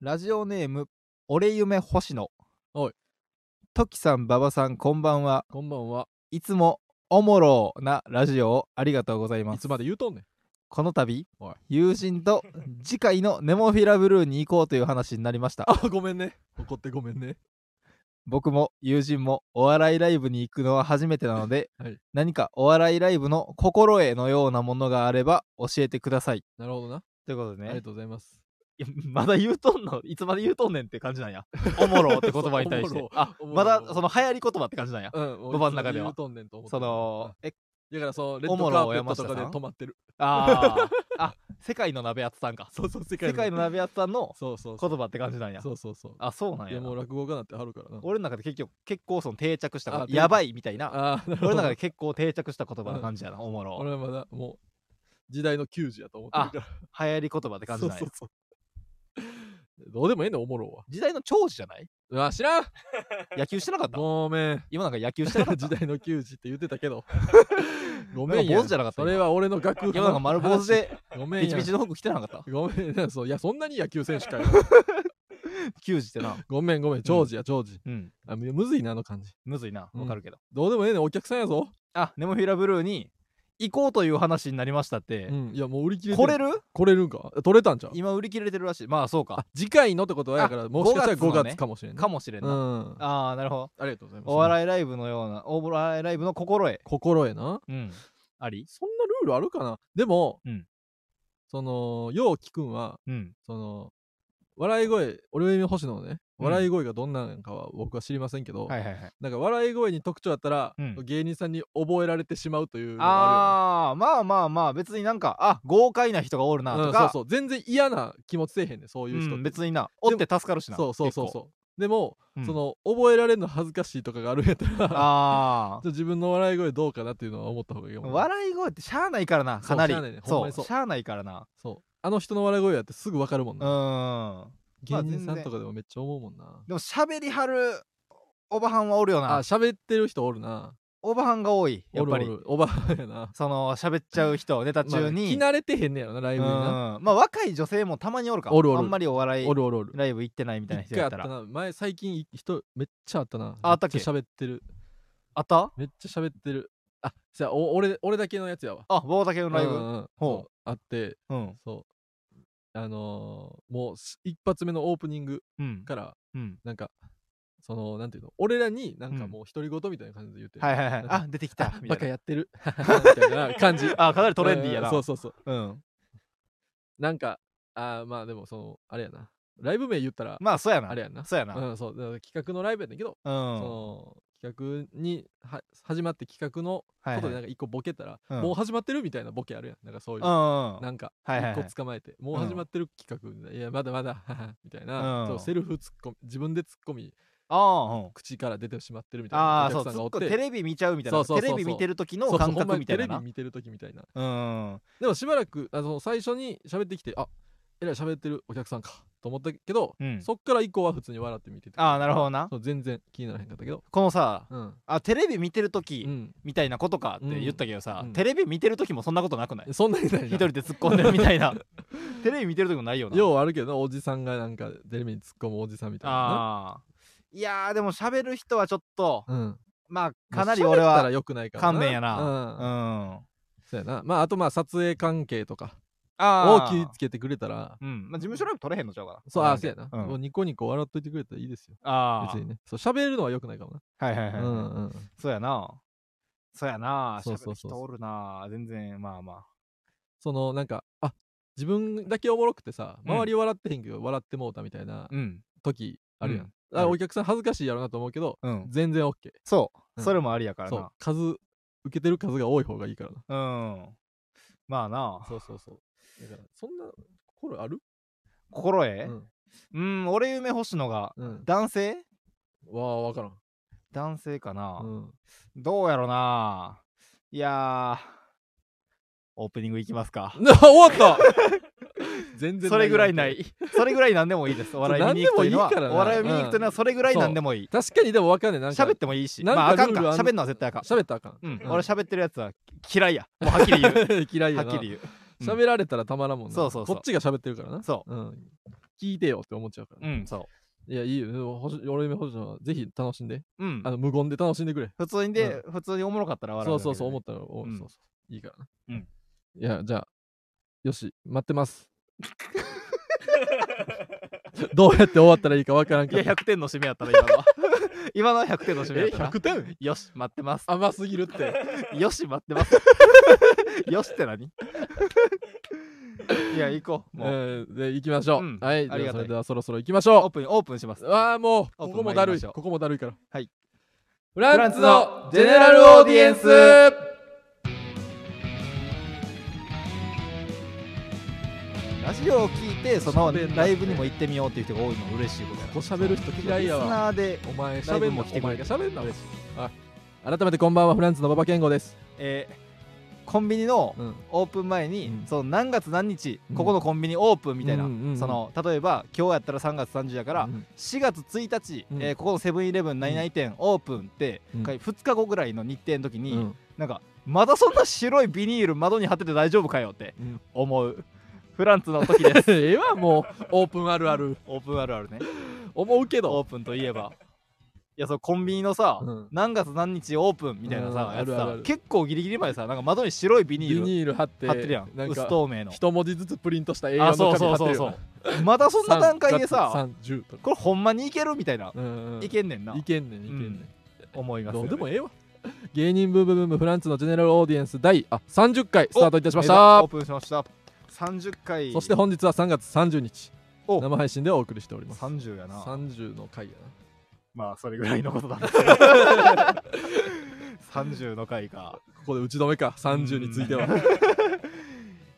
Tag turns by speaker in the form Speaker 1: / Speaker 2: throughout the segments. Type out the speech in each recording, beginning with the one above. Speaker 1: ラジオネーム俺夢星野
Speaker 2: おい
Speaker 1: トキさん馬場さんこんばんは
Speaker 2: こんばんは。
Speaker 1: いつもおもろなラジオをありがとうございま
Speaker 2: い
Speaker 1: す
Speaker 2: つまで言うとんねん。
Speaker 1: この度
Speaker 2: おい
Speaker 1: 友人と次回のネモフィラブルーに行こうという話になりました
Speaker 2: あ、ごめんね。怒ってごめんね。
Speaker 1: 僕も友人もお笑いライブに行くのは初めてなので、
Speaker 2: はい
Speaker 1: 何かお笑いライブの心得のようなものがあれば教えてください
Speaker 2: なるほどな。
Speaker 1: ということで
Speaker 2: あり
Speaker 1: ね
Speaker 2: がとうございます。
Speaker 1: いやまだ言うとんのいつまで言うとんねんって感じ なんやおもろって言葉に対し
Speaker 2: そうお
Speaker 1: て
Speaker 2: もろ
Speaker 1: あ
Speaker 2: おもろ
Speaker 1: まだその流行り言葉って感じなんや
Speaker 2: うん、もう
Speaker 1: 5番の中ではい
Speaker 2: つま言うとんねんと思って
Speaker 1: その え
Speaker 2: うんだから、その、レッ
Speaker 1: おも
Speaker 2: ド
Speaker 1: ろ
Speaker 2: カーペッ
Speaker 1: 山
Speaker 2: ト
Speaker 1: 下
Speaker 2: と
Speaker 1: さん
Speaker 2: かで止まってる。
Speaker 1: あーあ世界の鍋厚さんか
Speaker 2: そうそう、世界
Speaker 1: 世界
Speaker 2: の。
Speaker 1: の鍋厚さんの
Speaker 2: そうそうそう。
Speaker 1: 言葉って感じなんや
Speaker 2: そうそうそう。
Speaker 1: あそうなん
Speaker 2: いや、
Speaker 1: やな
Speaker 2: もう落語家なんてあるからな。
Speaker 1: 俺の中で結局結構その定着したこ
Speaker 2: あ
Speaker 1: と
Speaker 2: 定着
Speaker 1: やばいみたいな
Speaker 2: あー、なるほ
Speaker 1: 俺の
Speaker 2: ど
Speaker 1: 中で結構定着した言葉の感じやなおもろ
Speaker 2: 俺はまだ、もう、時代の球児やと思ってるか
Speaker 1: 流行り言葉って感
Speaker 2: ら。
Speaker 1: じなんや
Speaker 2: そうそうそう。どうでもええねん、おもろは。
Speaker 1: 時代の長寿じゃないう
Speaker 2: わ、知らん
Speaker 1: 野球してなか った
Speaker 2: ご めん。
Speaker 1: 今なんか野球してなかった
Speaker 2: 時代の球児って言ってたけ ど。 ごめん
Speaker 1: なんか
Speaker 2: や。
Speaker 1: 坊主じゃなかった
Speaker 2: それは俺の学
Speaker 1: 今なんか丸坊主で
Speaker 2: ごめ
Speaker 1: ピ
Speaker 2: ん
Speaker 1: チ
Speaker 2: や
Speaker 1: ピ。チの服着てなか った
Speaker 2: ごめんなそういやそんなに野球選 手かよ
Speaker 1: 球児ってな
Speaker 2: ごめんごめん長寿や長寿
Speaker 1: うん
Speaker 2: あむむずいなあの感じ
Speaker 1: むずいなわかるけど
Speaker 2: どうでもええねんお客さんやぞ、
Speaker 1: あネモフィラブルーに行こうという話になりましたって
Speaker 2: うんいやもう売り切れて
Speaker 1: 来
Speaker 2: る
Speaker 1: れる
Speaker 2: 来れるんか取れたんちゃう
Speaker 1: 今売り切れてるらしいまあそう
Speaker 2: あ
Speaker 1: か
Speaker 2: 次回のってことはやから
Speaker 1: あ
Speaker 2: もしかしたら
Speaker 1: 5
Speaker 2: 5
Speaker 1: 月のね
Speaker 2: 月かもしれんね
Speaker 1: かもしれん
Speaker 2: う
Speaker 1: なん
Speaker 2: あ
Speaker 1: ああなるほど
Speaker 2: りがとうございます
Speaker 1: お笑いライブのようなお笑いライブの心得
Speaker 2: 心得な
Speaker 1: うんあり
Speaker 2: そんなルールあるかなでも、
Speaker 1: うん
Speaker 2: そのようきくんは
Speaker 1: うん
Speaker 2: その笑い声俺より星野のね
Speaker 1: うん
Speaker 2: 笑い声がどんなんかは僕は知りませんけど、
Speaker 1: はいはいはい
Speaker 2: なんか笑い声に特徴あったら、
Speaker 1: うん
Speaker 2: 芸人さんに覚えられてしまうというのがあるよね
Speaker 1: あーまあまあまあ別になんかあ豪快な人がおるなと
Speaker 2: うん、そう
Speaker 1: か
Speaker 2: そう全然嫌な気持ちせえへんねんそういう人って、
Speaker 1: うん別になおって助かるしな
Speaker 2: そうそうそう
Speaker 1: 結構
Speaker 2: そうでも、
Speaker 1: うん
Speaker 2: その覚えられるの恥ずかしいとかがあるんやったらちょ
Speaker 1: あ
Speaker 2: っ
Speaker 1: あ
Speaker 2: と自分の笑い声どうかなっていうのは思った方がいいよ
Speaker 1: 笑い声ってしゃあないからなかなり
Speaker 2: そうしゃあないねほん
Speaker 1: そ
Speaker 2: ま
Speaker 1: う
Speaker 2: にそう
Speaker 1: しゃあないからな
Speaker 2: そうあの人の笑い声やってすぐわかるもん
Speaker 1: うー
Speaker 2: な、
Speaker 1: ん
Speaker 2: 芸人
Speaker 1: まあ
Speaker 2: さ
Speaker 1: 全然
Speaker 2: んとかでもめっちゃ思うもんな、
Speaker 1: でも喋りはるおばはんはおるよ
Speaker 2: あ
Speaker 1: な
Speaker 2: 喋ってる人おるな
Speaker 1: おばはんが多いやっ
Speaker 2: おるお
Speaker 1: ぱり
Speaker 2: るおばあ やな
Speaker 1: その喋っちゃう人ネタ中に、
Speaker 2: まあね着慣れてへんねやろなライブにな、
Speaker 1: うんまあ若い女性もたまにおるか
Speaker 2: おるおる
Speaker 1: あんまりお笑い
Speaker 2: おるおるおる
Speaker 1: ライブ行ってないみたいな
Speaker 2: 一
Speaker 1: 人
Speaker 2: 回
Speaker 1: や
Speaker 2: あ
Speaker 1: っ
Speaker 2: ったた
Speaker 1: ら
Speaker 2: な前最近い人めっちゃあったな
Speaker 1: ああったっけ
Speaker 2: めっちゃ喋ってる
Speaker 1: あった
Speaker 2: めっちゃ喋ってるあじゃあお俺俺だけのやつやわ
Speaker 1: あ棒竹のライ
Speaker 2: う
Speaker 1: ブ
Speaker 2: んうん
Speaker 1: ほう
Speaker 2: そうあって
Speaker 1: うん
Speaker 2: そうあのーもうし一発目のオープニング
Speaker 1: うん
Speaker 2: から
Speaker 1: うん
Speaker 2: なんかそのなんていうの俺らになん
Speaker 1: う
Speaker 2: か
Speaker 1: ん
Speaker 2: もう独り言みたいな感じで言って、
Speaker 1: はいはいはい
Speaker 2: なんか
Speaker 1: あ出てきた
Speaker 2: あ
Speaker 1: み
Speaker 2: バ
Speaker 1: た
Speaker 2: カ
Speaker 1: いな
Speaker 2: やってる みたいな感じ
Speaker 1: あかなりトレンディーやな
Speaker 2: うんそうそうそう
Speaker 1: うん
Speaker 2: なんかあーまあでもそのあれやなライブ名言ったら
Speaker 1: まあそうやな
Speaker 2: あれやな
Speaker 1: そうやな
Speaker 2: うんそうだから企画のライブやったけど、
Speaker 1: うん
Speaker 2: その企画には始まって企画の
Speaker 1: はいはい
Speaker 2: ことでなんか一個ボケたら、
Speaker 1: うん
Speaker 2: もう始まってるみたいなボケあるやんなんかそういう、
Speaker 1: うんうん
Speaker 2: なんか
Speaker 1: はいはいは
Speaker 2: 一
Speaker 1: い
Speaker 2: 個捕まえて、もう始まってる企画、いやまだまだみたいな、
Speaker 1: うん
Speaker 2: そうセルフツッコミ自分でツッコミ
Speaker 1: あーうん
Speaker 2: 口から出てしまってるみたいな
Speaker 1: あ
Speaker 2: お
Speaker 1: ーそ
Speaker 2: 客
Speaker 1: う
Speaker 2: さんが
Speaker 1: ず
Speaker 2: お
Speaker 1: っ
Speaker 2: っ
Speaker 1: と
Speaker 2: て
Speaker 1: テレビ見ちゃうみたいな
Speaker 2: そうそうそうそう
Speaker 1: テレビ見てる時
Speaker 2: そ
Speaker 1: の
Speaker 2: うそう
Speaker 1: 感
Speaker 2: ほんま
Speaker 1: 覚
Speaker 2: に
Speaker 1: みたいな
Speaker 2: テレ
Speaker 1: な
Speaker 2: ビ見てる時みたいな
Speaker 1: うんうん
Speaker 2: でもしばらくあの最初に喋ってきてあえらい喋ってるお客さんかと思ったけど、
Speaker 1: うん
Speaker 2: そっから以降は普通に笑って見てて
Speaker 1: ああなるほどな
Speaker 2: そう全然気にならへんかったけど
Speaker 1: このさ
Speaker 2: うん、
Speaker 1: あテレビ見てる時
Speaker 2: うん、
Speaker 1: みたいなことかって言ったけどさ、
Speaker 2: うん
Speaker 1: テレビ見てる時もそんなことなくない
Speaker 2: そんなにない な
Speaker 1: 一人で突っ込んでるみたいな テレビ見てる時もないよな
Speaker 2: ようあるけどなおじさんがなんかテレビに突っ込むおじさんみたいな
Speaker 1: あーいやーでも喋る人はちょっと
Speaker 2: なうん
Speaker 1: まあかなり俺
Speaker 2: まあ喋った
Speaker 1: は
Speaker 2: ら良くないから
Speaker 1: 勘弁やな
Speaker 2: うん
Speaker 1: うん
Speaker 2: そうやな。まあ、あとまあ、撮影関係とかを
Speaker 1: あ
Speaker 2: 気
Speaker 1: ー
Speaker 2: ぃつけてくれたら、
Speaker 1: うんまあ事務所ライブ取れへんのちゃうかな
Speaker 2: そう、
Speaker 1: わ
Speaker 2: あ
Speaker 1: か
Speaker 2: あ、
Speaker 1: ん
Speaker 2: そう
Speaker 1: け
Speaker 2: や
Speaker 1: ど
Speaker 2: な。
Speaker 1: うん
Speaker 2: もうニコニコ笑っといてくれたらいいですよ。
Speaker 1: ああ
Speaker 2: 別にね。そう、喋るのは良くないかもな。
Speaker 1: はいはいうはい、
Speaker 2: んうん。
Speaker 1: そうやなそうやな
Speaker 2: そう
Speaker 1: 喋
Speaker 2: そ
Speaker 1: る
Speaker 2: うそう
Speaker 1: 人おるな全然まあまあ
Speaker 2: その、なんか、あ自分だけおもろくてさ、
Speaker 1: うん
Speaker 2: 周り笑ってへんけど、笑ってもうたみたいな
Speaker 1: うん
Speaker 2: 時あるやん。
Speaker 1: うん
Speaker 2: あ
Speaker 1: ある
Speaker 2: お客さん恥ずかしいやろなと思うけど、
Speaker 1: うん
Speaker 2: 全然 OK。
Speaker 1: そう、
Speaker 2: うん
Speaker 1: それもありやから
Speaker 2: そう
Speaker 1: な。
Speaker 2: 数、受けてる数が多い方がいいからな。
Speaker 1: うんまあな
Speaker 2: そうそうそう。だから、そんな心ある
Speaker 1: 心
Speaker 2: う
Speaker 1: 得
Speaker 2: ん。
Speaker 1: うん、俺夢星野が
Speaker 2: うん。
Speaker 1: 男性
Speaker 2: わあ、わからん。
Speaker 1: 男性かな、
Speaker 2: うん。
Speaker 1: どうやろないやーオープニングいきますか
Speaker 2: な終わった 全然
Speaker 1: それぐらいな
Speaker 2: 内容
Speaker 1: いそれぐらいなんでもいい ですお笑い見に行くというのは
Speaker 2: 何でもいいからな
Speaker 1: お笑い見に行くというのは
Speaker 2: うん
Speaker 1: それぐらいなんでもいい
Speaker 2: 確かにでもわかんねえなんか
Speaker 1: 喋ってもいいし
Speaker 2: なんか
Speaker 1: まああかん
Speaker 2: ル
Speaker 1: か
Speaker 2: ールあん
Speaker 1: 喋るのは絶対あかん
Speaker 2: 喋ったらあかん、
Speaker 1: うん、
Speaker 2: うん
Speaker 1: 俺喋ってるやつは嫌い やもうはっきり言う
Speaker 2: 嫌いや
Speaker 1: はっ
Speaker 2: な
Speaker 1: きり言ううん
Speaker 2: 喋られたらたまらんもんな
Speaker 1: そうそうそう
Speaker 2: こっちが喋ってるからな、
Speaker 1: そう
Speaker 2: ん、聞いてよって思っちゃうから
Speaker 1: う
Speaker 2: ね、
Speaker 1: ん、そ
Speaker 2: いや、いいよ。でも星俺夢星野はぜひ楽しんで。
Speaker 1: う。うん
Speaker 2: あ。の無言で楽しんでくれ。
Speaker 1: 普通にで、普通におもろかったら笑
Speaker 2: そうう
Speaker 1: だけでね。
Speaker 2: そうそう、思ったら、お
Speaker 1: うん
Speaker 2: そうそう。いいからな。
Speaker 1: うん
Speaker 2: いや、じゃあ、よし、待ってます。 どうやって終わったらいいかわからん
Speaker 1: い
Speaker 2: け
Speaker 1: や、
Speaker 2: ど。
Speaker 1: 100点の締めやったな、今の は。今のは100点の締めや
Speaker 2: え、
Speaker 1: ったな。
Speaker 2: 100点
Speaker 1: よし、待ってます。
Speaker 2: 甘すぎるって。
Speaker 1: よし、待ってます。 よしって何 いや、行こう。
Speaker 2: え
Speaker 1: もう、
Speaker 2: ーで、行きましょう。
Speaker 1: うん
Speaker 2: はい、
Speaker 1: ありがた
Speaker 2: ではそ
Speaker 1: い
Speaker 2: れではそろそろ行きまし
Speaker 1: オー
Speaker 2: ょ
Speaker 1: プン、オープンします
Speaker 2: う。。ああ、もう、
Speaker 1: オープン
Speaker 2: ここもだ
Speaker 1: 参り
Speaker 2: る
Speaker 1: ま
Speaker 2: い。
Speaker 1: しょう
Speaker 2: ここもだるいから。
Speaker 1: はい。
Speaker 2: フランツのジェネラルオーディエンス
Speaker 1: ラジオを聞いて、その
Speaker 2: 喋んなくて
Speaker 1: ライブにも行ってみようっていう人が多いのは嬉しいことやな
Speaker 2: ここ喋る人嫌いやわ
Speaker 1: リスナーで、
Speaker 2: お前、
Speaker 1: ライブ
Speaker 2: 喋ん
Speaker 1: も
Speaker 2: な、
Speaker 1: 来てくれ
Speaker 2: お前
Speaker 1: て
Speaker 2: が喋んな
Speaker 1: 嬉。しい。
Speaker 2: 改めてこんばんは、フランツの馬場健吾です。
Speaker 1: えーコンビニの
Speaker 2: うん。
Speaker 1: オープン前に、
Speaker 2: うん
Speaker 1: その何月何日、
Speaker 2: うん
Speaker 1: ここのコンビニオープンみたいな、
Speaker 2: うんうんうん
Speaker 1: その例えば今日やったら3月30やから、
Speaker 2: うん
Speaker 1: 4月1日、
Speaker 2: うん
Speaker 1: えーここのセブンイレブン何々店オープンって、
Speaker 2: うん
Speaker 1: 2日後ぐらいの日程の時に、
Speaker 2: うん
Speaker 1: なんかまだそんな白いビニール窓に貼ってて大丈夫かよって
Speaker 2: うん
Speaker 1: 思うフランツの時です
Speaker 2: ええわもう オープンあるある
Speaker 1: オープンあるあるね
Speaker 2: 思うけ
Speaker 1: オー
Speaker 2: ど
Speaker 1: プンといえばいやそのコンビニのさ、
Speaker 2: うん
Speaker 1: 何月何日オープンみたいなさ、
Speaker 2: う
Speaker 1: や
Speaker 2: ん
Speaker 1: つ
Speaker 2: あるあ
Speaker 1: さ
Speaker 2: るある
Speaker 1: 結構ギリギリまでさなんか窓に白いビニ
Speaker 2: ビ
Speaker 1: ー
Speaker 2: ニール貼って
Speaker 1: ル貼ってるやん
Speaker 2: なん
Speaker 1: 薄
Speaker 2: か
Speaker 1: 透明の
Speaker 2: 一文字ずつプリントした A4
Speaker 1: あそ
Speaker 2: の
Speaker 1: う
Speaker 2: 紙
Speaker 1: そ
Speaker 2: 貼
Speaker 1: う
Speaker 2: って
Speaker 1: そう
Speaker 2: るよ
Speaker 1: そ
Speaker 2: な
Speaker 1: うまだそんな段階でさ
Speaker 2: 330とか
Speaker 1: これほんまにいけるみたいな、
Speaker 2: うんうんうん
Speaker 1: いけんねんない
Speaker 2: けんねんいけんね
Speaker 1: うん
Speaker 2: ん
Speaker 1: 思います
Speaker 2: ど
Speaker 1: よ、
Speaker 2: う
Speaker 1: ね、
Speaker 2: でもええわ芸人ブームブームフランツのジェネラルオーディエンス第あ30回ス
Speaker 1: お
Speaker 2: タートいたしまし
Speaker 1: オー
Speaker 2: た
Speaker 1: プンしました30回
Speaker 2: そして本日は3月30日
Speaker 1: お
Speaker 2: 生配信でお送りしております
Speaker 1: 30やな
Speaker 2: 30の回や
Speaker 1: まあそれぐらいのことだ ね30の回か
Speaker 2: なここで打ち止めか30については、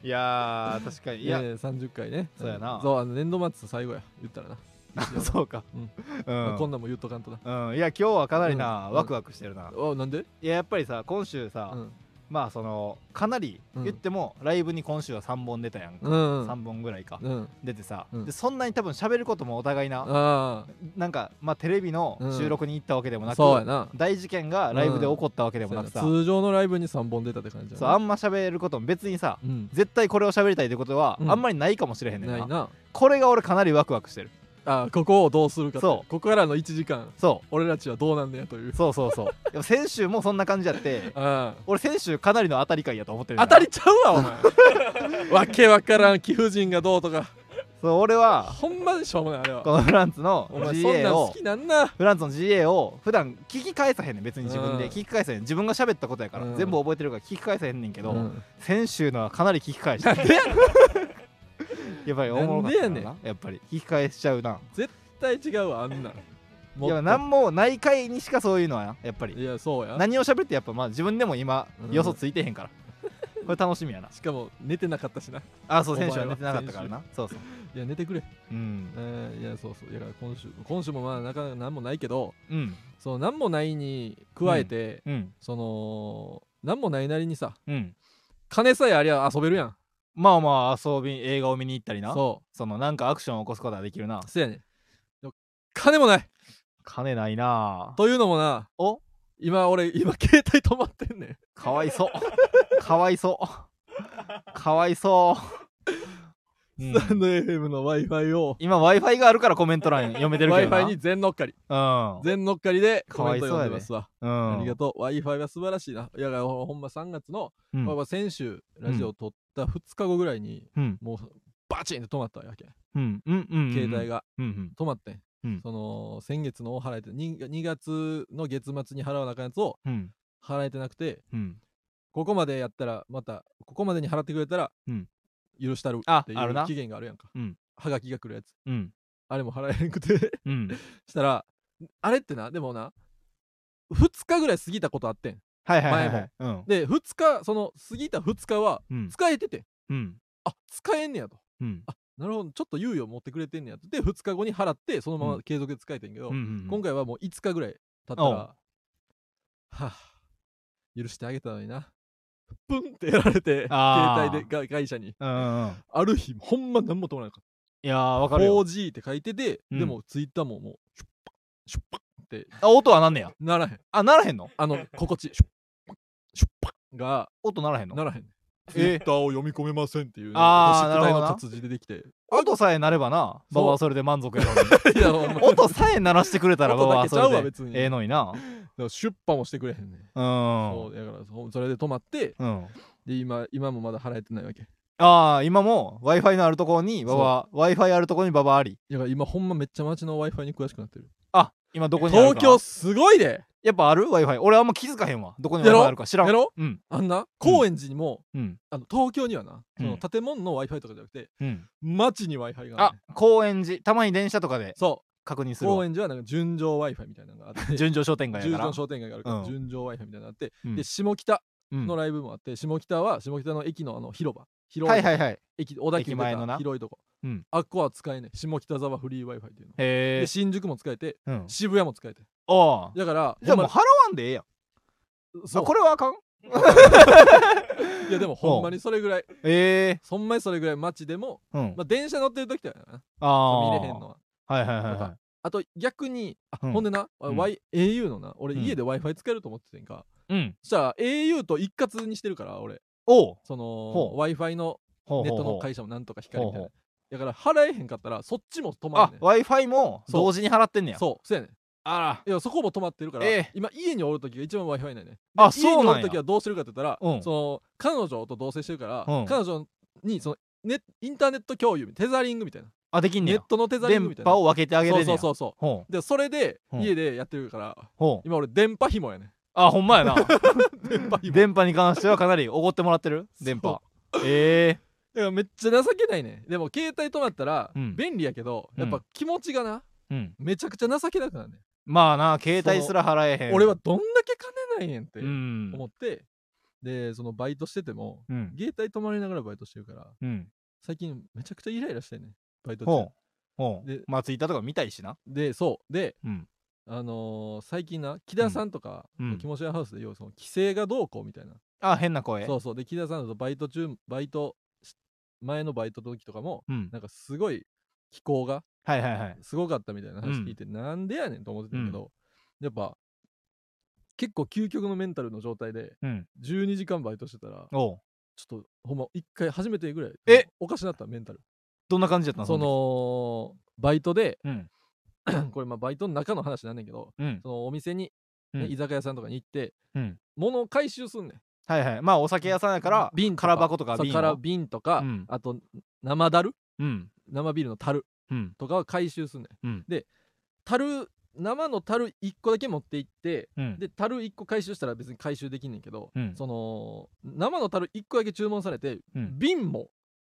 Speaker 1: いやー確かにいや、
Speaker 2: えー30回ね
Speaker 1: そうやな
Speaker 2: そうあの年度末最後や言ったらな、
Speaker 1: そうか
Speaker 2: う
Speaker 1: うんん、
Speaker 2: まあこんなんも言っとかんとな
Speaker 1: うんいや今日はかなりな、
Speaker 2: うん
Speaker 1: ワクワクしてるな、
Speaker 2: あなんで、
Speaker 1: いややっぱりさ今週さ、
Speaker 2: うん
Speaker 1: まあそのかなり
Speaker 2: うん
Speaker 1: 言っても、ライブに今週は3本出たやんか、
Speaker 2: うん、
Speaker 1: 3本ぐらいか、
Speaker 2: うん、
Speaker 1: 出てさ、
Speaker 2: うん
Speaker 1: でそんなに多分喋ることもお互いな、
Speaker 2: あ
Speaker 1: なんかまあテレビの収録に行ったわけでも
Speaker 2: あ
Speaker 1: なく、
Speaker 2: そうやな
Speaker 1: 大事件がライブで起こったわけでもなくさ、
Speaker 2: そうやな通常のライブに3本出たって感じ
Speaker 1: そう
Speaker 2: だ
Speaker 1: あ
Speaker 2: なん
Speaker 1: ま喋ることも別にさ
Speaker 2: うん
Speaker 1: 絶対これを喋りたいってことは、
Speaker 2: うん
Speaker 1: あんまりないかもしれへんねんな
Speaker 2: ないな
Speaker 1: これが俺かなりワクワクしてる
Speaker 2: あここをどうするかって
Speaker 1: そう
Speaker 2: ここからの1時間
Speaker 1: そ
Speaker 2: 俺たちはどうなんねやと いう
Speaker 1: うそうそうそうでも先週もそんな感じやっ て
Speaker 2: ああ
Speaker 1: 俺先週かなりの当たり会やと思ってるねん
Speaker 2: 当
Speaker 1: な
Speaker 2: たりちゃうわお前 わけわからん貴婦人がどうとか
Speaker 1: そう俺は
Speaker 2: ほんまにしょうもないあれは
Speaker 1: このフランスの
Speaker 2: お前そんな
Speaker 1: GA
Speaker 2: ん好
Speaker 1: を
Speaker 2: きなんな
Speaker 1: フランスの GA を普段聞き返さへんねん別に自分で、
Speaker 2: うん
Speaker 1: 聞き返さへん自分が喋ったことやから、
Speaker 2: うん
Speaker 1: 全部覚えてるから聞き返さへんねんけど、
Speaker 2: うん
Speaker 1: 先週のはかなり聞き返したや っぱりおもろかった
Speaker 2: なんで
Speaker 1: な
Speaker 2: や
Speaker 1: やっぱり聞き返しちゃうな
Speaker 2: 絶対違うわあんなん
Speaker 1: い
Speaker 2: もっ
Speaker 1: や
Speaker 2: と
Speaker 1: なんもない回にしかそういうのはなやっぱり
Speaker 2: いやそうや
Speaker 1: 何を喋ってやっぱまあ自分でも今
Speaker 2: うん
Speaker 1: 予想ついてへん から、これ楽しみやな
Speaker 2: しかも寝てなかったしな
Speaker 1: あそう
Speaker 2: お前
Speaker 1: 選手は寝
Speaker 2: は
Speaker 1: てなかったからなそうそう
Speaker 2: いや寝てくれ、
Speaker 1: うん
Speaker 2: えーいやそうそういや今週今週もまあなかなか何もないけど
Speaker 1: うん
Speaker 2: その何もないに加えて、
Speaker 1: うん
Speaker 2: その何もないなりにさ
Speaker 1: うん
Speaker 2: 金さえありゃ遊べるやん
Speaker 1: まあまあ遊び映画を見に行ったりなそ
Speaker 2: そ
Speaker 1: のなんかアクションを起こすことはできるな
Speaker 2: うそうやねんでも金もない
Speaker 1: 金ないな
Speaker 2: というのもな
Speaker 1: お
Speaker 2: 今俺今携帯止まってんねん
Speaker 1: かわいそうかわいそうかわいそう、うん
Speaker 2: スタンド FM の w i f i を
Speaker 1: 今 w i f i があるからコメント欄読めてる
Speaker 2: w
Speaker 1: け
Speaker 2: i
Speaker 1: ど
Speaker 2: f
Speaker 1: な
Speaker 2: i に全乗っかり
Speaker 1: うん
Speaker 2: 全乗っかりでコメント
Speaker 1: かわいそうやで
Speaker 2: 読んでますわ、
Speaker 1: うん
Speaker 2: ありがとう w i f i は素晴らしいないやほほんま3月の、
Speaker 1: うん
Speaker 2: まあまあ先週ラジオ撮った2日後ぐらいに
Speaker 1: うん
Speaker 2: もうバチンと止まったわけ
Speaker 1: うんうんうんうん
Speaker 2: 携帯が
Speaker 1: うんうん
Speaker 2: 止まってん、
Speaker 1: うん
Speaker 2: その先月の払えて 2, 月の月末に払わなあかんやつを
Speaker 1: うん
Speaker 2: 払えてなくて
Speaker 1: うん
Speaker 2: ここまでやったらまたここまでに払ってくれたら
Speaker 1: うん
Speaker 2: 許したる
Speaker 1: あ
Speaker 2: ってい
Speaker 1: ある
Speaker 2: う
Speaker 1: な
Speaker 2: 期限があるやんか、
Speaker 1: うん
Speaker 2: はがきが来るやつ
Speaker 1: うん
Speaker 2: あれも払えなくて
Speaker 1: うん
Speaker 2: したらあれってなでもな2日ぐらい過ぎたことあってん
Speaker 1: はいはいはいはいうん
Speaker 2: で2日その過ぎた2日は
Speaker 1: うん
Speaker 2: 使えててん
Speaker 1: うん
Speaker 2: あ使えんねやと
Speaker 1: うん
Speaker 2: なるほどちょっと猶予持ってくれてんねやとで2日後に払ってそのま
Speaker 1: う
Speaker 2: ま継続で使えてんけど、
Speaker 1: うんうん
Speaker 2: 今回はもう5日ぐらい経ったら、
Speaker 1: おう
Speaker 2: はあ、許してあげたのにな。プンってやられて、
Speaker 1: あー
Speaker 2: 携帯でが会社に。
Speaker 1: うんうんうん
Speaker 2: ある日、ほんま何も止まらなかっ
Speaker 1: いやーわ
Speaker 2: た。
Speaker 1: かるよ
Speaker 2: 4G って書いてて、
Speaker 1: うん
Speaker 2: でもツイッターももう、シュッパッ、シュッパッって
Speaker 1: あ音はなんねや
Speaker 2: ならへん。
Speaker 1: あならへんの
Speaker 2: あの、心地、シュッパッ、シュッパッが
Speaker 1: 音ならへんの
Speaker 2: ならへん。ツイッターを読み込めませんっていうね、
Speaker 1: あー
Speaker 2: ゴシップ体
Speaker 1: なるほど
Speaker 2: の
Speaker 1: な
Speaker 2: 活字でできて。
Speaker 1: 音さえ鳴ればな、
Speaker 2: そ
Speaker 1: 馬
Speaker 2: う
Speaker 1: 場はそれで満足やろう
Speaker 2: いや、お前
Speaker 1: に。音さえ鳴らしてくれたら、馬
Speaker 2: 音
Speaker 1: 場
Speaker 2: だ
Speaker 1: は
Speaker 2: けち
Speaker 1: そ
Speaker 2: ゃうわ
Speaker 1: れで
Speaker 2: 別に。
Speaker 1: ええのにな。
Speaker 2: だから出版もしてくれへんね
Speaker 1: う
Speaker 2: ん。
Speaker 1: ん。
Speaker 2: そうだからそそれで止まって
Speaker 1: うん。
Speaker 2: で今今もまだ払えてないわけ
Speaker 1: ああ、今も Wi-Fi のあるところに
Speaker 2: そう
Speaker 1: 馬場、Wi-Fi あるところに馬場あり。
Speaker 2: だから今ほんまめっちゃ街の w i f i に詳しくなってる
Speaker 1: あ、今どこにある
Speaker 2: 東
Speaker 1: か
Speaker 2: 京すごいで
Speaker 1: やっぱある ?Wi-Fi。俺あんま気づかへんわ。どこに
Speaker 2: やろ
Speaker 1: Wi-Fi あるか知ら
Speaker 2: や
Speaker 1: ん。
Speaker 2: ろ
Speaker 1: うん。
Speaker 2: あんな高円寺にも、
Speaker 1: うん。
Speaker 2: あの東京にはな、
Speaker 1: うん
Speaker 2: その建物の w i f i とかじゃなくて
Speaker 1: うん。
Speaker 2: 街に w i f i が
Speaker 1: あ
Speaker 2: るね、
Speaker 1: 高円寺。たまに電車とかで
Speaker 2: そ
Speaker 1: 確認
Speaker 2: う
Speaker 1: する
Speaker 2: 高
Speaker 1: わ。
Speaker 2: 円寺はなんか純情 w i f i みたいなのがあっ て
Speaker 1: 純情商店街
Speaker 2: 純
Speaker 1: やから
Speaker 2: 情。商店街があるから、
Speaker 1: うん
Speaker 2: 純情 w i f i みたいなのがあって、
Speaker 1: うん
Speaker 2: で下北
Speaker 1: うん
Speaker 2: のライブもあって下北は下北の駅のあの広場広
Speaker 1: はいはいはい。
Speaker 2: 駅小田急
Speaker 1: 駅
Speaker 2: 出
Speaker 1: 前
Speaker 2: た
Speaker 1: のな
Speaker 2: 広いとこ、
Speaker 1: うん
Speaker 2: あっこは使えない下北沢フリー w i f i っていうの、
Speaker 1: へ
Speaker 2: で新宿も使えて
Speaker 1: え。うん。
Speaker 2: 渋谷も使えて
Speaker 1: ああ。
Speaker 2: だから
Speaker 1: じゃあもう
Speaker 2: ほん
Speaker 1: 払わんでええやん。
Speaker 2: ま
Speaker 1: あ
Speaker 2: そう
Speaker 1: これはあかん
Speaker 2: いやでもほんまにそれぐらい
Speaker 1: え
Speaker 2: ほんまにそれぐらい街でも、
Speaker 1: え。うん
Speaker 2: ま。あ、電車乗ってる時だよな
Speaker 1: ああ。
Speaker 2: 見れへんのは
Speaker 1: はいはいはい
Speaker 2: なん
Speaker 1: はい
Speaker 2: か。あと逆にあ、
Speaker 1: うん
Speaker 2: ほんでな、あ
Speaker 1: うん
Speaker 2: y au のな俺
Speaker 1: うん
Speaker 2: 家で w i f i 使えると思っててんか、
Speaker 1: うん。
Speaker 2: そしたら au と一括にしてるから俺
Speaker 1: おう。
Speaker 2: その
Speaker 1: ほ
Speaker 2: w i f i の
Speaker 1: ほう
Speaker 2: ネ
Speaker 1: ほ
Speaker 2: ッ
Speaker 1: う
Speaker 2: トの
Speaker 1: ほう
Speaker 2: 会社もなんとか光みたい
Speaker 1: ほ
Speaker 2: な
Speaker 1: う
Speaker 2: だから払えへんかったらそっちも止ま
Speaker 1: あ
Speaker 2: んね、ん
Speaker 1: Wi-Fi も同時に払ってんねや。
Speaker 2: そうそうやねん
Speaker 1: あ
Speaker 2: いやそこも止まってるから、
Speaker 1: ええ
Speaker 2: 今家におる時が一番 w i f i ないね
Speaker 1: ら。あ、
Speaker 2: で家
Speaker 1: そう
Speaker 2: にお
Speaker 1: なん
Speaker 2: る
Speaker 1: や
Speaker 2: 時。はどうしてるかって言ったら、
Speaker 1: うん
Speaker 2: その彼女と同棲してるから、
Speaker 1: うん
Speaker 2: 彼女にそのネインターネット共有テザリングみたいな
Speaker 1: あ、できんね
Speaker 2: ネッ
Speaker 1: や。
Speaker 2: トのテザリング
Speaker 1: 電
Speaker 2: みたいな
Speaker 1: 波を分けてあげれんねや。
Speaker 2: そうそうそうそ
Speaker 1: ほ
Speaker 2: うでそれで
Speaker 1: うん
Speaker 2: 家でやってるから、
Speaker 1: うほう。
Speaker 2: 今俺電波紐 やね
Speaker 1: あ、ほんまやな。
Speaker 2: 電波紐だか
Speaker 1: 電波に関してはかなりおごってもらってる電波。え
Speaker 2: らめっちゃ情けないねでも携帯止まったら
Speaker 1: うん
Speaker 2: 便利やけど、やっ
Speaker 1: う
Speaker 2: ぱ気持ちがな
Speaker 1: えうん。
Speaker 2: めちゃくちゃ情けなくなるね、
Speaker 1: まあな、携帯すら払えへん。
Speaker 2: 俺は、どんだけ金ないねんって
Speaker 1: うん。
Speaker 2: 思って、でそのバイトしてても
Speaker 1: うん。
Speaker 2: 携帯止まりながらバイトしてるから
Speaker 1: うん。
Speaker 2: 最近めちゃくちゃイライラしてんねんバイト中
Speaker 1: ほう。ほ
Speaker 2: で
Speaker 1: う。まあ、ツイッターとか見たいしな。
Speaker 2: でそうで
Speaker 1: うん。
Speaker 2: あのー最近な木田さんとか、
Speaker 1: うんうん
Speaker 2: 気持ちいいハウスで要はその規制がどうこうみたいな、
Speaker 1: あ、変な声。
Speaker 2: そうそうで木田さんとバイト中バイトし前のバイトの時とかも
Speaker 1: うん。
Speaker 2: なんかすごい気候が
Speaker 1: はいはいはい。
Speaker 2: すごかったみたいな話聞いて、なんでやねんと思ってたんやけど、やっぱ結構究極のメンタルの状態で
Speaker 1: うん。
Speaker 2: 12時間バイトしてたらちょ
Speaker 1: おう。
Speaker 2: っとほんま一回初めてぐらい
Speaker 1: え
Speaker 2: おかしなったメンタル
Speaker 1: どんな感じだったの
Speaker 2: そ、のバイトで
Speaker 1: 時うん。
Speaker 2: これまあバイトの中の話なんねんけど
Speaker 1: うん。
Speaker 2: そのお店に、ね
Speaker 1: うん
Speaker 2: 居酒屋さんとかに行って、
Speaker 1: うん
Speaker 2: 物を回収すんねん
Speaker 1: はいはい。まあ、お酒屋さんやから、
Speaker 2: 瓶
Speaker 1: 空箱とか
Speaker 2: そう
Speaker 1: 瓶を
Speaker 2: 空瓶とか、
Speaker 1: うん
Speaker 2: あと生だる
Speaker 1: うん。
Speaker 2: 生ビールの樽
Speaker 1: うん。
Speaker 2: とかは回収すんねん、
Speaker 1: うん
Speaker 2: で樽生の樽1個だけ持って行って
Speaker 1: うん。
Speaker 2: で樽1個回収したら別に回収できんねんけど、
Speaker 1: うん
Speaker 2: その生の樽1個だけ注文されて、
Speaker 1: うん
Speaker 2: 瓶も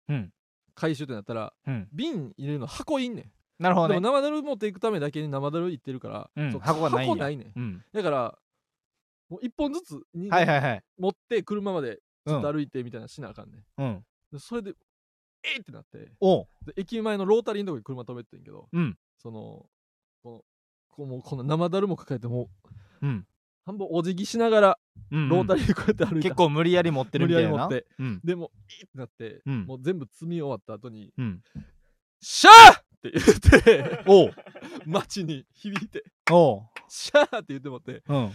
Speaker 1: うん
Speaker 2: 回収ってなったら
Speaker 1: うん。
Speaker 2: 瓶入れるの箱いんねん
Speaker 1: なるほ
Speaker 2: で
Speaker 1: ど
Speaker 2: も
Speaker 1: ね。
Speaker 2: 生だる持っていくためだけに生だる行ってるから、
Speaker 1: うん
Speaker 2: そう
Speaker 1: 箱がないんや
Speaker 2: ねん
Speaker 1: うん。
Speaker 2: だからもう1本ずつに
Speaker 1: はいはいはい。
Speaker 2: 持って車まで
Speaker 1: う
Speaker 2: ちょっと
Speaker 1: ん。
Speaker 2: 歩いてみたいなのしなあかんねん、
Speaker 1: うん。
Speaker 2: でそれでえー、ってなって
Speaker 1: おう。
Speaker 2: で駅前のロータリーのとこに車止めてんけど、
Speaker 1: うん
Speaker 2: そのこのこうもうこの生だるも抱えてもう
Speaker 1: うん。
Speaker 2: 半分お辞儀しながら
Speaker 1: うんうん
Speaker 2: ロータリーでこうやって歩いて、
Speaker 1: 結構無理やり持ってるみたいな。
Speaker 2: 無理やり持って
Speaker 1: うん。
Speaker 2: でもえー、ってなって、
Speaker 1: うん
Speaker 2: もう全部積み終わった後に
Speaker 1: うん。
Speaker 2: 「シャー!」って言 って
Speaker 1: おう。
Speaker 2: 街に響いて
Speaker 1: お
Speaker 2: 「シャー!」って言ってもって
Speaker 1: う。うん。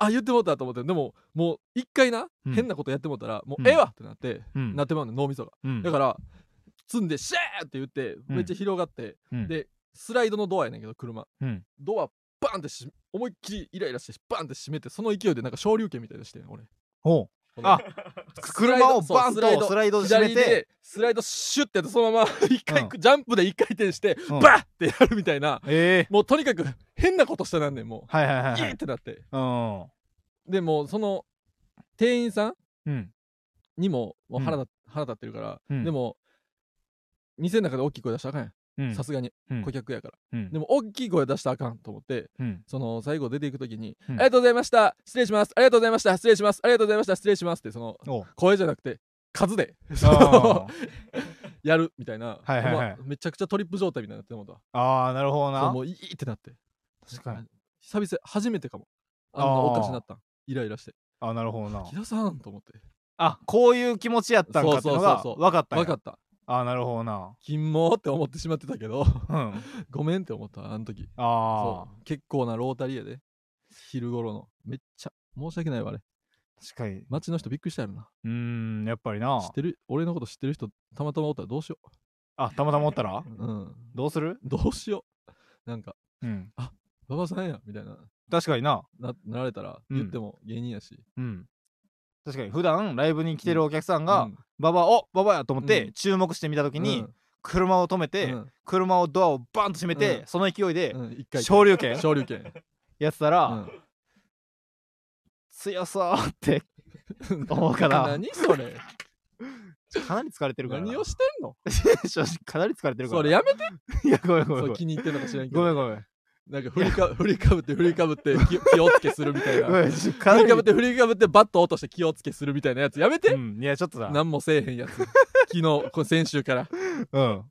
Speaker 2: あ言ってもうたと思ってでももう一回な、
Speaker 1: うん
Speaker 2: 変なことやってもうたらも
Speaker 1: う
Speaker 2: うんええわってなって、
Speaker 1: うん
Speaker 2: なってまうの脳みそが
Speaker 1: うん
Speaker 2: だから積んで「シャー!」って言って
Speaker 1: うん
Speaker 2: めっちゃ広がって、
Speaker 1: うん
Speaker 2: でスライドのドアやねんけど車、
Speaker 1: うん
Speaker 2: ドアバーンってし思いっきりイライラしてバーンって閉めてその勢いでなんか昇竜拳みたいなしてん俺
Speaker 1: おう。
Speaker 2: この
Speaker 1: あ、
Speaker 2: スライド
Speaker 1: 車をバン
Speaker 2: そう
Speaker 1: とスライドで締め
Speaker 2: 左
Speaker 1: て、
Speaker 2: でスライドシュッてやってそのま ま一回、
Speaker 1: うん
Speaker 2: ジャンプで一回転して、
Speaker 1: うん
Speaker 2: バッってやるみたいな
Speaker 1: ええ
Speaker 2: もうとにかく変なことしてなんねんも、
Speaker 1: はいはいうはい
Speaker 2: イ
Speaker 1: は
Speaker 2: エー
Speaker 1: い
Speaker 2: ってなって。
Speaker 1: う
Speaker 2: でもうその店員さん
Speaker 1: ん。うん。
Speaker 2: にももう腹立,、腹立ってるから、
Speaker 1: うん
Speaker 2: でも店の中で大きい声出したらあか
Speaker 1: うん
Speaker 2: やん
Speaker 1: ん
Speaker 2: さ。すがに
Speaker 1: うん
Speaker 2: 顧客やから、
Speaker 1: うん
Speaker 2: でも大きい声出したらあかんと思って
Speaker 1: うん。
Speaker 2: その最後出ていく時に、
Speaker 1: うん
Speaker 2: ありがとうございました失礼しますありがとうございました失礼しますありがとうございました失礼します」ってその
Speaker 1: おう。
Speaker 2: 声じゃなくて数でそ
Speaker 1: あ
Speaker 2: の やるみたいな、
Speaker 1: はいはいはい
Speaker 2: ほんまめちゃくちゃトリップ状態みたいになって思った
Speaker 1: ああ、なるほど
Speaker 2: そう
Speaker 1: な
Speaker 2: も。ういいってなって
Speaker 1: 確かに。
Speaker 2: 久々初めてかもあんな
Speaker 1: あー
Speaker 2: おかしなったんイライラして
Speaker 1: あなるほどな
Speaker 2: 木。田さんと思って
Speaker 1: あこういう気持ちやったんかってのが
Speaker 2: そうそうそうそう
Speaker 1: 分かったんや
Speaker 2: 分かった
Speaker 1: あなるほどな。
Speaker 2: キモーって思ってしまってたけど
Speaker 1: うん。あ
Speaker 2: ごめんって思ったあの時
Speaker 1: あ
Speaker 2: そう結構なロータリーやで昼頃のめっちゃ申し訳ないわあれ
Speaker 1: 確かに。
Speaker 2: 街の人びっくりしたやろな。
Speaker 1: うーん、やっぱりな
Speaker 2: 知。ってる俺のこと知ってる人たまたまおったらどうしよ
Speaker 1: あ、たまたまおったら
Speaker 2: う。うん。
Speaker 1: どうする
Speaker 2: どうしよう。なんか、
Speaker 1: うん。
Speaker 2: 馬場さんやみたいな。
Speaker 1: 確かにな。
Speaker 2: ななられたら
Speaker 1: うん
Speaker 2: 言っても芸人やし。
Speaker 1: うん。確かに、普段ライブに来てるお客さん
Speaker 2: う
Speaker 1: が
Speaker 2: ん、
Speaker 1: ババア、おババアやと思っ
Speaker 2: う
Speaker 1: て
Speaker 2: ん
Speaker 1: 注目してみたとき
Speaker 2: う
Speaker 1: に
Speaker 2: ん、
Speaker 1: 車を止め
Speaker 2: う
Speaker 1: て、
Speaker 2: ん
Speaker 1: 車をドアをバンと閉め
Speaker 2: う
Speaker 1: て
Speaker 2: ん、
Speaker 1: その勢いで
Speaker 2: うん一回
Speaker 1: 昇竜拳
Speaker 2: 昇竜拳。
Speaker 1: やってた
Speaker 2: う
Speaker 1: ら、
Speaker 2: ん
Speaker 1: 強そうって思うかな
Speaker 2: 何それ
Speaker 1: かなり疲れてるからな。
Speaker 2: 何をしてんの
Speaker 1: 正直かなり疲れてるから
Speaker 2: それ
Speaker 1: な。
Speaker 2: やめて
Speaker 1: いや、ごめんごめん
Speaker 2: そ
Speaker 1: ごめ。
Speaker 2: うん気に入ってんのか知らんけ
Speaker 1: ごめ
Speaker 2: ど
Speaker 1: んごめん。
Speaker 2: なんか振り か振りかぶって振りかぶって気を 気をつけするみたいな
Speaker 1: ごめん、ちょっとかな
Speaker 2: 振り
Speaker 1: り
Speaker 2: かぶって振りかぶってバット落として気をつけするみたいなやつやめ て
Speaker 1: うん、いや、ちょっとだ。
Speaker 2: 何もせえへんやつ昨日これ先週から
Speaker 1: うん。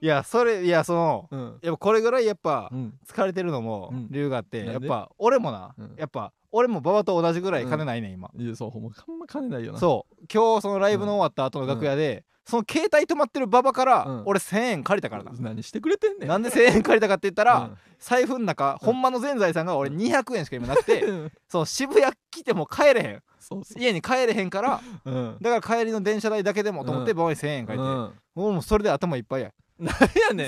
Speaker 1: いや、それ、いや、その、
Speaker 2: うん
Speaker 1: やっぱこれぐらいやっぱ
Speaker 2: うん
Speaker 1: 疲れてるのも
Speaker 2: うん
Speaker 1: 理由があって、
Speaker 2: なん
Speaker 1: やっ
Speaker 2: で
Speaker 1: ぱ俺もな、
Speaker 2: うん
Speaker 1: やっぱ俺も馬場と同じぐらい金ないねん、今。
Speaker 2: いやそうほんまあんま金ないよな
Speaker 1: そう、今日そのライブの終わった後の楽屋で、その携帯止まってる馬場から、
Speaker 2: うん
Speaker 1: 俺1000円借りたからな。
Speaker 2: 何してくれてんねん
Speaker 1: なんんで1000円借りたかって言ったら、
Speaker 2: うん
Speaker 1: 財布の中、
Speaker 2: うん
Speaker 1: ほんまの全財産が俺200円しか今なくて、 そう渋谷来ても帰れへん
Speaker 2: そうそう
Speaker 1: 家に帰れへんから
Speaker 2: うん
Speaker 1: だから帰りの電車代だけでもと思って
Speaker 2: うん
Speaker 1: 馬場に1000円借りて、
Speaker 2: うん
Speaker 1: もうもうそれで頭いっぱいや
Speaker 2: なんやね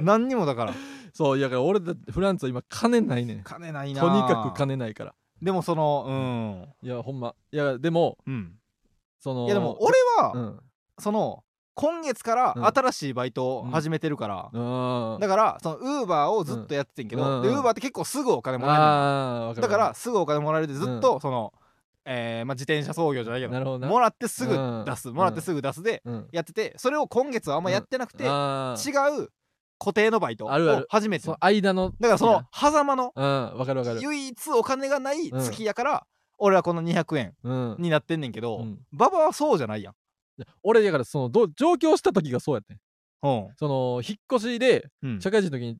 Speaker 2: ん
Speaker 1: 何にもだから
Speaker 2: そういやだから俺だってフランスは今金ないねんと
Speaker 1: 金ない
Speaker 2: に
Speaker 1: なあ
Speaker 2: かく金ないから
Speaker 1: でもその
Speaker 2: いやほんまいやでも
Speaker 1: うんうん
Speaker 2: その
Speaker 1: いやでも俺
Speaker 2: う
Speaker 1: は
Speaker 2: ん
Speaker 1: その今月から新しいバイトを始めてるから
Speaker 2: あ
Speaker 1: だからそのウーバーをずっとやっててんけ
Speaker 2: うん
Speaker 1: ど
Speaker 2: うん
Speaker 1: でウーバーって結構すぐお金もら
Speaker 2: あ
Speaker 1: え
Speaker 2: ー
Speaker 1: るだか
Speaker 2: わ
Speaker 1: らすぐお金もらえるでずっとそのえーまあ自転車操業じゃないけ
Speaker 2: るわか
Speaker 1: ど
Speaker 2: るなるほどな
Speaker 1: もらってすぐ
Speaker 2: うん
Speaker 1: 出すもらってすぐ出すで
Speaker 2: うん
Speaker 1: やっててそれを今月はあんまやってなくて違
Speaker 2: あー
Speaker 1: う固定のバイトを
Speaker 2: あるある
Speaker 1: 初めて
Speaker 2: そ
Speaker 1: だ
Speaker 2: の
Speaker 1: か
Speaker 2: 間の
Speaker 1: らその狭間の
Speaker 2: うんわかるわかる
Speaker 1: 唯一お金がない月やから俺はこの200円
Speaker 2: うん
Speaker 1: になってんねんけど、
Speaker 2: うん
Speaker 1: ババはそうじゃないやん。
Speaker 2: いや俺だからそのどう上京した時がそうやってん
Speaker 1: うん。
Speaker 2: その引っ越しで
Speaker 1: うん
Speaker 2: 社会人の時に,、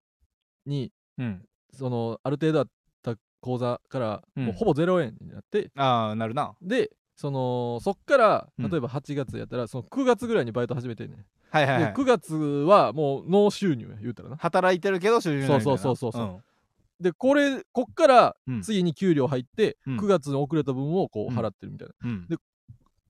Speaker 2: に
Speaker 1: うん、
Speaker 2: そのある程度あった口座から
Speaker 1: うん
Speaker 2: もうほぼ0円になって、
Speaker 1: ああ、なるな。
Speaker 2: でそのそっから
Speaker 1: うん
Speaker 2: 例えば8月やったら、その9月ぐらいにバイト始めてんねん、
Speaker 1: はいはい、は
Speaker 2: で
Speaker 1: い。
Speaker 2: 9月はもうノー収入や言うたらな
Speaker 1: 働いてるけど収入ないみたいな。
Speaker 2: そうそうそうそうそ
Speaker 1: ん
Speaker 2: でこれこっから
Speaker 1: うん
Speaker 2: 次に給料入って、
Speaker 1: うん
Speaker 2: 9月に遅れた分をこう払ってるみたいな、
Speaker 1: うん
Speaker 2: で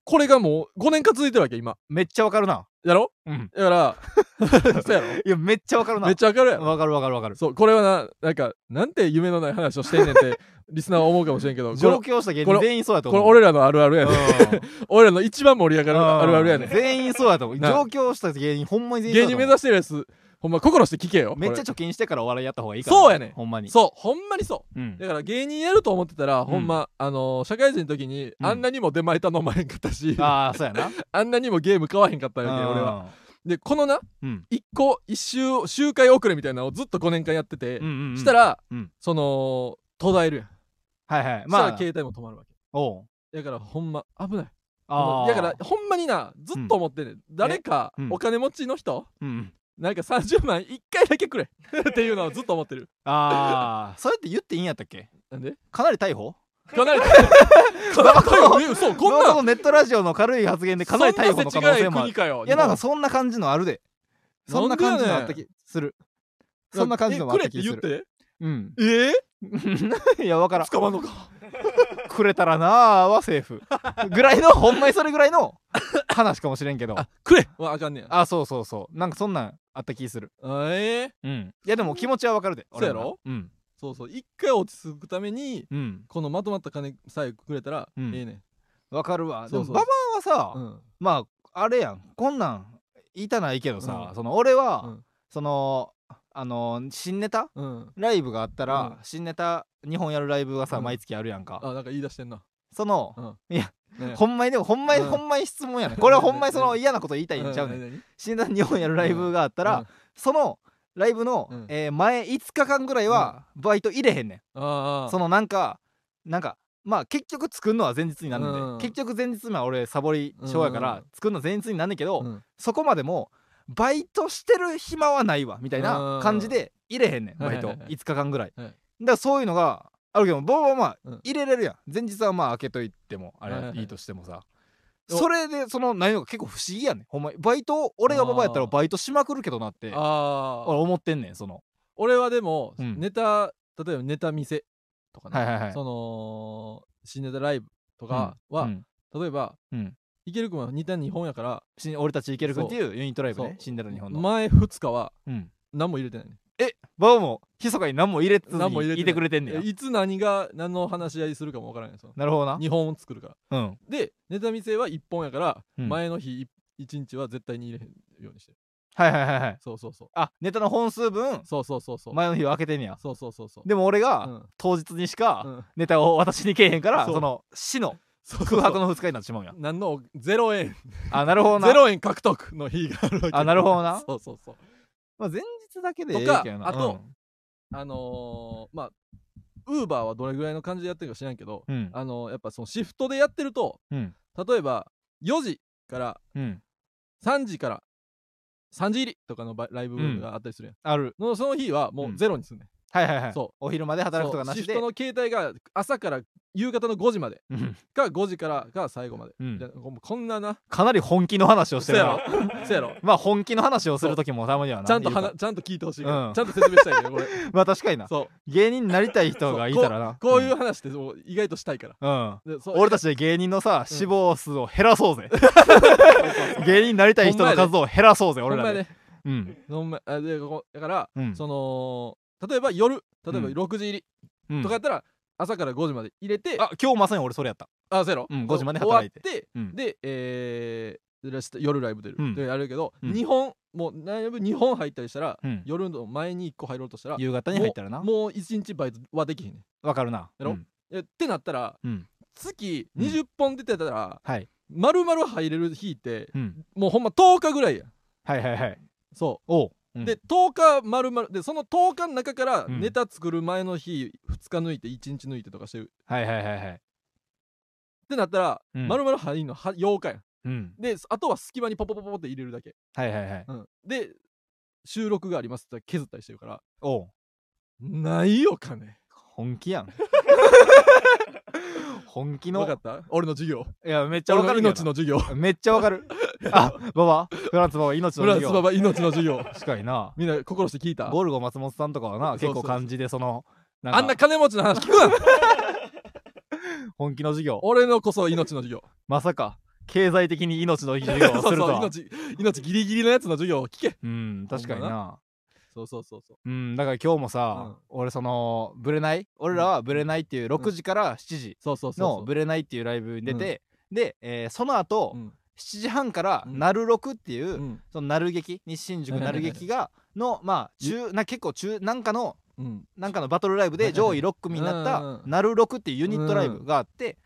Speaker 2: これがもう5年間続いてるわけ今
Speaker 1: めっちゃわかるな。
Speaker 2: やろ
Speaker 1: うん。
Speaker 2: だから そうやろ
Speaker 1: いや、めっちゃわかるな。
Speaker 2: めっちゃ明るいやろ
Speaker 1: わかるわかるわかる。
Speaker 2: そうこれはななんかなんて夢のない話をしてんねんってリスナーは思うかもしれん けどこれ
Speaker 1: 上京した芸
Speaker 2: こ
Speaker 1: 人
Speaker 2: れ
Speaker 1: 全員そうやと
Speaker 2: こ
Speaker 1: 思う。
Speaker 2: れ俺らのあるあるやねん
Speaker 1: うん、
Speaker 2: 俺らの一番盛り上がるあるあるやね
Speaker 1: うん全員そうやと思う。
Speaker 2: な
Speaker 1: 上京した芸人、ほんまに全員
Speaker 2: 芸人目
Speaker 1: そうや
Speaker 2: 指してるやつほんま心して聞けよ
Speaker 1: と思うめっちゃ
Speaker 2: こ
Speaker 1: 貯金してからお笑いやった方がいいから。
Speaker 2: そうやねん
Speaker 1: ほんまに。。
Speaker 2: れそうほんまにそう
Speaker 1: ん
Speaker 2: うだ。から芸人やると思ってたら、ほんまあのー社会人の時に
Speaker 1: うん
Speaker 2: あんなにも出前頼まへんかったし、あ
Speaker 1: ああ、 そうやな。
Speaker 2: んなにもゲーム買わへんかったよね俺はでこのな
Speaker 1: うん。うん。
Speaker 2: 一個一周周回遅れみたいなのをずっと5年間やってて、
Speaker 1: うんうんうん
Speaker 2: した、ら、
Speaker 1: うん
Speaker 2: その途絶えるやん
Speaker 1: はいはい。
Speaker 2: まあ
Speaker 1: まあ、
Speaker 2: 携帯も止まるわけ
Speaker 1: おう。
Speaker 2: だからほんま危ない
Speaker 1: ああ。
Speaker 2: だから、ほんまになずっと思ってんねん、誰か
Speaker 1: うん
Speaker 2: お金持ちの人、
Speaker 1: うん。
Speaker 2: なんか30万1回だけくれ っていうのをずっと思ってる
Speaker 1: ああ、 それって言っていいんやったっけ
Speaker 2: なんで
Speaker 1: かなり逮捕
Speaker 2: か なりかなり逮捕え嘘こん
Speaker 1: どう
Speaker 2: な
Speaker 1: ぞネットラジオの軽い発言でかなり逮捕の可能性もあ
Speaker 2: そんな世知辛い
Speaker 1: る
Speaker 2: 国。かよ
Speaker 1: いや、なんか
Speaker 2: 日
Speaker 1: そんな感じのあるで。そんな感じのあった気する。
Speaker 2: 本
Speaker 1: そんな感じのもあ
Speaker 2: え
Speaker 1: っ
Speaker 2: くれ
Speaker 1: た
Speaker 2: って
Speaker 1: 気す
Speaker 2: 言っ
Speaker 1: る。
Speaker 2: て
Speaker 1: うん。
Speaker 2: え
Speaker 1: いや、わから
Speaker 2: ー、
Speaker 1: ん。
Speaker 2: 捕まんのか
Speaker 1: くれたらなあはセーフ。ぐらい の、ほんまにそれぐらいの話かもしれんけど。
Speaker 2: あくれはあかんねや
Speaker 1: あ、そうそうそう。なんかそんなんあった気する。
Speaker 2: あえー、
Speaker 1: うん。いや、でも気持ちはわかるで。
Speaker 2: そうやろ
Speaker 1: 俺もなうん。
Speaker 2: そうそう1回落ち着くために
Speaker 1: うん。
Speaker 2: このまとまった金さえくれたら、
Speaker 1: うん
Speaker 2: ええねん
Speaker 1: わかるわ。で
Speaker 2: そう
Speaker 1: も、
Speaker 2: そう
Speaker 1: ババアは
Speaker 2: う
Speaker 1: さ、
Speaker 2: ん
Speaker 1: まあ、あれやん。こんなん、言いたないけどさ
Speaker 2: う、ん
Speaker 1: その、俺
Speaker 2: う
Speaker 1: は
Speaker 2: ん、
Speaker 1: その、あの、新ネタ
Speaker 2: うん
Speaker 1: ライブがあったら、
Speaker 2: う
Speaker 1: 新ネタ2本やるライブがさ、
Speaker 2: うん
Speaker 1: 毎月あるやんか
Speaker 2: あなんか言い出し てんな、
Speaker 1: その、
Speaker 2: うん、
Speaker 1: いや
Speaker 2: ねえ、
Speaker 1: ほんまにでもほんまに、
Speaker 2: うん
Speaker 1: ほんまに質問やねんこれはほんまにその
Speaker 2: うん
Speaker 1: 嫌なこと言いたいんちゃうねん、
Speaker 2: ん何
Speaker 1: 新ネタ2本やるライブがあったら、
Speaker 2: うん
Speaker 1: そのライブの、
Speaker 2: うん
Speaker 1: えー前5日間ぐらいはバイト入れへんねん、
Speaker 2: あーあー
Speaker 1: そのなんかなんかまあ結局作るのは前日になるんで、
Speaker 2: うん
Speaker 1: 結局前日まあ俺サボり症やから、
Speaker 2: うん
Speaker 1: 作るの前日になんねんけど、
Speaker 2: うん
Speaker 1: そこまでもバイトしてる暇はないわみたいな感じで入れへんねん
Speaker 2: うん
Speaker 1: バイト
Speaker 2: はいはいはい
Speaker 1: 5日間ぐらい、
Speaker 2: はい
Speaker 1: だからそういうのがあるけど僕はま
Speaker 2: う
Speaker 1: あ
Speaker 2: ん
Speaker 1: 入れれるやん前日はまあ開けといてもあ
Speaker 2: はいはい
Speaker 1: れ
Speaker 2: はい
Speaker 1: いいとしてもさ
Speaker 2: お
Speaker 1: それでそのないのが結構不思議やねんほんまにバイト俺がババアやったら
Speaker 2: あー
Speaker 1: バイトしまくるけどなって俺
Speaker 2: あー
Speaker 1: 思ってんねんその
Speaker 2: 俺はでも、
Speaker 1: うん
Speaker 2: ネタ例えばネタ見せとかね、
Speaker 1: はいはいはい
Speaker 2: その新ネタライブとかは、
Speaker 1: うん
Speaker 2: 例えば、
Speaker 1: うん
Speaker 2: 池田君は2単2本やから
Speaker 1: し俺たちイケル君っていうユニットライブ
Speaker 2: そ
Speaker 1: ね
Speaker 2: う
Speaker 1: 死んだら日本の、
Speaker 2: 前2日は
Speaker 1: うん、
Speaker 2: 何も入れてないね
Speaker 1: バオも密かに何も入れず
Speaker 2: 何も入れてな
Speaker 1: に
Speaker 2: い
Speaker 1: いてくれてんねや
Speaker 2: いつ何が何の話し合いするかもわからないその
Speaker 1: なるほどな
Speaker 2: 2本を作るから
Speaker 1: うん
Speaker 2: でネタ見せは1本やから、
Speaker 1: うん
Speaker 2: 前の日1日は絶対に入れへんようにしてる
Speaker 1: はいはいはいはい
Speaker 2: そうそうそう
Speaker 1: あネタの本数分
Speaker 2: そうそうそうそう
Speaker 1: 前の日を開けてんねや
Speaker 2: そうそうそうそう
Speaker 1: でも俺
Speaker 2: う
Speaker 1: が
Speaker 2: ん
Speaker 1: 当日にし
Speaker 2: う
Speaker 1: か
Speaker 2: ん
Speaker 1: ネタを私にけえへんから
Speaker 2: そう
Speaker 1: その死の
Speaker 2: そうそう
Speaker 1: 空白
Speaker 2: そう
Speaker 1: の2日になってしまうんや
Speaker 2: 何の0円
Speaker 1: あなるほどな
Speaker 2: 0円獲得の日があるわけ
Speaker 1: あなるほどな
Speaker 2: そうそうそう
Speaker 1: まあ、前日だけで
Speaker 2: と
Speaker 1: ええ
Speaker 2: か
Speaker 1: けどな
Speaker 2: あと、あのーまあウーバーはどれぐらいの感じでやってるか知らんけど、
Speaker 1: うんうん
Speaker 2: あのーやっぱそのシフトでやってると
Speaker 1: うん
Speaker 2: 例えば4時から
Speaker 1: うん
Speaker 2: 3時から3時入りとかのバライブがあったりするやん、
Speaker 1: ある
Speaker 2: のその日はもううんゼロにすんねん、
Speaker 1: はいはいはい
Speaker 2: そ
Speaker 1: お昼まで働くとか
Speaker 2: そ
Speaker 1: な
Speaker 2: う
Speaker 1: し
Speaker 2: シフ
Speaker 1: で
Speaker 2: トの携帯が朝から夕方の5時まで
Speaker 1: うん
Speaker 2: か5時からが最後まで、
Speaker 1: うん
Speaker 2: みたいなここんなな
Speaker 1: かなり本気の話をして
Speaker 2: そう
Speaker 1: る
Speaker 2: や
Speaker 1: な
Speaker 2: ろそうやろ
Speaker 1: まあ本気の話をする時も たまにはな
Speaker 2: ちゃんと
Speaker 1: 言うか
Speaker 2: 話ちゃんと聞いてほしいから、
Speaker 1: うん
Speaker 2: ちゃんと説明したいけどこれ
Speaker 1: まあ確かにな
Speaker 2: そう
Speaker 1: 芸人になりたい人がいたらな
Speaker 2: こういう話ってもう意外としたいから
Speaker 1: うん、うん
Speaker 2: でそう
Speaker 1: 俺たちで芸人のさ死亡数を減らそうぜ芸人になりたい人の数を減らそうぜ
Speaker 2: ほ
Speaker 1: 俺
Speaker 2: んま
Speaker 1: ら
Speaker 2: や
Speaker 1: で、
Speaker 2: ね
Speaker 1: うん
Speaker 2: ほんまあでこだから、
Speaker 1: うん
Speaker 2: その例えば夜例えば
Speaker 1: うん
Speaker 2: 6時入り
Speaker 1: うん
Speaker 2: とかやったら、朝から5時まで入れて
Speaker 1: あ今日まさに俺それやった
Speaker 2: あそうやろ、
Speaker 1: うん5時まで働いて
Speaker 2: 終わって、
Speaker 1: うん
Speaker 2: で、えーラスト夜ライブ出る、
Speaker 1: うん
Speaker 2: でやるけど、
Speaker 1: うん
Speaker 2: 日本もうライブ2本入ったりしたら、
Speaker 1: うん
Speaker 2: 夜の前に1個入ろうとしたら
Speaker 1: 夕方に入ったらな
Speaker 2: もう1日バイトはできへんねん
Speaker 1: わかるな
Speaker 2: やろ
Speaker 1: うん
Speaker 2: えってなったら
Speaker 1: うん
Speaker 2: 月
Speaker 1: うん
Speaker 2: 20本出てたら、
Speaker 1: はい
Speaker 2: 丸々入れる日って
Speaker 1: うん
Speaker 2: もうほんま10日ぐらいやん
Speaker 1: はいはいはい
Speaker 2: そ
Speaker 1: おう、う
Speaker 2: う、
Speaker 1: ん
Speaker 2: で10日丸々でその10日の中から
Speaker 1: うん
Speaker 2: ネタ作る前の日2日抜いて1日抜いてとかしてる
Speaker 1: はいはいはいはい
Speaker 2: ってなったら、
Speaker 1: うん
Speaker 2: 丸々入るのは8日やん
Speaker 1: うん
Speaker 2: であとは隙間にポポポポって入れるだけ、
Speaker 1: はいはいはい
Speaker 2: うん、で収録がありますって削ったりしてるから
Speaker 1: おう
Speaker 2: ないよ金
Speaker 1: 本気や ん本気
Speaker 2: 分か
Speaker 1: の
Speaker 2: った俺の授業
Speaker 1: いやめっちゃ
Speaker 2: 俺
Speaker 1: わか
Speaker 2: の
Speaker 1: るけど
Speaker 2: 命の授業
Speaker 1: めっちゃわか るあババフランスババ命
Speaker 2: フ
Speaker 1: の
Speaker 2: ラ
Speaker 1: 授
Speaker 2: ンス
Speaker 1: 業
Speaker 2: ババ命の授業
Speaker 1: 確かにな
Speaker 2: みんな心して聞いた
Speaker 1: ゴルゴ松本さんとかはな
Speaker 2: そうそう
Speaker 1: 結
Speaker 2: そう
Speaker 1: 構感じでそのな
Speaker 2: あんな金持ちの話聞くな
Speaker 1: 本気の授業
Speaker 2: 俺のこそ命の 授業
Speaker 1: まさか経済的に命の授業をす
Speaker 2: そう
Speaker 1: ると
Speaker 2: そう
Speaker 1: は
Speaker 2: 命命ギリギリのやつの授業を聞け
Speaker 1: うん確かに
Speaker 2: ほんま
Speaker 1: な
Speaker 2: そうそうそうそう
Speaker 1: うんだから今日もさ俺そのブレない俺らはブレないっていう6時から7時
Speaker 2: そうそうそうそ
Speaker 1: の
Speaker 2: う
Speaker 1: ブレないっていうライブに出てでえーその後
Speaker 2: うん
Speaker 1: 7時半から
Speaker 2: うん
Speaker 1: なる6っていううんそのなる劇日進塾
Speaker 2: はいは
Speaker 1: ない
Speaker 2: は
Speaker 1: る
Speaker 2: い
Speaker 1: 劇がのまあ中な結構中なんかの
Speaker 2: うん
Speaker 1: なんかのバトルライブ
Speaker 2: は
Speaker 1: で
Speaker 2: いはいは
Speaker 1: 上
Speaker 2: い
Speaker 1: 位6組になっ
Speaker 2: うんう
Speaker 1: た
Speaker 2: ん
Speaker 1: なる6っていうユニットライブがあって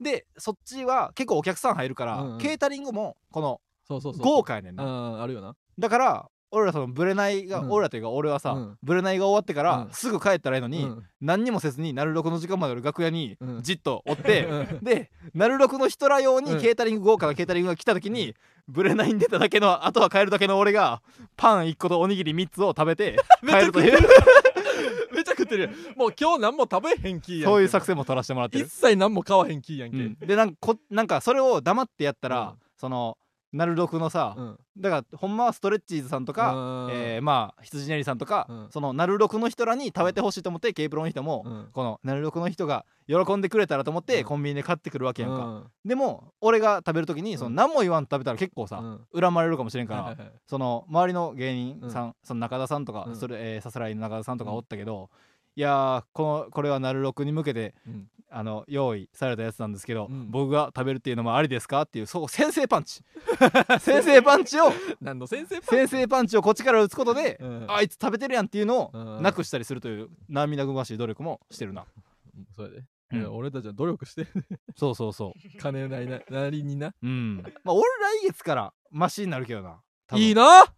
Speaker 1: でそっちは結構お客さん入るか
Speaker 2: うんう
Speaker 1: ら
Speaker 2: ん
Speaker 1: ケータリングもこの
Speaker 2: そうそうそう
Speaker 1: 豪華やねんな
Speaker 2: ああるよな
Speaker 1: だから俺らそのブレないが
Speaker 2: うん
Speaker 1: 俺らというか俺は
Speaker 2: う
Speaker 1: さ
Speaker 2: ん
Speaker 1: ブレないが終わってか
Speaker 2: う
Speaker 1: ら
Speaker 2: ん
Speaker 1: すぐ帰ったらいいの
Speaker 2: う
Speaker 1: に
Speaker 2: ん
Speaker 1: 何にもせずになる6の時間まで俺楽屋に
Speaker 2: うん
Speaker 1: じっとおって
Speaker 2: うん
Speaker 1: でなる6の人ら用
Speaker 2: う
Speaker 1: に
Speaker 2: ん
Speaker 1: ケータリング豪華なケータリングが来た時にブレないに出ただけのあとは帰るだけの俺がパン1個とおにぎり3つを食べて
Speaker 2: めっちゃ
Speaker 1: 帰るとい
Speaker 2: 食って
Speaker 1: う
Speaker 2: るめっちゃ食ってるやんもう今日何も食べへんキーやんけ
Speaker 1: そういう作戦も取らせてもらってる
Speaker 2: 一切何も買わへんキーやんけ
Speaker 1: うんでなんかこなんかそれを黙ってやったら、
Speaker 2: うん
Speaker 1: そのなるろくのさ、
Speaker 2: うん
Speaker 1: だからほんまはストレッチーズさんとか、
Speaker 2: うん
Speaker 1: えーまあ羊ねりさんとか、
Speaker 2: うん
Speaker 1: そのなるろくの人らに食べてほしいと思って、ケープロの人も、
Speaker 2: うん
Speaker 1: このなるろくの人が喜んでくれたらと思って、
Speaker 2: うん
Speaker 1: コンビニで買ってくるわけやんか、
Speaker 2: うん
Speaker 1: でも俺が食べる時にその、
Speaker 2: うん
Speaker 1: 何も言わんと食べたら結構さ、
Speaker 2: うん
Speaker 1: 恨まれるかもしれんから、
Speaker 2: はいはいはい
Speaker 1: その周りの芸人さん、その中田さんとか、
Speaker 2: うん
Speaker 1: それえーさすらいの中田さんとかおったけど、いやーこのこれはなるろくに向けて
Speaker 2: うん
Speaker 1: あの用意されたやつなんですけど、
Speaker 2: うん
Speaker 1: 僕が食べるっていうのもありですかっていうそう先生パンチ 先生パンチを
Speaker 2: 何の先生パ
Speaker 1: 先
Speaker 2: ン
Speaker 1: 生パンチをこっちから打つことで、
Speaker 2: うん
Speaker 1: あいつ食べてるやんっていうの
Speaker 2: う
Speaker 1: を
Speaker 2: ん
Speaker 1: なくしたりするという涙ぐましい努力もしてるな、
Speaker 2: うんそれで
Speaker 1: うん
Speaker 2: いや俺たちは努力して
Speaker 1: そうそうそ
Speaker 2: 金ない ななりにな
Speaker 1: ううんまあ俺来月からマシになるけどな多分
Speaker 2: いいない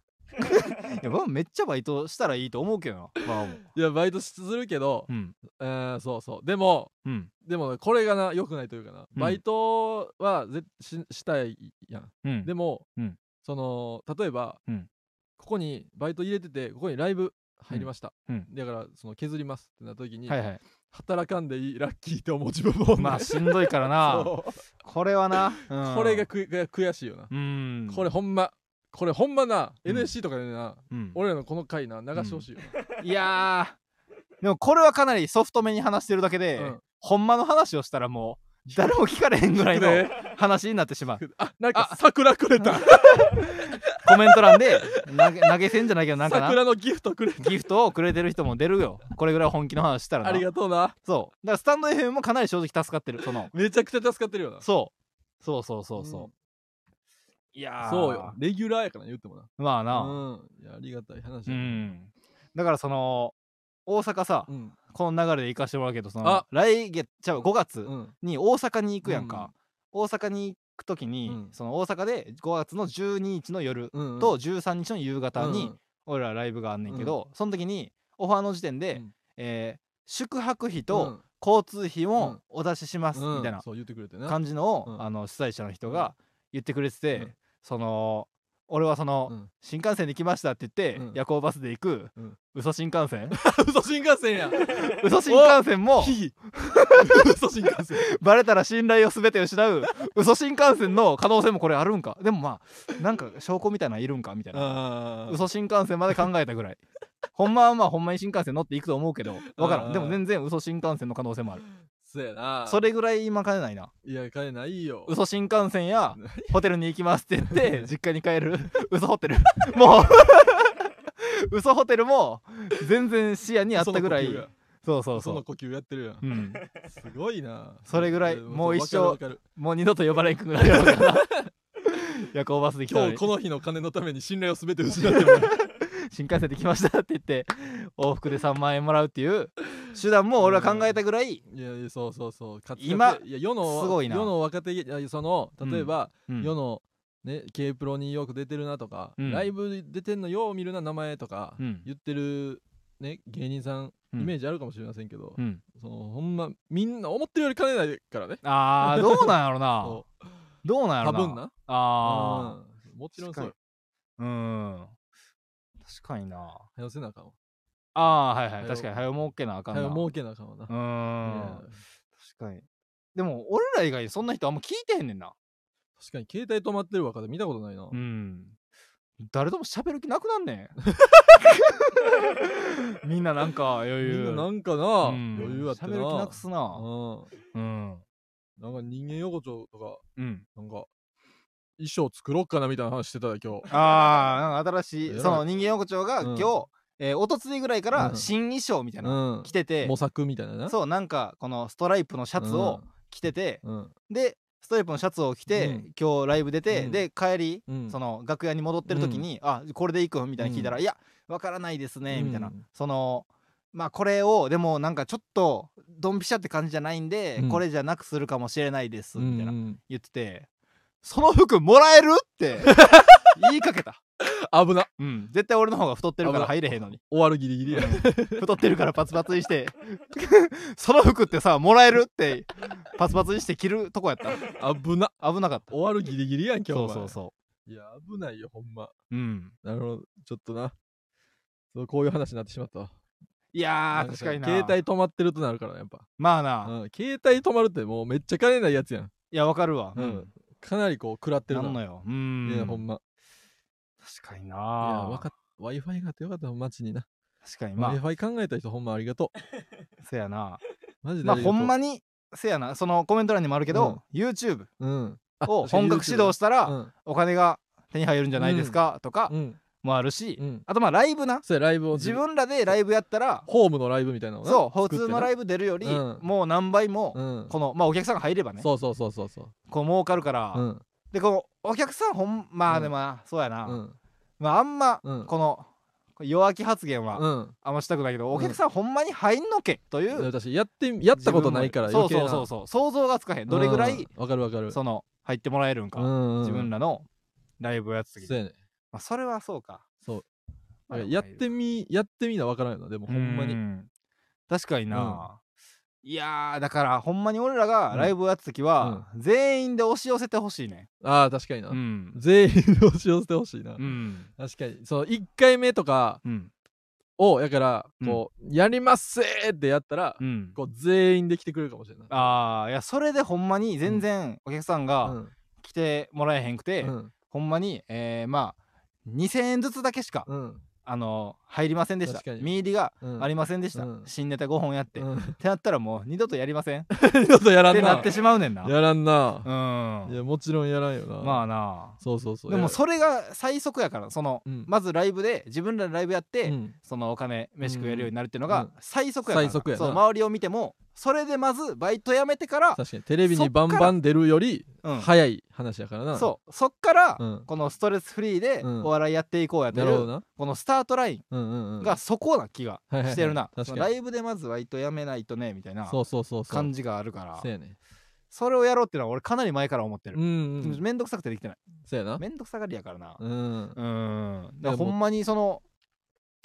Speaker 1: やまあめっちゃバイトしたらいいと思うけどな、まあ、
Speaker 2: いやバイトするけど
Speaker 1: うん
Speaker 2: えーそうそうでも
Speaker 1: うん
Speaker 2: でもこれがな良くないというかな、
Speaker 1: うん
Speaker 2: バイトはぜししたいやん
Speaker 1: うん
Speaker 2: でも、
Speaker 1: うん
Speaker 2: その例えば、
Speaker 1: うん
Speaker 2: ここにバイト入れててここにライブ入りました、
Speaker 1: うん
Speaker 2: だからその削りますってなった時に、
Speaker 1: はいはい
Speaker 2: 働かんでいいラッキーって思う自分も、ね、
Speaker 1: まあしんどいからな
Speaker 2: そう
Speaker 1: これはな、うん
Speaker 2: これがくが悔しいよな、
Speaker 1: うん
Speaker 2: これほんまこれほんまな、
Speaker 1: うん
Speaker 2: NSC とかでな
Speaker 1: うん
Speaker 2: 俺らのこの回な流してほしいよな、
Speaker 1: いやーでもこれはかなりソフトめに話してるだけで、
Speaker 2: うん
Speaker 1: ほんまの話をしたらもう誰も聞かれへんぐらいの
Speaker 2: ね
Speaker 1: 話になってしまう
Speaker 2: あなんか桜くれた
Speaker 1: コメント欄で投げ投げ銭じゃないけどなんかな
Speaker 2: 桜のギフトくれた
Speaker 1: ギフトをくれてる人も出るよこれぐらい本気の話したら
Speaker 2: あり
Speaker 1: な
Speaker 2: がとうな
Speaker 1: そうだからスタンド FM もかなり正直助かってるその
Speaker 2: めちゃくちゃ助かってるよな
Speaker 1: そうそうそうそうそう、
Speaker 2: うん
Speaker 1: いやー
Speaker 2: そうよレギュラーやからね言ってもな
Speaker 1: まあな、
Speaker 2: うんいやありがたい話
Speaker 1: う
Speaker 2: やね
Speaker 1: ん、だからその大阪さ、
Speaker 2: うん
Speaker 1: この流れで行かしてもらうけどその
Speaker 2: あ
Speaker 1: 来月ちゃう5月
Speaker 2: うん
Speaker 1: に大阪に行くやんか、大阪に行く時に、
Speaker 2: うん
Speaker 1: その大阪で5月の12日の夜
Speaker 2: うんうん
Speaker 1: と13日の夕方
Speaker 2: うんう
Speaker 1: に
Speaker 2: ん
Speaker 1: 俺らライブがあんねんけど、その時にオファーの時点で、
Speaker 2: うん
Speaker 1: えー宿泊費
Speaker 2: う
Speaker 1: と
Speaker 2: ん
Speaker 1: 交通費もお出しします
Speaker 2: うん
Speaker 1: みたいな
Speaker 2: そう言ってくれてな
Speaker 1: 感じの,、
Speaker 2: うん
Speaker 1: あの主催者の人が言ってくれてて、
Speaker 2: うん
Speaker 1: その俺はその、
Speaker 2: うん
Speaker 1: 新幹線で来ましたって言って、
Speaker 2: うん
Speaker 1: 夜行バスで行く、
Speaker 2: うん
Speaker 1: 嘘新幹 線
Speaker 2: 嘘新幹線や
Speaker 1: 嘘新幹線も
Speaker 2: ヒ嘘新幹線
Speaker 1: バレたら信頼を全て失う嘘新幹線の可能性もこれあるんかでもまあなんか証拠みたいなのいるんかみたいな
Speaker 2: あー
Speaker 1: 嘘新幹線まで考えたぐらい ほんまはまあほんまに新幹線乗っていくと思うけどわから
Speaker 2: あ
Speaker 1: ん
Speaker 2: ー
Speaker 1: でも全然嘘新幹線の可能性もある
Speaker 2: そうやな
Speaker 1: それぐらい今金ないない
Speaker 2: や金ないよ
Speaker 1: 嘘新幹線やホテルに行きますって言って実家に帰る嘘ホテルもう嘘ホテルも全然視野にあったぐらい
Speaker 2: 嘘の呼吸や
Speaker 1: そうそう
Speaker 2: 嘘
Speaker 1: そ
Speaker 2: の
Speaker 1: う、
Speaker 2: 呼吸やってるやん
Speaker 1: うん、
Speaker 2: すごいな
Speaker 1: それぐらい
Speaker 2: ん
Speaker 1: もう一生
Speaker 2: わかるわかる
Speaker 1: もう二度と呼ばれんくなるやろうから夜行バスで来たの
Speaker 2: 今
Speaker 1: に
Speaker 2: 日この日の金のために信頼を全て失って もらう
Speaker 1: 新幹線で来ましたって言って往復で3万円もらうっていう手段も俺は考えたぐらい、
Speaker 2: いやいやそうそうそう活躍
Speaker 1: 今
Speaker 2: いや世の
Speaker 1: すごいな
Speaker 2: 世の若手いやその例えば、
Speaker 1: うん
Speaker 2: 世のね K プロによく出てるなとか、
Speaker 1: うん
Speaker 2: ライブ出てんのよう見るな名前とか、
Speaker 1: うん
Speaker 2: 言ってるね芸人さん
Speaker 1: う
Speaker 2: イ
Speaker 1: ん
Speaker 2: メージあるかもしれませんけど、
Speaker 1: うん
Speaker 2: そのほんまみんな思ってるより金ないからね
Speaker 1: あーどうなんやろな
Speaker 2: そ
Speaker 1: どうなん
Speaker 2: う
Speaker 1: や
Speaker 2: 多
Speaker 1: ろな
Speaker 2: 分な
Speaker 1: あ
Speaker 2: うん、もちろんそ
Speaker 1: 確
Speaker 2: う
Speaker 1: か
Speaker 2: よ
Speaker 1: にうん確かにな
Speaker 2: 早せなあかんわ
Speaker 1: あーはいはい
Speaker 2: 早
Speaker 1: 確かに早儲けなあかんな
Speaker 2: 早儲けなあかんわな、
Speaker 1: う
Speaker 2: い
Speaker 1: ん
Speaker 2: や
Speaker 1: 確かにでも俺ら以外そんな人あんま聞いてへんねんな
Speaker 2: 確かに携帯止まってる若手見たことないな、
Speaker 1: うん誰とも喋る気なくなんねん みんななんか余
Speaker 2: み
Speaker 1: 裕
Speaker 2: んななんかな、
Speaker 1: うん
Speaker 2: 余裕あってな
Speaker 1: 喋る気なくすな
Speaker 2: う
Speaker 1: うん
Speaker 2: ん、なんか人間横丁とか
Speaker 1: うん
Speaker 2: なんか衣装作ろうかなみたいな話してたで今日
Speaker 1: ああ、なんか新し
Speaker 2: 偉
Speaker 1: い、
Speaker 2: い
Speaker 1: その人間横丁が
Speaker 2: うん
Speaker 1: 今日、えー、おとついぐらいか
Speaker 2: う
Speaker 1: ら
Speaker 2: ん
Speaker 1: 新衣装みたいな、
Speaker 2: うん
Speaker 1: 着てて
Speaker 2: 模、索みたいななう
Speaker 1: そう、なんかこのストライプのシャツを着てて、
Speaker 2: ん、うん
Speaker 1: で、ストライプのシャツを着て、
Speaker 2: うん
Speaker 1: 今日ライブ出て、
Speaker 2: うん
Speaker 1: で、帰り、
Speaker 2: うん
Speaker 1: その楽屋に戻ってる時に、あ、これで行くみたいな聞いたら、
Speaker 2: う
Speaker 1: いや、わからないですね、みたいな
Speaker 2: うん。
Speaker 1: その、まあこれをでもなんかちょっとドンピシャって感じじゃないんで、
Speaker 2: うん
Speaker 1: これじゃなくするかもしれないです、みたいな
Speaker 2: うん
Speaker 1: 言ってて「その服もらえる?」って 言いかけた
Speaker 2: うん危な
Speaker 1: うん、絶対俺の方が太ってるから入れへんのに
Speaker 2: 終わるギリギリや
Speaker 1: 太ってるからパツパツにして その服ってさもらえるってパツパツにして着るとこやった
Speaker 2: 危な
Speaker 1: 危なかった
Speaker 2: 終わるギリギリやん今日
Speaker 1: そうそうそう
Speaker 2: いや危ないよほんま
Speaker 1: う、ん、
Speaker 2: なるほどちょっとなそうこういう話になってしまったわ
Speaker 1: いや
Speaker 2: ん
Speaker 1: ー確かにな
Speaker 2: 携帯止まってるとなるからなやっぱ、
Speaker 1: まあな、い
Speaker 2: うん、携帯止まるってもうめっちゃ金ないやつやん、
Speaker 1: やわかるわ
Speaker 2: うん、かなりこう食らってる
Speaker 1: な
Speaker 2: なん
Speaker 1: のようん
Speaker 2: いやほんま
Speaker 1: 確かに
Speaker 2: いやわ
Speaker 1: な
Speaker 2: かっ Wi-Fi があってよかったほんま街にな、
Speaker 1: 確かにまあ
Speaker 2: Wi-Fi 考えた人ほんまありがとう
Speaker 1: せやな
Speaker 2: マジで
Speaker 1: ま
Speaker 2: あ
Speaker 1: あ
Speaker 2: りが
Speaker 1: ほ
Speaker 2: とう、
Speaker 1: んまにせやなそのコメント欄にもあるけど、YouTube
Speaker 2: うんあ
Speaker 1: を
Speaker 2: 確かに
Speaker 1: 本格
Speaker 2: YouTube
Speaker 1: 指導したら
Speaker 2: う
Speaker 1: お金が手に入るんじゃないですか、とか
Speaker 2: んうん
Speaker 1: もあるし、
Speaker 2: うん
Speaker 1: あとまあライブな
Speaker 2: それライブを
Speaker 1: 自分らでライブやったら
Speaker 2: ホームのライブみたいなの
Speaker 1: そう普通のラ
Speaker 2: イ
Speaker 1: イブ出るより
Speaker 2: うん
Speaker 1: もう何倍も
Speaker 2: うん
Speaker 1: このまあお客さんが入ればね
Speaker 2: そうそうそうそうそう
Speaker 1: こう儲かるから
Speaker 2: うん
Speaker 1: でこのお客さんほんま
Speaker 2: う
Speaker 1: あ
Speaker 2: ん
Speaker 1: でもなそうや
Speaker 2: う
Speaker 1: なんまああんま
Speaker 2: うん
Speaker 1: この弱気発言
Speaker 2: う
Speaker 1: は
Speaker 2: ん
Speaker 1: あんましたくないけど
Speaker 2: ん
Speaker 1: お客さんほんまに入んのけという
Speaker 2: 私やってやったことないから
Speaker 1: そ
Speaker 2: 余
Speaker 1: う
Speaker 2: 計な
Speaker 1: そうそうそう想像がつかへんどれぐらい
Speaker 2: うんわかるわかる
Speaker 1: その入ってもらえるん
Speaker 2: う
Speaker 1: か
Speaker 2: んうん
Speaker 1: 自分
Speaker 2: ら
Speaker 1: らのライブをやった時
Speaker 2: そうやね
Speaker 1: まあそれはそうか
Speaker 2: そう
Speaker 1: まあでも
Speaker 2: やってみやってみなわからんよなでもほんま
Speaker 1: う
Speaker 2: に
Speaker 1: 確かにな、いやーだからほんまに俺らがライブをやった時は、全員で押し寄せてほしいね
Speaker 2: ああ確かにな
Speaker 1: うん
Speaker 2: 全員で押し寄せてほしいな
Speaker 1: うん
Speaker 2: 確かにその1回目とか
Speaker 1: うん
Speaker 2: をやから
Speaker 1: うん
Speaker 2: こうやりますーってやったら
Speaker 1: うん
Speaker 2: こう全員で来てくれるかもしれない
Speaker 1: あーいやそれでほんまに全然お客さん
Speaker 2: う
Speaker 1: が
Speaker 2: ん
Speaker 1: 来てもらえへんくて、
Speaker 2: うん
Speaker 1: ほんまにえー、まあ2,000円ずつだけしか
Speaker 2: うん
Speaker 1: ああの入りませんでした
Speaker 2: 確かに
Speaker 1: 見入りが
Speaker 2: うん
Speaker 1: ありませんでした、
Speaker 2: うん
Speaker 1: 新ネタ5本やって、
Speaker 2: う
Speaker 1: っ
Speaker 2: ん
Speaker 1: てなったらもう二度とやりませんっ
Speaker 2: ちょっとやらん
Speaker 1: て
Speaker 2: な
Speaker 1: なってしまうねんな
Speaker 2: やらんな
Speaker 1: う、
Speaker 2: い
Speaker 1: ん
Speaker 2: やもちろんやらんよな
Speaker 1: ま
Speaker 2: あ
Speaker 1: あな
Speaker 2: そうそうそう
Speaker 1: で
Speaker 2: や
Speaker 1: も
Speaker 2: ら
Speaker 1: それが最速やからその、
Speaker 2: うん
Speaker 1: まずライブで自分らのライブやって、
Speaker 2: うん
Speaker 1: そのお金飯食えるようになるっていうの
Speaker 2: う
Speaker 1: が
Speaker 2: ん
Speaker 1: 最速やからな、
Speaker 2: 最速や
Speaker 1: そ
Speaker 2: な
Speaker 1: う周りを見てもそれでまずバイト辞めてから、
Speaker 2: 確かにテレビにバンバン出るより
Speaker 1: うん
Speaker 2: 早い話やからな
Speaker 1: そうそっから、
Speaker 2: うん
Speaker 1: このストレスフリーで
Speaker 2: うん
Speaker 1: お笑いやっていこうやって
Speaker 2: な
Speaker 1: る、
Speaker 2: るほどな
Speaker 1: このスタートライ
Speaker 2: うんうんう
Speaker 1: ン
Speaker 2: ん
Speaker 1: がそこな気がしてるな
Speaker 2: はいはいはい確かに
Speaker 1: そのライブでまずバイト辞めないとねみたいな
Speaker 2: そうそうそうそう
Speaker 1: 感じがあるから
Speaker 2: そうやね
Speaker 1: それをやろうっていうのは俺かなり前から思って
Speaker 2: う
Speaker 1: る、
Speaker 2: ん
Speaker 1: で
Speaker 2: う
Speaker 1: も
Speaker 2: ん
Speaker 1: めんどくさくてできてない
Speaker 2: そうやな
Speaker 1: めんどくさがりやからな
Speaker 2: うん
Speaker 1: うんだから
Speaker 2: でも
Speaker 1: ほんまにその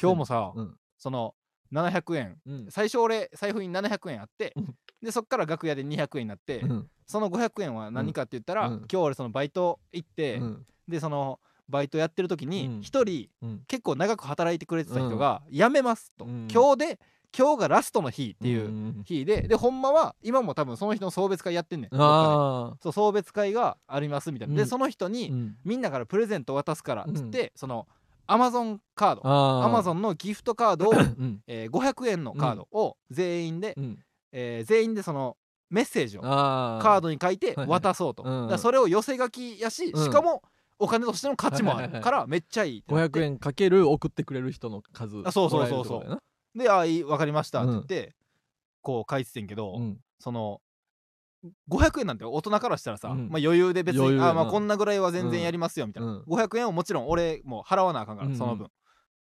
Speaker 1: 今日もさ、
Speaker 2: うん
Speaker 1: その700円
Speaker 2: うん
Speaker 1: 最初俺財布に700円あって、
Speaker 2: うん
Speaker 1: でそっから楽屋で200円になって、
Speaker 2: うん
Speaker 1: その500円は何かって言ったら、
Speaker 2: うん
Speaker 1: 今日俺そのバイト行って、
Speaker 2: うん
Speaker 1: でそのバイトやってる時
Speaker 2: う
Speaker 1: に
Speaker 2: ん
Speaker 1: 一人
Speaker 2: うん
Speaker 1: 結構長く働いてくれてた人が「辞めます」と、
Speaker 2: うん
Speaker 1: 今日で今日がラストの日っていううん
Speaker 2: ん
Speaker 1: 日で、でほんまは今も多分その人の送別会やってんねんどっか
Speaker 2: あ
Speaker 1: でそう送別会がありますみたいな、
Speaker 2: う
Speaker 1: で
Speaker 2: ん
Speaker 1: その人
Speaker 2: ー
Speaker 1: に、
Speaker 2: うん
Speaker 1: みんなからプレゼント渡すからっつって、そのアマゾンカード
Speaker 2: あ
Speaker 1: アマゾ
Speaker 2: ン
Speaker 1: ンのギフトカ ードを、
Speaker 2: うん
Speaker 1: えー500円のカードを全員で、
Speaker 2: うん
Speaker 1: えー全員でそのメッセージを
Speaker 2: あ
Speaker 1: カー
Speaker 2: ド
Speaker 1: ドに書いて
Speaker 2: はいはい
Speaker 1: 渡そうと、
Speaker 2: うんうん
Speaker 1: だからそれを寄せ書きやし、
Speaker 2: うん
Speaker 1: しかもお金としての価値もあ
Speaker 2: はいはいは
Speaker 1: る
Speaker 2: い
Speaker 1: からめっちゃいいってなって
Speaker 2: 500円かける送ってくれる人の数
Speaker 1: あそうそう
Speaker 2: もらえ
Speaker 1: そう
Speaker 2: るって
Speaker 1: そう
Speaker 2: ことやな
Speaker 1: で「ああいい分かりました」って言って、こう書いててんけど、
Speaker 2: うん
Speaker 1: その500円なんて大人からしたらさ、
Speaker 2: うん
Speaker 1: まあ、余裕で別
Speaker 2: 余
Speaker 1: に
Speaker 2: 裕やな
Speaker 1: あまあこんなぐらいは全然やりますよみたいな、
Speaker 2: うん
Speaker 1: 500円をもちろん俺も払わなあかんから、
Speaker 2: うんうん
Speaker 1: その分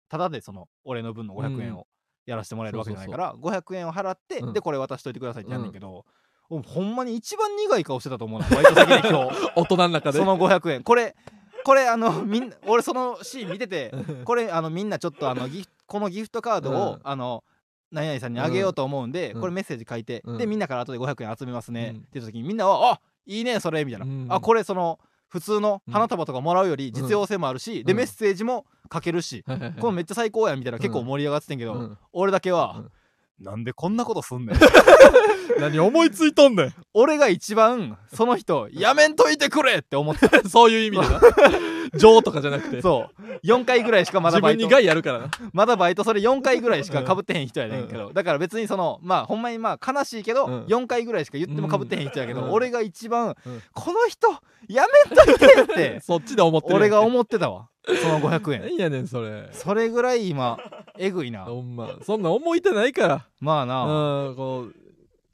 Speaker 1: ただでその俺の分の500円をやらせてもらえるわけじゃないから、500円を払って、
Speaker 2: うん
Speaker 1: でこれ渡しといてくださいってやんねんけど、おほんまに一番苦い顔してたと思うなバイト先で今日。
Speaker 2: 大人の中で
Speaker 1: その500円これこれあのみんな俺そのシーン見てて これあのみんなちょっとあのギフこのギフトカードを、
Speaker 2: うん
Speaker 1: あの何々さんにあげようと思うんで、
Speaker 2: うん
Speaker 1: これメッセージ書いて、
Speaker 2: うん
Speaker 1: でみんなから後で500円集めますね、
Speaker 2: うん
Speaker 1: っていう時にみんなは「あいいねそれ」みたいな「
Speaker 2: うん
Speaker 1: あこれその普通の
Speaker 2: うん
Speaker 1: 花束とかもらうより実用性もあるし、で
Speaker 2: うん
Speaker 1: メッセージも書けるし、
Speaker 2: はいはいはい
Speaker 1: このめっちゃ最高やん」みたいな結構盛り上がってたんやけど、
Speaker 2: うん
Speaker 1: 俺だけは、なんでこんなことすんねん
Speaker 2: 何思いついとんねん
Speaker 1: 俺が一番その人やめんといてくれって思って
Speaker 2: そういう意 味でな情とかじゃなくて
Speaker 1: そう4回ぐらいしかまだ
Speaker 2: 自
Speaker 1: バイ
Speaker 2: 分
Speaker 1: ト
Speaker 2: に害やるから な
Speaker 1: まだバイトそれ4回ぐらいしかかぶってへん人やねんけど、だから別にそのまあほんまにまあ悲しいけど、
Speaker 2: うん
Speaker 1: 4回ぐらいしか言ってもかぶってへん人やけど、
Speaker 2: うん
Speaker 1: 俺が一番、
Speaker 2: うん
Speaker 1: この人やめとい てって
Speaker 2: そっちで思ってるやん
Speaker 1: 俺が思ってたわその500円
Speaker 2: 何やねんそれ
Speaker 1: それぐらい今えぐいな
Speaker 2: ほんまそんなん思いてないから
Speaker 1: まあな
Speaker 2: うんこ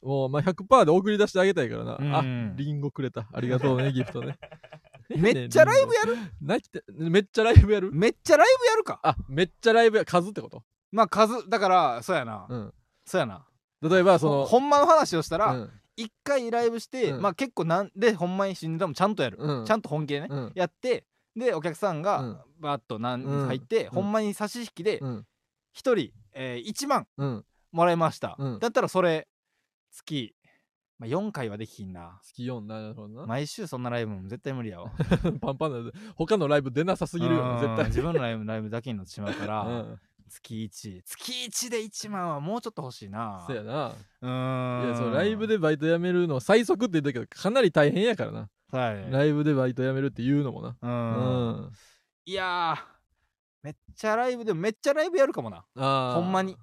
Speaker 2: うもうまあ100%で送り出してあげたいからな、
Speaker 1: うん
Speaker 2: あリンゴくれたありがとうねギフトね
Speaker 1: めっちゃライブやる
Speaker 2: なきてめっちゃライブやる
Speaker 1: めっちゃライブやるか
Speaker 2: あめっちゃライブや数ってこと
Speaker 1: まあ数だからそうやな、
Speaker 2: うん
Speaker 1: そうやな
Speaker 2: 例えばそ
Speaker 1: ほ
Speaker 2: の
Speaker 1: ほんまの話をしたら、
Speaker 2: うん
Speaker 1: 1回ライブして、
Speaker 2: うん
Speaker 1: まあ結構なんでほんまに死んでもちゃんとやる、
Speaker 2: うん
Speaker 1: ちゃんと本気でね、
Speaker 2: うん
Speaker 1: やってでお客さん
Speaker 2: う
Speaker 1: が
Speaker 2: ん
Speaker 1: バーッと何
Speaker 2: う
Speaker 1: 人
Speaker 2: ん
Speaker 1: 入って、
Speaker 2: ん
Speaker 1: ほんまに差し引きで
Speaker 2: うん
Speaker 1: 一人、えー、1万
Speaker 2: うん
Speaker 1: もらいました、
Speaker 2: うん
Speaker 1: だったらそれ月、まあ、4回はできひんな
Speaker 2: 月4なるほどな
Speaker 1: 毎週そんなライブも絶対無理やわ
Speaker 2: パンパンなんで他のライブ出なさすぎるよね
Speaker 1: う
Speaker 2: 絶
Speaker 1: ん
Speaker 2: 対
Speaker 1: 自分のライブライブだけになってしまうから、
Speaker 2: うん
Speaker 1: 月1月1で1万はもうちょっと欲しいな
Speaker 2: そやな
Speaker 1: うーん
Speaker 2: いやそうライブでバイト辞めるの最速って言ったけどかなり大変やからな
Speaker 1: はい
Speaker 2: ライブでバイト辞めるっていうのもな
Speaker 1: う、
Speaker 2: うん
Speaker 1: いやーめっちゃライブでもめっちゃライブやるかもな
Speaker 2: あ
Speaker 1: ほ
Speaker 2: ー
Speaker 1: んまに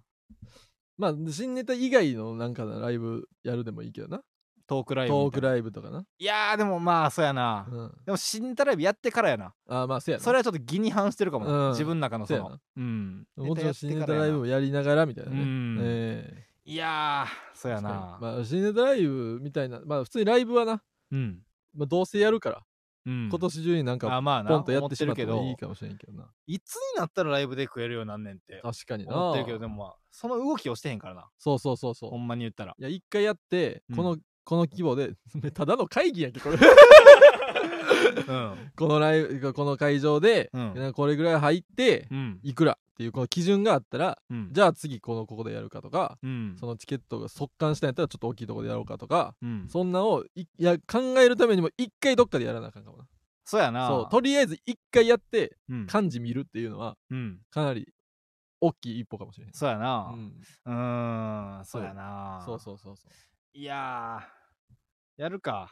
Speaker 2: まあ新ネタ以外のなんかのライブやるでもいいけどな
Speaker 1: トークライブみたいな
Speaker 2: トークライブとかな、
Speaker 1: いやーでもまあそうやな、
Speaker 2: うん、
Speaker 1: でも新タライブやってからやな
Speaker 2: あーまあせやな
Speaker 1: それはちょっと義に反してるかもな、
Speaker 2: うん
Speaker 1: 自分の中のそ
Speaker 2: そうや
Speaker 1: の
Speaker 2: な
Speaker 1: うん
Speaker 2: もちろん新ネタ
Speaker 1: や
Speaker 2: ラ
Speaker 1: な
Speaker 2: イブもやりながらみたいな
Speaker 1: う
Speaker 2: ね、
Speaker 1: ん
Speaker 2: ええ
Speaker 1: いやーそうやな、
Speaker 2: まあ、新ネタライブみたいなまあ普通にライブはな、
Speaker 1: うん、
Speaker 2: まあ、どうせやるから、
Speaker 1: うん、
Speaker 2: 今年中になん
Speaker 1: あ
Speaker 2: か
Speaker 1: まあな
Speaker 2: ポンとやってしまって
Speaker 1: 思
Speaker 2: もい
Speaker 1: る
Speaker 2: い
Speaker 1: けど
Speaker 2: かもしれんけどない
Speaker 1: つになったらライブで食えるようになんねんって
Speaker 2: 確かにな
Speaker 1: 思ってるけどでもまあその動きをしてへんからな
Speaker 2: そうそうそうそう
Speaker 1: ほんまに言 ったら
Speaker 2: いや一回やって、
Speaker 1: うん
Speaker 2: このこの規模で ただの会議やんけこれ
Speaker 1: うん
Speaker 2: このライブこの会場で、
Speaker 1: うん
Speaker 2: なんかこれぐらい入って
Speaker 1: うん
Speaker 2: いくらっていうこの基準があったら
Speaker 1: うん
Speaker 2: じゃあ次このここでやるかとか
Speaker 1: うん
Speaker 2: そのチケットが速乾したんやったらちょっと大きいとこでやろうかとか
Speaker 1: うん
Speaker 2: そんなんをいいや考えるためにも一回どっかでやらなあかんかもな
Speaker 1: そうやな
Speaker 2: そうとりあえず一回やって
Speaker 1: うん
Speaker 2: 漢字見るっていうのは
Speaker 1: うん
Speaker 2: かなり大きい一歩かもしれない、
Speaker 1: そうや
Speaker 2: う、
Speaker 1: なんうーんそうやな
Speaker 2: そうそうそうそう
Speaker 1: いやーやるか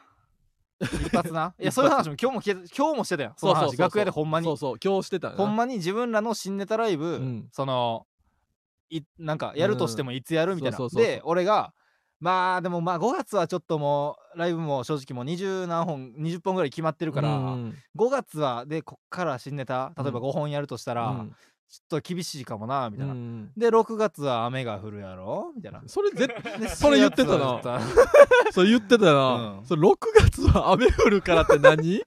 Speaker 1: 一発 ない
Speaker 2: 一
Speaker 1: や
Speaker 2: 発
Speaker 1: そういう話も今日も聞け今日もしてたよその
Speaker 2: そうそ
Speaker 1: 話
Speaker 2: うそうそう
Speaker 1: 楽屋でほんまに
Speaker 2: そうそう今日してたよな
Speaker 1: ほんまに自分らの新ネタライブ、
Speaker 2: ん
Speaker 1: そのいなんかやるとしてもいつやるみたいな、
Speaker 2: そうそうそうそう
Speaker 1: で俺がまあでもまあ5月はちょっともうライブも正直もう20何本20本ぐらい決まってるから、
Speaker 2: うん
Speaker 1: 5月はでこっから新ネタ例えば
Speaker 2: うん
Speaker 1: 5本やるとしたら、
Speaker 2: うん
Speaker 1: ちょっと厳しいかもなみたいな、
Speaker 2: うん
Speaker 1: で6月は雨が降るやろみたいな
Speaker 2: それ絶対
Speaker 1: で
Speaker 2: それ言ってたな
Speaker 1: 4月は
Speaker 2: そう言ってたな、
Speaker 1: うん
Speaker 2: それ6月は雨降るからって何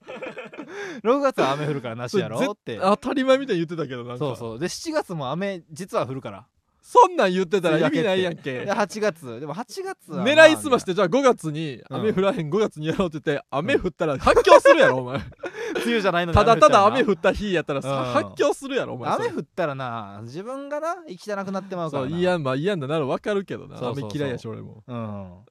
Speaker 1: 6月は雨降るからなし やろ
Speaker 2: それ
Speaker 1: って
Speaker 2: 当たり前みたいに言ってたけどなんか
Speaker 1: そうそうで7月も雨実は降るから
Speaker 2: そんなん言ってたら意味ないやん
Speaker 1: で
Speaker 2: け
Speaker 1: 8月でも8月はまあ
Speaker 2: 狙いすましてじゃあ5月に
Speaker 1: うん
Speaker 2: 雨降らへん5月にやろうって言って雨降ったら発狂するやろ お前
Speaker 1: 梅雨じゃないのに
Speaker 2: ただただ雨
Speaker 1: っ
Speaker 2: 降った日やったら
Speaker 1: う
Speaker 2: さ
Speaker 1: ん
Speaker 2: 発狂するやろお
Speaker 1: たら
Speaker 2: 前
Speaker 1: な
Speaker 2: それ
Speaker 1: 雨降ったらな自分がな生きてなくなってまうから
Speaker 2: そう
Speaker 1: ない
Speaker 2: やまあ嫌んだなら分かるけどな
Speaker 1: そうそうそう
Speaker 2: 雨嫌いやし俺も
Speaker 1: うん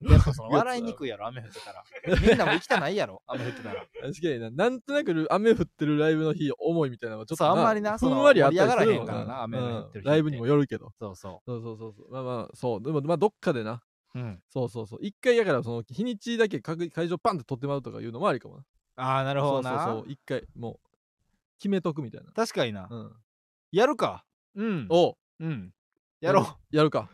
Speaker 1: やっぱその笑いにくいやろ雨降って たらみんなも生きてないやろ雨降ってたら
Speaker 2: 確かにななんとなく雨降ってるライブの日重いみたいなのはちょっとな
Speaker 1: そうあんまりな
Speaker 2: ふんわりあったりする
Speaker 1: その盛り上がらへんからな雨の降ってる日って
Speaker 2: ライブにもよるけど
Speaker 1: そうそ
Speaker 2: そうそうそうそうまあまあそうでもまあどっかでな
Speaker 1: う、うん、
Speaker 2: そうそうそう一回だからその日にちだけ確会場パンって取ってもらうとかいうのもありかもな
Speaker 1: ああなるほどな
Speaker 2: そうそうそう一回もう決めとくみたいな
Speaker 1: 確かにな、
Speaker 2: うん
Speaker 1: やるかうん
Speaker 2: おう
Speaker 1: うんやろ
Speaker 2: やるか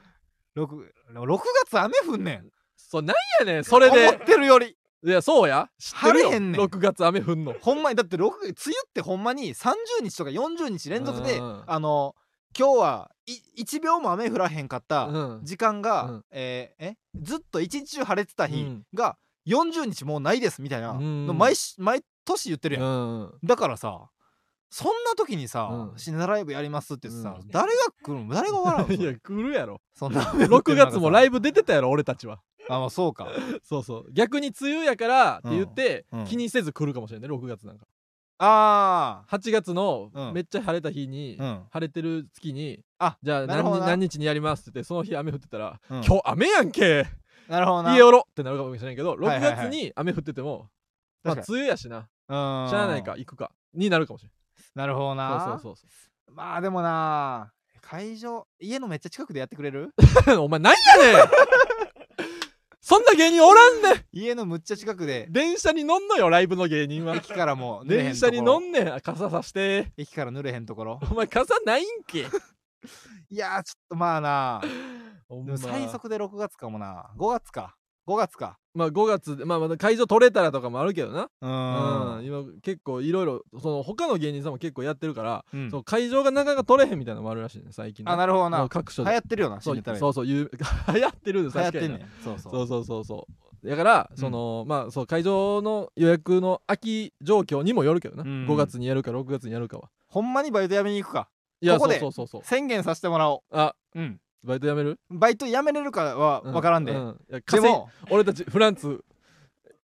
Speaker 1: う 6, 6月雨降んねん
Speaker 2: そうなんやねんそれで
Speaker 1: 思ってるより
Speaker 2: いやそうや知ってるよ
Speaker 1: 晴れへんねん
Speaker 2: 6月雨降んの
Speaker 1: ほんまにだって6梅雨ってほんまに30日とか40日連続で、
Speaker 2: うん
Speaker 1: あの今日はい1秒も雨降らへんかった、
Speaker 2: うん
Speaker 1: 時間が、
Speaker 2: うん
Speaker 1: えーえずっと一日中晴れてた
Speaker 2: う
Speaker 1: 日
Speaker 2: ん
Speaker 1: が40日もうないですみたいな
Speaker 2: うん
Speaker 1: の毎し毎年言ってるやん、
Speaker 2: うん
Speaker 1: だからさそんな時にさ
Speaker 2: う
Speaker 1: 「
Speaker 2: ん
Speaker 1: シネライブやります」ってさ、
Speaker 2: うん
Speaker 1: 誰が来るの誰が笑うの
Speaker 2: いや来る やろ
Speaker 1: そん な
Speaker 2: 6月もライ
Speaker 1: ブ
Speaker 2: ブ出てたやろ俺たちは
Speaker 1: あ、まあ、そうか
Speaker 2: そうそう逆に梅雨やからって言って、
Speaker 1: うんうん
Speaker 2: 気にせず来るかもしれない6月なんか
Speaker 1: あ
Speaker 2: 8月の
Speaker 1: うん
Speaker 2: めっちゃ晴れた日に、
Speaker 1: ーうん
Speaker 2: 晴れてる月に
Speaker 1: あ
Speaker 2: じゃあ
Speaker 1: なる
Speaker 2: 何
Speaker 1: ほど
Speaker 2: 日
Speaker 1: な
Speaker 2: 何日にやりますって言ってその日雨降ってたら、
Speaker 1: うん
Speaker 2: 今日雨やんけ
Speaker 1: なるほどな
Speaker 2: 家おろってなるかもしれないけど
Speaker 1: はい
Speaker 2: 6
Speaker 1: はいはい
Speaker 2: 月に雨降ってても、まあ、
Speaker 1: 確か
Speaker 2: 梅雨やしな
Speaker 1: にうん
Speaker 2: しゃあないか行くかになるかもしれ
Speaker 1: なるほど
Speaker 2: ない
Speaker 1: な
Speaker 2: そうそうそう
Speaker 1: まあでもな会場家のめっちゃ近くでやってくれ る
Speaker 2: そうお前何やねん そんな芸人おらんねん
Speaker 1: 家のむっちゃ近くで
Speaker 2: 電車に乗んのよライブの芸 人は
Speaker 1: 駅からもう濡れへ
Speaker 2: 電
Speaker 1: んと
Speaker 2: 車
Speaker 1: こ
Speaker 2: に乗
Speaker 1: ろ
Speaker 2: んねん傘さして
Speaker 1: 駅から濡れへんところ
Speaker 2: お前傘ないんけ
Speaker 1: いやーちょっとまあ な
Speaker 2: ほん
Speaker 1: でも
Speaker 2: ま
Speaker 1: 最速で6月かもな5月か5月か
Speaker 2: まあ5月でまあまだ会場取れたらとかもあるけどな
Speaker 1: う
Speaker 2: うん、
Speaker 1: ん
Speaker 2: 今結構いろいろその他の芸人さんも結構やってるから、
Speaker 1: うん
Speaker 2: そう会場がなかなか取れへんみたいなのもあるらしいね最近ね
Speaker 1: あなるほど
Speaker 2: も
Speaker 1: な
Speaker 2: う各所
Speaker 1: 流
Speaker 2: で
Speaker 1: 行ってるよな死
Speaker 2: そ
Speaker 1: んで
Speaker 2: う
Speaker 1: たら
Speaker 2: そうそういう 流行ってるんです
Speaker 1: 流行ってん
Speaker 2: 確
Speaker 1: ね
Speaker 2: か
Speaker 1: んそう
Speaker 2: に
Speaker 1: そ
Speaker 2: そううそうそうそうだから、
Speaker 1: うん
Speaker 2: そのまあそう会場の予約の空き状況にもよるけどな、
Speaker 1: うんうん
Speaker 2: 5月にやるか6月にやるかは
Speaker 1: ほんまにバイト辞めに行くか
Speaker 2: いや
Speaker 1: ここで
Speaker 2: そうそうそうそ
Speaker 1: 宣言させてもらお
Speaker 2: うあ
Speaker 1: ううん
Speaker 2: バイトやめる、
Speaker 1: バイト辞めれるかは
Speaker 2: う
Speaker 1: 分からんで
Speaker 2: う
Speaker 1: で
Speaker 2: いや稼い
Speaker 1: も
Speaker 2: 俺たちフラン ツ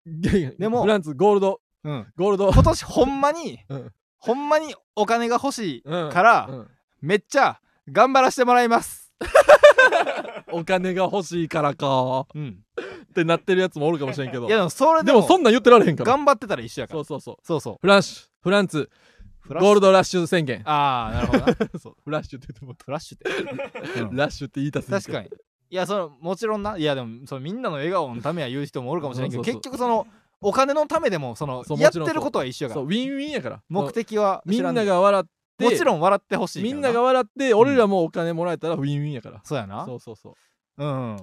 Speaker 2: で
Speaker 1: も
Speaker 2: フランツゴールド
Speaker 1: うん
Speaker 2: ゴールド
Speaker 1: 今年ほんまに
Speaker 2: うん
Speaker 1: ほんまにお金が欲しいか
Speaker 2: う
Speaker 1: ら
Speaker 2: ん
Speaker 1: めっちゃ頑張らせてもらいます
Speaker 2: お金が欲しいからか
Speaker 1: うん
Speaker 2: ってなってるやつもおるかもしれんけど
Speaker 1: いやでもそれ
Speaker 2: で
Speaker 1: で
Speaker 2: も
Speaker 1: も
Speaker 2: そんなん言ってられへんから
Speaker 1: 頑張ってたら一緒やか
Speaker 2: そ
Speaker 1: ら
Speaker 2: うそうそう
Speaker 1: そうそう
Speaker 2: フランシュフランツ
Speaker 1: フラッシュ
Speaker 2: ゴールドラッシュ宣言
Speaker 1: ああなるほどな
Speaker 2: そうフラッシュって言っても
Speaker 1: フラッシュ って、うん
Speaker 2: ラッシュって言いたすぎて
Speaker 1: 確かにいやそのもちろんないやでもそのみんなの笑顔のためは言う人もおるかもしれんけど
Speaker 2: そうそうそう
Speaker 1: 結局そのお金のためでもその
Speaker 2: そう
Speaker 1: や
Speaker 2: も
Speaker 1: っ
Speaker 2: ち
Speaker 1: て
Speaker 2: ろん
Speaker 1: ることは一緒やか
Speaker 2: そ
Speaker 1: ら
Speaker 2: うウィンウィンやから
Speaker 1: 目
Speaker 2: そう
Speaker 1: 的は
Speaker 2: みんな
Speaker 1: 知ら
Speaker 2: が笑って
Speaker 1: でもちろん笑ってほしい
Speaker 2: み
Speaker 1: けど
Speaker 2: んなが笑って俺らもお金もらえたらウィンウィンやから
Speaker 1: そうやな
Speaker 2: そうそうそう
Speaker 1: うん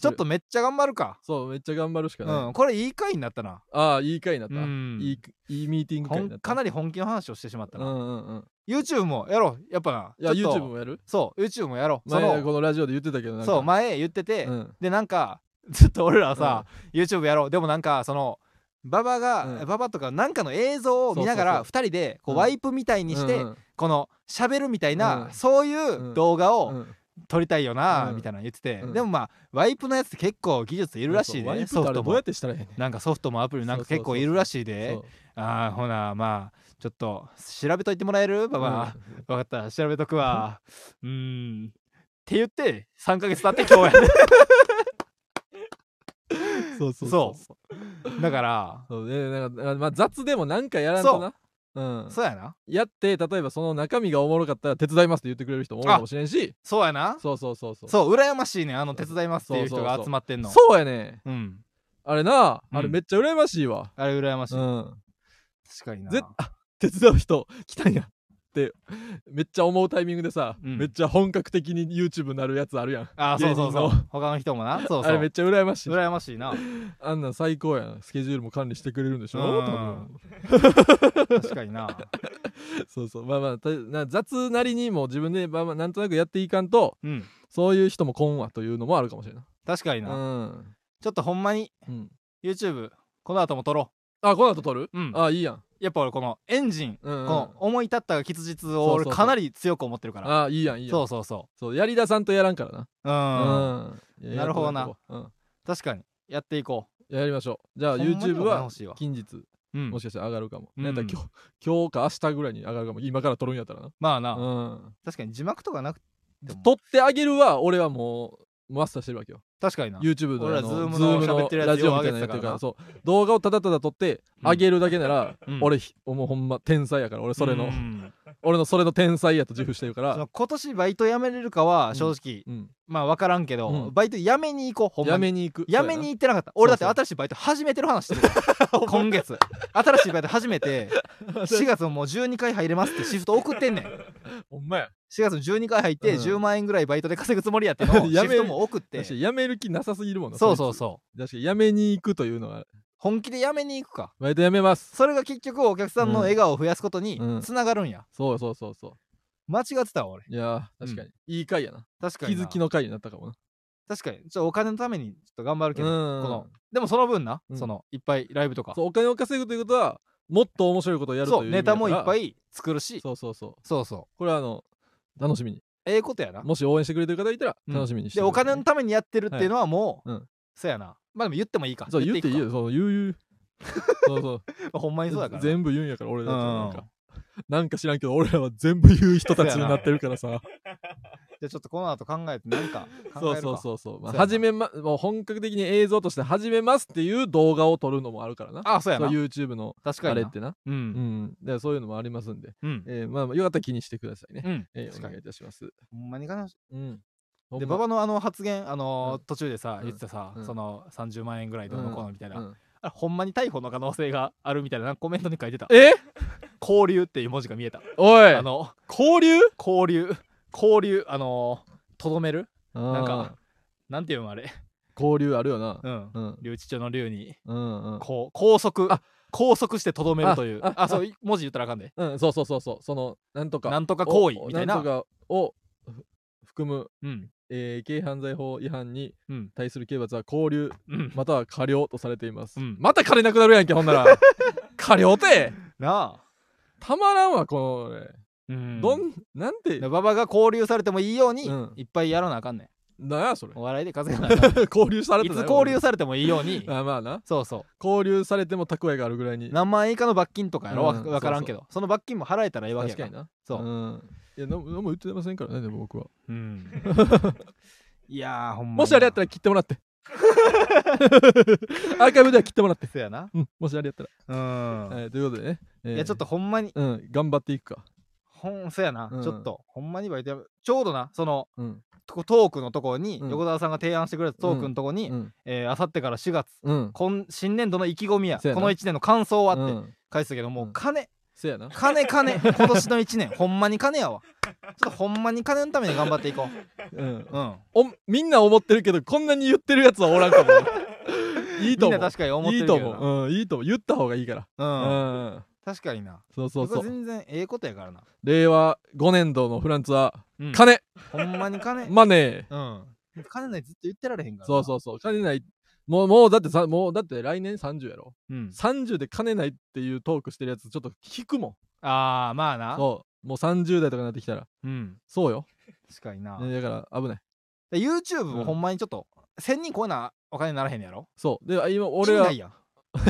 Speaker 1: ちょっとめっちゃ頑張るか
Speaker 2: そうめっちゃ頑張るしかない
Speaker 1: うんこれいい回になったな
Speaker 2: ああいい回になっ
Speaker 1: う
Speaker 2: た
Speaker 1: ん
Speaker 2: いいいいミーティング
Speaker 1: ほ
Speaker 2: 会に
Speaker 1: ん
Speaker 2: なった
Speaker 1: かなり
Speaker 2: り
Speaker 1: 本気の話をしてしまった
Speaker 2: う
Speaker 1: な、
Speaker 2: んうんうん
Speaker 1: YouTube もやろうやっぱ
Speaker 2: い
Speaker 1: な
Speaker 2: や
Speaker 1: ちょっと
Speaker 2: YouTube もやる
Speaker 1: そう YouTube もやろうそ
Speaker 2: 前こ
Speaker 1: の
Speaker 2: のラジオで言ってたけどなんか
Speaker 1: そう前言ってて、
Speaker 2: うん
Speaker 1: でなんかずっと俺らはさ、YouTube やろうでもなんかその馬場が、
Speaker 2: うん
Speaker 1: 馬場とかなんかの映像を見なが
Speaker 2: そうそうそう
Speaker 1: ら2人でこう
Speaker 2: うん
Speaker 1: ワイプみたいにして、
Speaker 2: うん
Speaker 1: この喋るみたいな、
Speaker 2: うん
Speaker 1: そう
Speaker 2: う
Speaker 1: い
Speaker 2: ん
Speaker 1: う動画
Speaker 2: う
Speaker 1: を
Speaker 2: ん
Speaker 1: 撮りたいよな、
Speaker 2: うん
Speaker 1: みたいなの言ってて、
Speaker 2: うん
Speaker 1: でもまあワイプのやつって結構技術いるらしい
Speaker 2: ワイ
Speaker 1: ね
Speaker 2: プって
Speaker 1: ソ
Speaker 2: あ
Speaker 1: フ
Speaker 2: れ
Speaker 1: ト
Speaker 2: どうや
Speaker 1: も
Speaker 2: ってしたらええねん
Speaker 1: なんかソフトもアプリもなんか結構いるらしいで
Speaker 2: そう
Speaker 1: ああほなまあちょっと調べといてもらえる馬場、
Speaker 2: うん
Speaker 1: わかった調べとく わうーんって言って3ヶ月経って今日やね
Speaker 2: そうそう
Speaker 1: そうだから
Speaker 2: そうでなんか、まあ、雑でもなんかやらんとなうん、
Speaker 1: そうやな
Speaker 2: やって例えばその中身がおもろかったら手伝いますって言ってくれる人もおるかもしれんし
Speaker 1: そうやな
Speaker 2: そうそうそうそう
Speaker 1: そう羨ましいねんあの手伝いますっていう人が集まってんの
Speaker 2: そうやね
Speaker 1: うん
Speaker 2: あれな、
Speaker 1: うん
Speaker 2: あれめっちゃ羨ましいわ。
Speaker 1: あれ羨ましい、
Speaker 2: うん。
Speaker 1: 確かにな
Speaker 2: ぜあ手伝う人来たんやってめっちゃ思うタイミングでさ、
Speaker 1: うん
Speaker 2: めっちゃ本格的に YouTube なるやつあるやん。
Speaker 1: あーそうそうそ
Speaker 2: 芸人
Speaker 1: う他の人もなそうそう
Speaker 2: あれめっちゃ羨ましい。
Speaker 1: 羨ましいな
Speaker 2: あんなん最高やん。スケジュールも管理してくれるんでしょ
Speaker 1: うん
Speaker 2: 多分。
Speaker 1: 確かに な
Speaker 2: そうそう。まあまあたな雑なりにも自分で、まあ、まあなんとなくやっていかんと
Speaker 1: うん
Speaker 2: そういう人もこんわというのもあるかもしれない。
Speaker 1: 確かに
Speaker 2: う
Speaker 1: な、
Speaker 2: ん。
Speaker 1: ちょっとほんまに
Speaker 2: うん、
Speaker 1: YouTube この後も撮ろ
Speaker 2: あこの後撮る、
Speaker 1: ううん
Speaker 2: あいいやん。
Speaker 1: やっぱ俺このエンジン、
Speaker 2: うんうん、
Speaker 1: この思い立ったが吉日を
Speaker 2: そうそう
Speaker 1: 俺
Speaker 2: そう
Speaker 1: かなり強く思ってるから
Speaker 2: あいいやんいいやん。
Speaker 1: そうそうそ
Speaker 2: そうやりださんとやらんからな。
Speaker 1: ううん、
Speaker 2: うんいや
Speaker 1: なるほどな
Speaker 2: やってこう。
Speaker 1: 確かにやっていこ
Speaker 2: うんやりましょう。じ
Speaker 1: う
Speaker 2: ゃあ YouTube
Speaker 1: ほんまに俺
Speaker 2: は
Speaker 1: 欲しいわ
Speaker 2: 近日
Speaker 1: うん
Speaker 2: もしかしたら上がるかも。
Speaker 1: うん
Speaker 2: なんやったら今日今日か明日ぐらいに上がるかも。今から撮るんやったらな。
Speaker 1: まあな、
Speaker 2: うん。
Speaker 1: 確かに字幕とかなくても
Speaker 2: 撮ってあげるは俺はもうマスターしてるわけよ。
Speaker 1: 確かにな
Speaker 2: YouTube の
Speaker 1: 俺ら
Speaker 2: あの
Speaker 1: Zoom の
Speaker 2: Zoom
Speaker 1: 喋ってるやつ
Speaker 2: ラジ
Speaker 1: よ
Speaker 2: オ
Speaker 1: う上
Speaker 2: みた
Speaker 1: げ
Speaker 2: いなの
Speaker 1: て
Speaker 2: や
Speaker 1: たからな
Speaker 2: ってるからそう動画をただただ撮って
Speaker 1: うん
Speaker 2: あげるだけなら、
Speaker 1: うん
Speaker 2: 俺ひもうほんま天才やから俺それ
Speaker 1: う
Speaker 2: の、
Speaker 1: ん
Speaker 2: 俺のそれの天才やと自負してるか
Speaker 1: そ
Speaker 2: ら、
Speaker 1: の今年バイト辞めれるかは正直、
Speaker 2: うん、
Speaker 1: まあ分からんけど、
Speaker 2: うん
Speaker 1: バイト辞めに行こうほんま
Speaker 2: や
Speaker 1: に
Speaker 2: めに行く
Speaker 1: 辞めに行ってなかった俺だって
Speaker 2: そうそう
Speaker 1: 新しいバイト始めてる話 してるから今月新しいバイト始めて4月ももう12回入れますってシフト送ってんねん4
Speaker 2: ほんまや
Speaker 1: 月も12回入って
Speaker 2: うん
Speaker 1: 10万円ぐらいバイトで稼ぐつもりやって のをシ
Speaker 2: やめ
Speaker 1: フトも送って
Speaker 2: 確かにやめる気なさすぎるもんな
Speaker 1: そうそう
Speaker 2: う
Speaker 1: そう
Speaker 2: 確かにやめに行くというのは
Speaker 1: 本気で辞めに行くか
Speaker 2: バイトやめます
Speaker 1: それが結局お客さんの笑顔を増やすことに
Speaker 2: うん
Speaker 1: つながるんや、
Speaker 2: そうそうそうそ
Speaker 1: 間違ってたわ俺
Speaker 2: ういやー確かに、いい回やな
Speaker 1: 確か
Speaker 2: 気
Speaker 1: にな
Speaker 2: づきの回になったかもな
Speaker 1: 確かにちょっとお金のためにちょっと頑張るけ
Speaker 2: うん
Speaker 1: ど、このでもその分な、
Speaker 2: うん
Speaker 1: そのいっぱいライブとか
Speaker 2: そうお金を稼ぐということはもっと面白いことをやる
Speaker 1: そ
Speaker 2: と
Speaker 1: う
Speaker 2: いう
Speaker 1: ネタもいっぱ
Speaker 2: い
Speaker 1: い作るし
Speaker 2: そうそうそう
Speaker 1: そうそう
Speaker 2: これはあの楽しみに
Speaker 1: ええことやな
Speaker 2: もし応援してくれてる方いたら
Speaker 1: うん
Speaker 2: 楽しみにして
Speaker 1: で
Speaker 2: くだ
Speaker 1: お
Speaker 2: さいね、
Speaker 1: 金のためにやってるっていうのはもう、
Speaker 2: うん
Speaker 1: そうやなまあでも言ってもいいか
Speaker 2: そう言っていい
Speaker 1: くか
Speaker 2: よそう言う言うそ うそう
Speaker 1: ほんまにそうだからな
Speaker 2: 全部言うんやから俺だってなん
Speaker 1: う
Speaker 2: か、なんか知らんけど俺らは全部言う人たち
Speaker 1: そう
Speaker 2: に
Speaker 1: やな
Speaker 2: なってるからさ
Speaker 1: じゃあちょっとこの後考えてなんか考えるか
Speaker 2: そうそうそうそう、ま
Speaker 1: そうや
Speaker 2: あ、
Speaker 1: な
Speaker 2: 始めまもう本格的に映像として始めますっていう動画を撮るのもあるからな
Speaker 1: あそうや
Speaker 2: そう
Speaker 1: な
Speaker 2: YouTube の
Speaker 1: 確か
Speaker 2: あ
Speaker 1: に
Speaker 2: れ
Speaker 1: な
Speaker 2: ってな
Speaker 1: う
Speaker 2: うんん、でそういうのもありますんで、
Speaker 1: うん
Speaker 2: えーまあまあよかったら気にしてくださいね、
Speaker 1: うん
Speaker 2: えー
Speaker 1: 確
Speaker 2: お
Speaker 1: か
Speaker 2: 願い
Speaker 1: に
Speaker 2: いたします
Speaker 1: ほんまに悲し
Speaker 2: うん
Speaker 1: い
Speaker 2: ほん
Speaker 1: で
Speaker 2: ま
Speaker 1: 馬場のあの発言あのー
Speaker 2: うん
Speaker 1: 途中でさ
Speaker 2: うん
Speaker 1: 言ってたさ
Speaker 2: うん
Speaker 1: その30万円ぐらいどうのこうのみたいな
Speaker 2: う
Speaker 1: あ
Speaker 2: ん
Speaker 1: れほんまに逮捕の可能性があるみたいなコメントに書いてた
Speaker 2: え
Speaker 1: 交流っていう文字が見えた
Speaker 2: おい
Speaker 1: あの
Speaker 2: 交流
Speaker 1: 交流交流あのーとどめる
Speaker 2: なん
Speaker 1: かなんていうのあれ
Speaker 2: 交流あるよな
Speaker 1: うん
Speaker 2: うん
Speaker 1: 留置長の竜に
Speaker 2: うんうん
Speaker 1: こう拘束
Speaker 2: あ
Speaker 1: 拘束してとどめるというあ
Speaker 2: ああ
Speaker 1: そうい文字言ったらあかんで
Speaker 2: うん、そうそうそうそう、そのなんとか
Speaker 1: なんとか行
Speaker 2: お
Speaker 1: 為みたいなん
Speaker 2: とかをふ含む、
Speaker 1: うん
Speaker 2: えー、軽犯罪法違反に
Speaker 1: うん
Speaker 2: 対する刑罰は拘留
Speaker 1: うん
Speaker 2: または科料とされています。
Speaker 1: うん
Speaker 2: また金なくなるやんけ、ほんな ら。科料って
Speaker 1: なあ
Speaker 2: たまらんわ、この、
Speaker 1: うん
Speaker 2: どんなんて、
Speaker 1: 馬場が交流されてもいいように
Speaker 2: うん
Speaker 1: いっぱいやらなあかんね
Speaker 2: なんやそれ
Speaker 1: ん。お笑いで稼 がなあかん
Speaker 2: 交留され
Speaker 1: い
Speaker 2: て
Speaker 1: つ
Speaker 2: ない
Speaker 1: 交流されてもいいように
Speaker 2: あまあな、
Speaker 1: そうそ
Speaker 2: 交留されても蓄えがあるぐらいに。
Speaker 1: う何万円以下の罰金とかやろわ
Speaker 2: うん
Speaker 1: わからんけどその罰金も払えたらいいわけ
Speaker 2: 確
Speaker 1: や
Speaker 2: か
Speaker 1: か
Speaker 2: に
Speaker 1: ら
Speaker 2: な。。
Speaker 1: そうん
Speaker 2: いや、何も言ってませんからね、でも僕は。
Speaker 1: うん いやーほんまにな
Speaker 2: もしあれやったら切っても らって。アーカイブでは切ってもらって。
Speaker 1: そうやな
Speaker 2: うん、もしあれやったら。
Speaker 1: うん
Speaker 2: えーということでね、え
Speaker 1: いやちょっと
Speaker 2: と、
Speaker 1: ほんまに
Speaker 2: うん、頑張っていくか。
Speaker 1: ほんそうやな
Speaker 2: うん
Speaker 1: ちょっとほんまにバイトやめちょうどなその
Speaker 2: うん、
Speaker 1: こトークのとこに
Speaker 2: うん
Speaker 1: 横澤さんが提案してくれたトークのとこに
Speaker 2: うん、
Speaker 1: えーあさってから4月
Speaker 2: うん、
Speaker 1: 今新年度の意気込みや
Speaker 2: そうや
Speaker 1: こ
Speaker 2: な
Speaker 1: の1年の感想は
Speaker 2: う
Speaker 1: って
Speaker 2: ん、
Speaker 1: 返したけども
Speaker 2: う
Speaker 1: うん金
Speaker 2: せやな。
Speaker 1: 金金今年の1年ほんまに金やわちょっとほんまに金のために頑張っていこ
Speaker 2: うん
Speaker 1: う、うん
Speaker 2: お、みんな思ってるけど、こんなに言ってるやつはおらんかも な。 いい
Speaker 1: み
Speaker 2: と
Speaker 1: ん
Speaker 2: 思
Speaker 1: な
Speaker 2: う。
Speaker 1: 確かに思って
Speaker 2: い
Speaker 1: る
Speaker 2: い
Speaker 1: け
Speaker 2: と
Speaker 1: ど
Speaker 2: 思
Speaker 1: な
Speaker 2: う。うん、いいと思う。言った方がいいから。
Speaker 1: う、
Speaker 2: うんん、
Speaker 1: 確かにな
Speaker 2: そうそう
Speaker 1: 僕は
Speaker 2: そう。
Speaker 1: 全然ええことやからな、
Speaker 2: 令和5年度のフランツは、
Speaker 1: うん
Speaker 2: 金、
Speaker 1: ほんまに金、
Speaker 2: マネー。
Speaker 1: うん金ないずっと言ってられへんから
Speaker 2: そうそうそう。金ない。もう、もうだってさ、もうだって来年30やろ。
Speaker 1: う、うん、
Speaker 2: 30で金ないっていうトークしてるやつ、ちょっと引くも
Speaker 1: ああまあ
Speaker 2: ん。
Speaker 1: な
Speaker 2: そう。もう30代とかになってきたら。
Speaker 1: う、ん、
Speaker 2: そうよ。
Speaker 1: 確かにな、
Speaker 2: ねだから危ない。
Speaker 1: で YouTube
Speaker 2: う
Speaker 1: も
Speaker 2: ん
Speaker 1: ほんまにちょっと、1000人超えなお金にならへんのやろ
Speaker 2: そう。で、あ今、俺
Speaker 1: 意味
Speaker 2: ら
Speaker 1: ない、 やん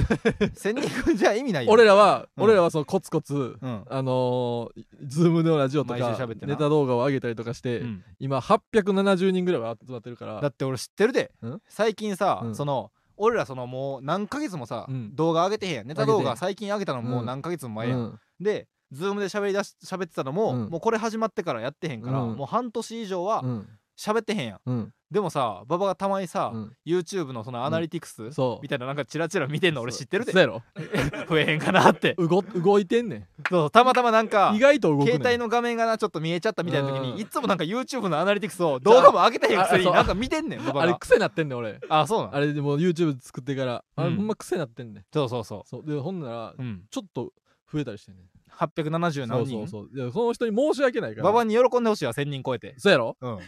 Speaker 1: 1000人超えじゃ意味ないやん
Speaker 2: 俺らは、
Speaker 1: うん
Speaker 2: 俺らはそのコツコツ、
Speaker 1: うん、
Speaker 2: あのー、ズームのラジオと
Speaker 1: 毎週
Speaker 2: か
Speaker 1: 喋ってな
Speaker 2: ネタ動画を上げたりとかして、
Speaker 1: うん
Speaker 2: 今870人ぐらいは集まってるから
Speaker 1: だって俺知ってるで
Speaker 2: うん
Speaker 1: 最近さ、
Speaker 2: うん
Speaker 1: その俺らそのもう何ヶ月もさ、
Speaker 2: うん
Speaker 1: 動画上げてへんやんネタ動
Speaker 2: 上げてへ
Speaker 1: 画
Speaker 2: ん
Speaker 1: 最近上げたのもう
Speaker 2: うん
Speaker 1: 何ヶ月も前やん、
Speaker 2: うん
Speaker 1: でズームで喋りだし喋ってたのも、
Speaker 2: うん
Speaker 1: もうこれ始まってからやってへんから、
Speaker 2: うん
Speaker 1: もう半年以上は
Speaker 2: うん
Speaker 1: 喋ってへんやん
Speaker 2: うん、
Speaker 1: でもさ馬場がたまにさ、
Speaker 2: うん
Speaker 1: YouTube のそのアナリティクス、
Speaker 2: そう
Speaker 1: みたいななんかチラチラ見てんの俺知ってるで
Speaker 2: そうやろ
Speaker 1: 増えへんかなって
Speaker 2: 動動いてんねん
Speaker 1: そうたまたまなんか
Speaker 2: 意外と動くねん
Speaker 1: 携帯の画面がなちょっと見えちゃったみたいな時
Speaker 2: うん
Speaker 1: にいつもなんか YouTube のアナリティクスを動画も上げてへんくせに
Speaker 2: じゃあ
Speaker 1: なんか見てんねん馬場
Speaker 2: あれ
Speaker 1: が
Speaker 2: 癖なってんねん俺
Speaker 1: あそうなん
Speaker 2: あれでもう YouTube 作ってからあれ
Speaker 1: うん
Speaker 2: ほんま癖なってんねん
Speaker 1: そうそうそ
Speaker 2: そうでほんなら
Speaker 1: ううん
Speaker 2: ちょっと増えたりしてんねん
Speaker 1: 870
Speaker 2: そ
Speaker 1: 何
Speaker 2: う
Speaker 1: 人
Speaker 2: そうそういやその人に申し訳ないから
Speaker 1: 馬場に喜んでほしいわ1000人超えて
Speaker 2: そうやろ
Speaker 1: うん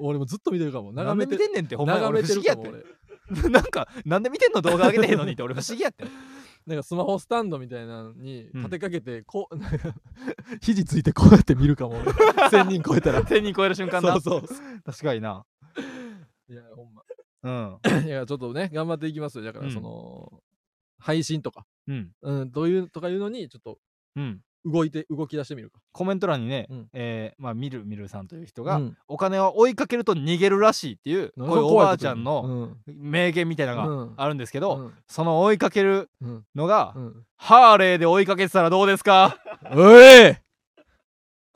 Speaker 2: 俺もずっと見てるかも
Speaker 1: な
Speaker 2: 眺
Speaker 1: んで見
Speaker 2: めて
Speaker 1: てんねんってほんまに
Speaker 2: 眺
Speaker 1: 俺
Speaker 2: め
Speaker 1: 不
Speaker 2: て
Speaker 1: 思
Speaker 2: る
Speaker 1: 議や
Speaker 2: か
Speaker 1: っ
Speaker 2: も
Speaker 1: て
Speaker 2: 俺
Speaker 1: なんかなんで見てんの動画上げてへんのにって俺不思議やってん
Speaker 2: なんかスマホスタンドみたいなのに
Speaker 1: うん
Speaker 2: 立てかけてこう、 なんか肘ついてこうやって見るかも俺 1000人超えたら
Speaker 1: 1000人超える瞬間
Speaker 2: そ
Speaker 1: な
Speaker 2: うそう
Speaker 1: 確かにない
Speaker 2: やほんま
Speaker 1: うん
Speaker 2: いやちょっとね頑張っていきますよだか
Speaker 1: う
Speaker 2: ら
Speaker 1: ん
Speaker 2: その、配信とか
Speaker 1: うん
Speaker 2: うんどういうとかいうのにちょっと
Speaker 1: うん
Speaker 2: 動いて動き出してみるか
Speaker 1: コメント欄にね、
Speaker 2: うん
Speaker 1: えーまあ、みるみるさんという人が、
Speaker 2: うん
Speaker 1: お金は追いかけると逃げるらしいっていうこういうおばあちゃんの名言みたいなのが
Speaker 2: うん
Speaker 1: あるんですけ
Speaker 2: う
Speaker 1: ど、
Speaker 2: ん
Speaker 1: その追いかける
Speaker 2: うん
Speaker 1: のが、
Speaker 2: うん
Speaker 1: ハーレーで追いかけてたらどうですか、
Speaker 2: おい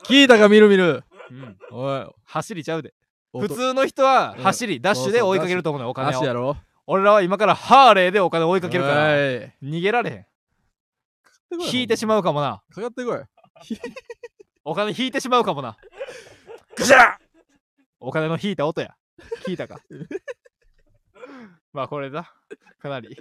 Speaker 2: 聞いたかみるみる
Speaker 1: うん
Speaker 2: おい
Speaker 1: 走りちゃうで
Speaker 2: お
Speaker 1: 普
Speaker 2: と
Speaker 1: 通の人は
Speaker 2: うん
Speaker 1: 走り、ダッシュで追いかけると思うのよお金
Speaker 2: 足や
Speaker 1: を
Speaker 2: ろ
Speaker 1: 俺らは今からハーレーでお金追いかけるから
Speaker 2: ら
Speaker 1: 逃げられへん引いてし
Speaker 2: う
Speaker 1: まうかもな
Speaker 2: かかってこい
Speaker 1: お金引いてしまうかも なぐしゃお金の引いた音や引いたかまあこれだかな り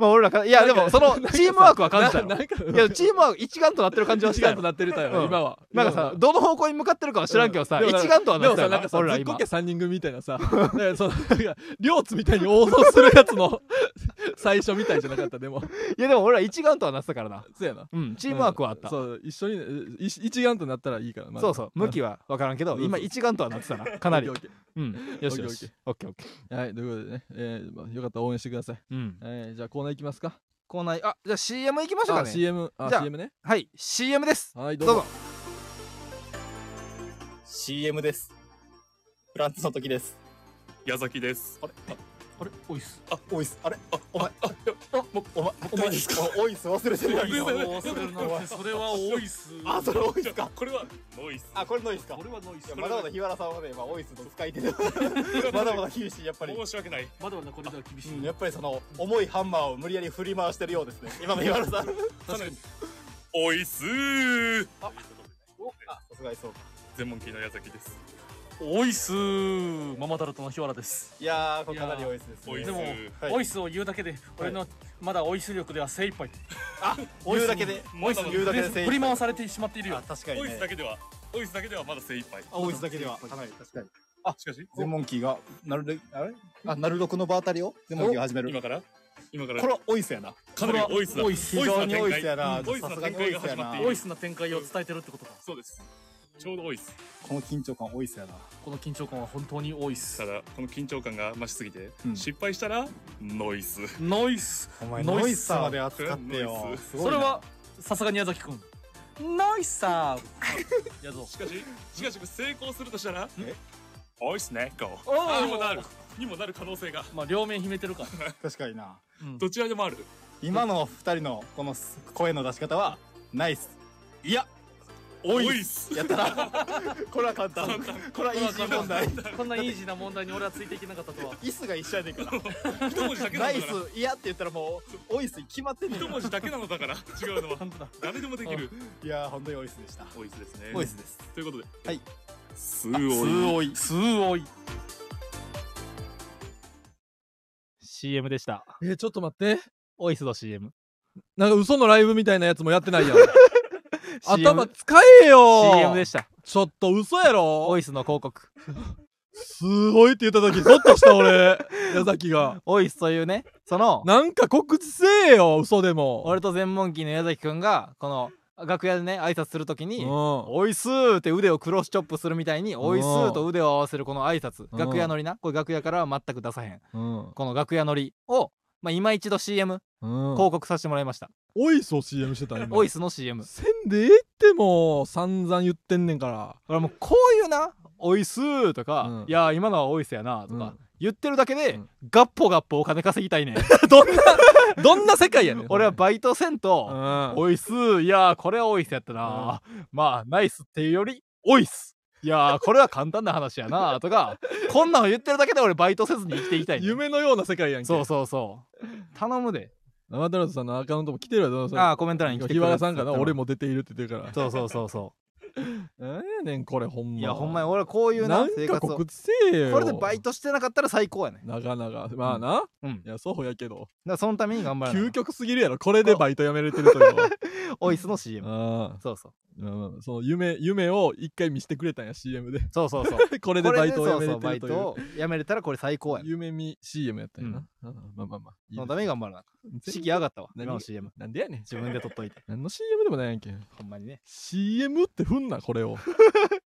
Speaker 1: まあ俺らかいやでもそのチームワークは感じたよ
Speaker 2: なんか
Speaker 1: いやチームワーク一丸となってる感じはし
Speaker 2: 一
Speaker 1: た
Speaker 2: 丸
Speaker 1: よ
Speaker 2: となってるた
Speaker 1: う
Speaker 2: よ
Speaker 1: ん
Speaker 2: 今は
Speaker 1: なんか
Speaker 2: 今は
Speaker 1: さどの方向に向かってるかは知らんけどさ、
Speaker 2: う
Speaker 1: 一丸とは
Speaker 2: で
Speaker 1: なった
Speaker 2: もさ
Speaker 1: よ
Speaker 2: なん
Speaker 1: な
Speaker 2: かさ
Speaker 1: 俺ら
Speaker 2: ずっこ
Speaker 1: 今
Speaker 2: け3人組みたいなさなんかそのなんか両津みたいに応答するやつの 最初みたいじゃなかったでも
Speaker 1: いやでも俺ら一丸とはなってたからな
Speaker 2: そうやな
Speaker 1: うんチームワークはあった、
Speaker 2: そう一緒にねい一丸となったらいいからまだ
Speaker 1: そうそう向きは分からんけど、
Speaker 2: うん
Speaker 1: 今一丸とはなってた なかなり
Speaker 2: オッケーオッ
Speaker 1: うんよしよしオッケーオッケー
Speaker 2: ケーはいということでね、えーまあよかったら応援してください、
Speaker 1: うん
Speaker 2: えーじゃあコーナーいきますか
Speaker 1: コーナーあじゃあ CM 行きましょうか
Speaker 2: あ
Speaker 1: ね
Speaker 2: CM あ
Speaker 1: じゃあ
Speaker 2: CM ね
Speaker 1: はい CM です
Speaker 2: はいど
Speaker 1: ど
Speaker 2: う
Speaker 1: う
Speaker 2: ぞ
Speaker 1: ぞ
Speaker 3: CM です。フランスの時です。
Speaker 4: 矢崎です。
Speaker 3: あれ
Speaker 4: あれおいっす。
Speaker 3: あ、オイス。あれあ、お前、あ、いやあもお前、お前ですかオイス忘れてるやん
Speaker 4: ごめんなさ
Speaker 3: お忘
Speaker 4: い
Speaker 3: れるなお前
Speaker 4: それは多いっす。
Speaker 3: あそれ多いっすか
Speaker 4: これはノイス。
Speaker 3: あ、これのいいですか
Speaker 4: これはノイ
Speaker 3: い
Speaker 4: ス
Speaker 3: や。まだまだ日原さんはね、まあ、オイスの使い 手でまだまだ厳しい、やっぱり。
Speaker 4: 申し訳ない。まだまだこれでは厳し
Speaker 3: うん、やっぱりその重いハンマーを無理やり振り回してるようですね。 今の日原さん。
Speaker 4: かなり。おいっすー。
Speaker 3: あ、さすがにそうか。
Speaker 4: 全問キーの矢崎です。おいっすー。ママタルトの日原です。
Speaker 3: いやー、これかなりオイスです、
Speaker 4: おい
Speaker 3: ね。
Speaker 4: っす
Speaker 5: でも
Speaker 4: ー。
Speaker 3: はい
Speaker 5: オイスを言うだけで俺のまだオイス力では精一杯オ
Speaker 3: 言
Speaker 5: イス
Speaker 3: うだけで、
Speaker 4: オイス
Speaker 3: 言うだけで精一杯
Speaker 5: 振り回されてしまっているよ
Speaker 3: あ確かに
Speaker 4: オイスだ
Speaker 3: ね。
Speaker 4: けでは、オイスだけではまだ精一杯。
Speaker 3: あオイスだけでは、かなり確かに。
Speaker 4: しかし、
Speaker 3: ゼモンキーが、なるあれあ、なるろくの場あたりをゼモンキーが始める。
Speaker 4: 今から今から
Speaker 3: これオイスやな。
Speaker 4: かなりオイスだ。
Speaker 5: これはオイス
Speaker 4: オ
Speaker 3: 非
Speaker 4: イスな展
Speaker 3: 常にオイスや
Speaker 4: 開
Speaker 3: な
Speaker 4: うんオイスの展開が始まってい
Speaker 3: さすがにオ
Speaker 5: オ
Speaker 4: る
Speaker 5: イ。スな展開を伝えてるってことか
Speaker 4: そうです。ちょうどオイス。
Speaker 3: この緊張感多いっすやな。
Speaker 5: この緊張感は本当にオイス
Speaker 4: ただこの緊張感が増しすぎて、
Speaker 3: うん
Speaker 4: 失敗したらノイス
Speaker 5: ノイス
Speaker 3: お前
Speaker 5: ノイス
Speaker 3: ノイスさまで扱って
Speaker 4: ノ
Speaker 3: よ
Speaker 4: イス。
Speaker 3: すご
Speaker 5: そ
Speaker 3: い
Speaker 5: れ
Speaker 3: な
Speaker 5: はさすが宮崎君ノイスさーやぞ
Speaker 4: しかししかし成功するとしたら
Speaker 3: え
Speaker 4: おいっすねゴ
Speaker 5: おー
Speaker 4: ーにもなるにもなる可能性が
Speaker 5: まあ両面秘めてるから
Speaker 3: 確かにな。
Speaker 5: うん
Speaker 4: どちらでもある
Speaker 3: 今の二人のこの声の出し方はナイス。いや、
Speaker 4: おいっす
Speaker 3: やったな。 これは簡 単。これはイージー問題。
Speaker 5: こんなイージーな問題に俺はついていけなかったとは
Speaker 3: イスが一緒やねんから。
Speaker 4: 一文字だけ な
Speaker 3: ナ
Speaker 4: の
Speaker 3: イ
Speaker 4: だから
Speaker 3: スいやって言ったらもうオイスに決まってんねん
Speaker 4: 一
Speaker 3: から。
Speaker 4: 文字だけなのだから違うのは
Speaker 5: 本当だ
Speaker 4: 誰でもできる
Speaker 3: いやー本当にオイスでした。
Speaker 4: オイスですね
Speaker 3: オイスです。
Speaker 4: ということで
Speaker 3: はい
Speaker 4: スーオイ
Speaker 3: オイ。
Speaker 5: 数多い
Speaker 1: CM でした
Speaker 2: えーちょっと待って
Speaker 1: オイスの CM
Speaker 2: なんか嘘のライブみたいなやつもやってな いやん頭
Speaker 1: CM,
Speaker 2: 使えよ
Speaker 1: CM でした
Speaker 2: ちょっと嘘や
Speaker 1: オ
Speaker 2: ろ
Speaker 1: イスの広告
Speaker 2: すごいって言った時ゾッとし た俺矢崎が
Speaker 1: オイスというねその
Speaker 2: なんか告知せえよ嘘でも
Speaker 1: 俺と全問記の矢崎くんがこの楽屋でね挨拶するときに「
Speaker 2: うん
Speaker 1: おいっすー」って腕をクロスチョップするみたいに「おいっすー」と腕を合わせるこの挨拶
Speaker 2: うん
Speaker 1: 楽屋乗りなこれ楽屋からは全く出さへん
Speaker 2: うん
Speaker 1: この楽屋乗りをまあ今一度 CM
Speaker 2: うん
Speaker 1: 広告させてもらいました
Speaker 2: オイスを CM してた今
Speaker 1: オイスの CM
Speaker 2: せんでええってもう散々言ってんねんから
Speaker 1: 俺もうこういうな「おいっすー」とか
Speaker 2: うん
Speaker 1: 「いやー今のはおいっすやな」と
Speaker 2: う
Speaker 1: か
Speaker 2: ん
Speaker 1: 言ってるだけ
Speaker 2: う
Speaker 1: で
Speaker 2: ん
Speaker 1: ガッポガッポお金稼ぎたいねん
Speaker 2: どんなどんな世界やねん
Speaker 1: 俺はバイトせんと「
Speaker 2: は
Speaker 1: おいっすー」いやーこれはおいっすやったなまあナイスっていうより「おいっす」いやーこれは簡単な話やなと かこんなん言ってるだけで俺バイトせずに生きていきたいねん、
Speaker 2: 夢のような世界やんけ
Speaker 1: そうそうそう頼むで
Speaker 2: 生タルトさんのアカウントも来てるわどうぞ
Speaker 1: ああコメント欄に来て
Speaker 2: ひわらさんかな俺
Speaker 1: も
Speaker 2: も出ているって言ってるから
Speaker 1: そうそうそうそ
Speaker 2: なんやねんこれほん
Speaker 1: う
Speaker 2: ま
Speaker 1: いやほんまに俺はこういう
Speaker 2: な
Speaker 1: なん生
Speaker 2: か
Speaker 1: 活を
Speaker 2: 告知せえよ
Speaker 1: これでバイトしてなかったら最高やねだか
Speaker 2: 長々まあな、
Speaker 1: うん
Speaker 2: いやそうやけど
Speaker 1: らそのために頑張らな
Speaker 2: 究極すぎるやろこれでバイト辞めれてるというのは
Speaker 1: オイスの CM
Speaker 2: あ
Speaker 1: そうそう
Speaker 2: あまあまあその夢夢を一回見せてくれたんや CM で
Speaker 1: そうそうそう
Speaker 2: これでバイトを辞
Speaker 1: これでそ
Speaker 2: めれてるという
Speaker 1: うそうバイトをやめれたらこれ最高やね
Speaker 2: 夢見 CM やったんやな、ああまあまあまあ
Speaker 1: そ
Speaker 2: いいで
Speaker 1: の
Speaker 2: す
Speaker 1: ために頑張らな
Speaker 2: 全
Speaker 1: 式上がったわ
Speaker 2: 何
Speaker 1: 今の CM
Speaker 2: なんでやねん
Speaker 1: 自分で撮っといて
Speaker 2: 何の CM でもないやんけ
Speaker 1: ほんまにね
Speaker 2: CM ってふんなこれを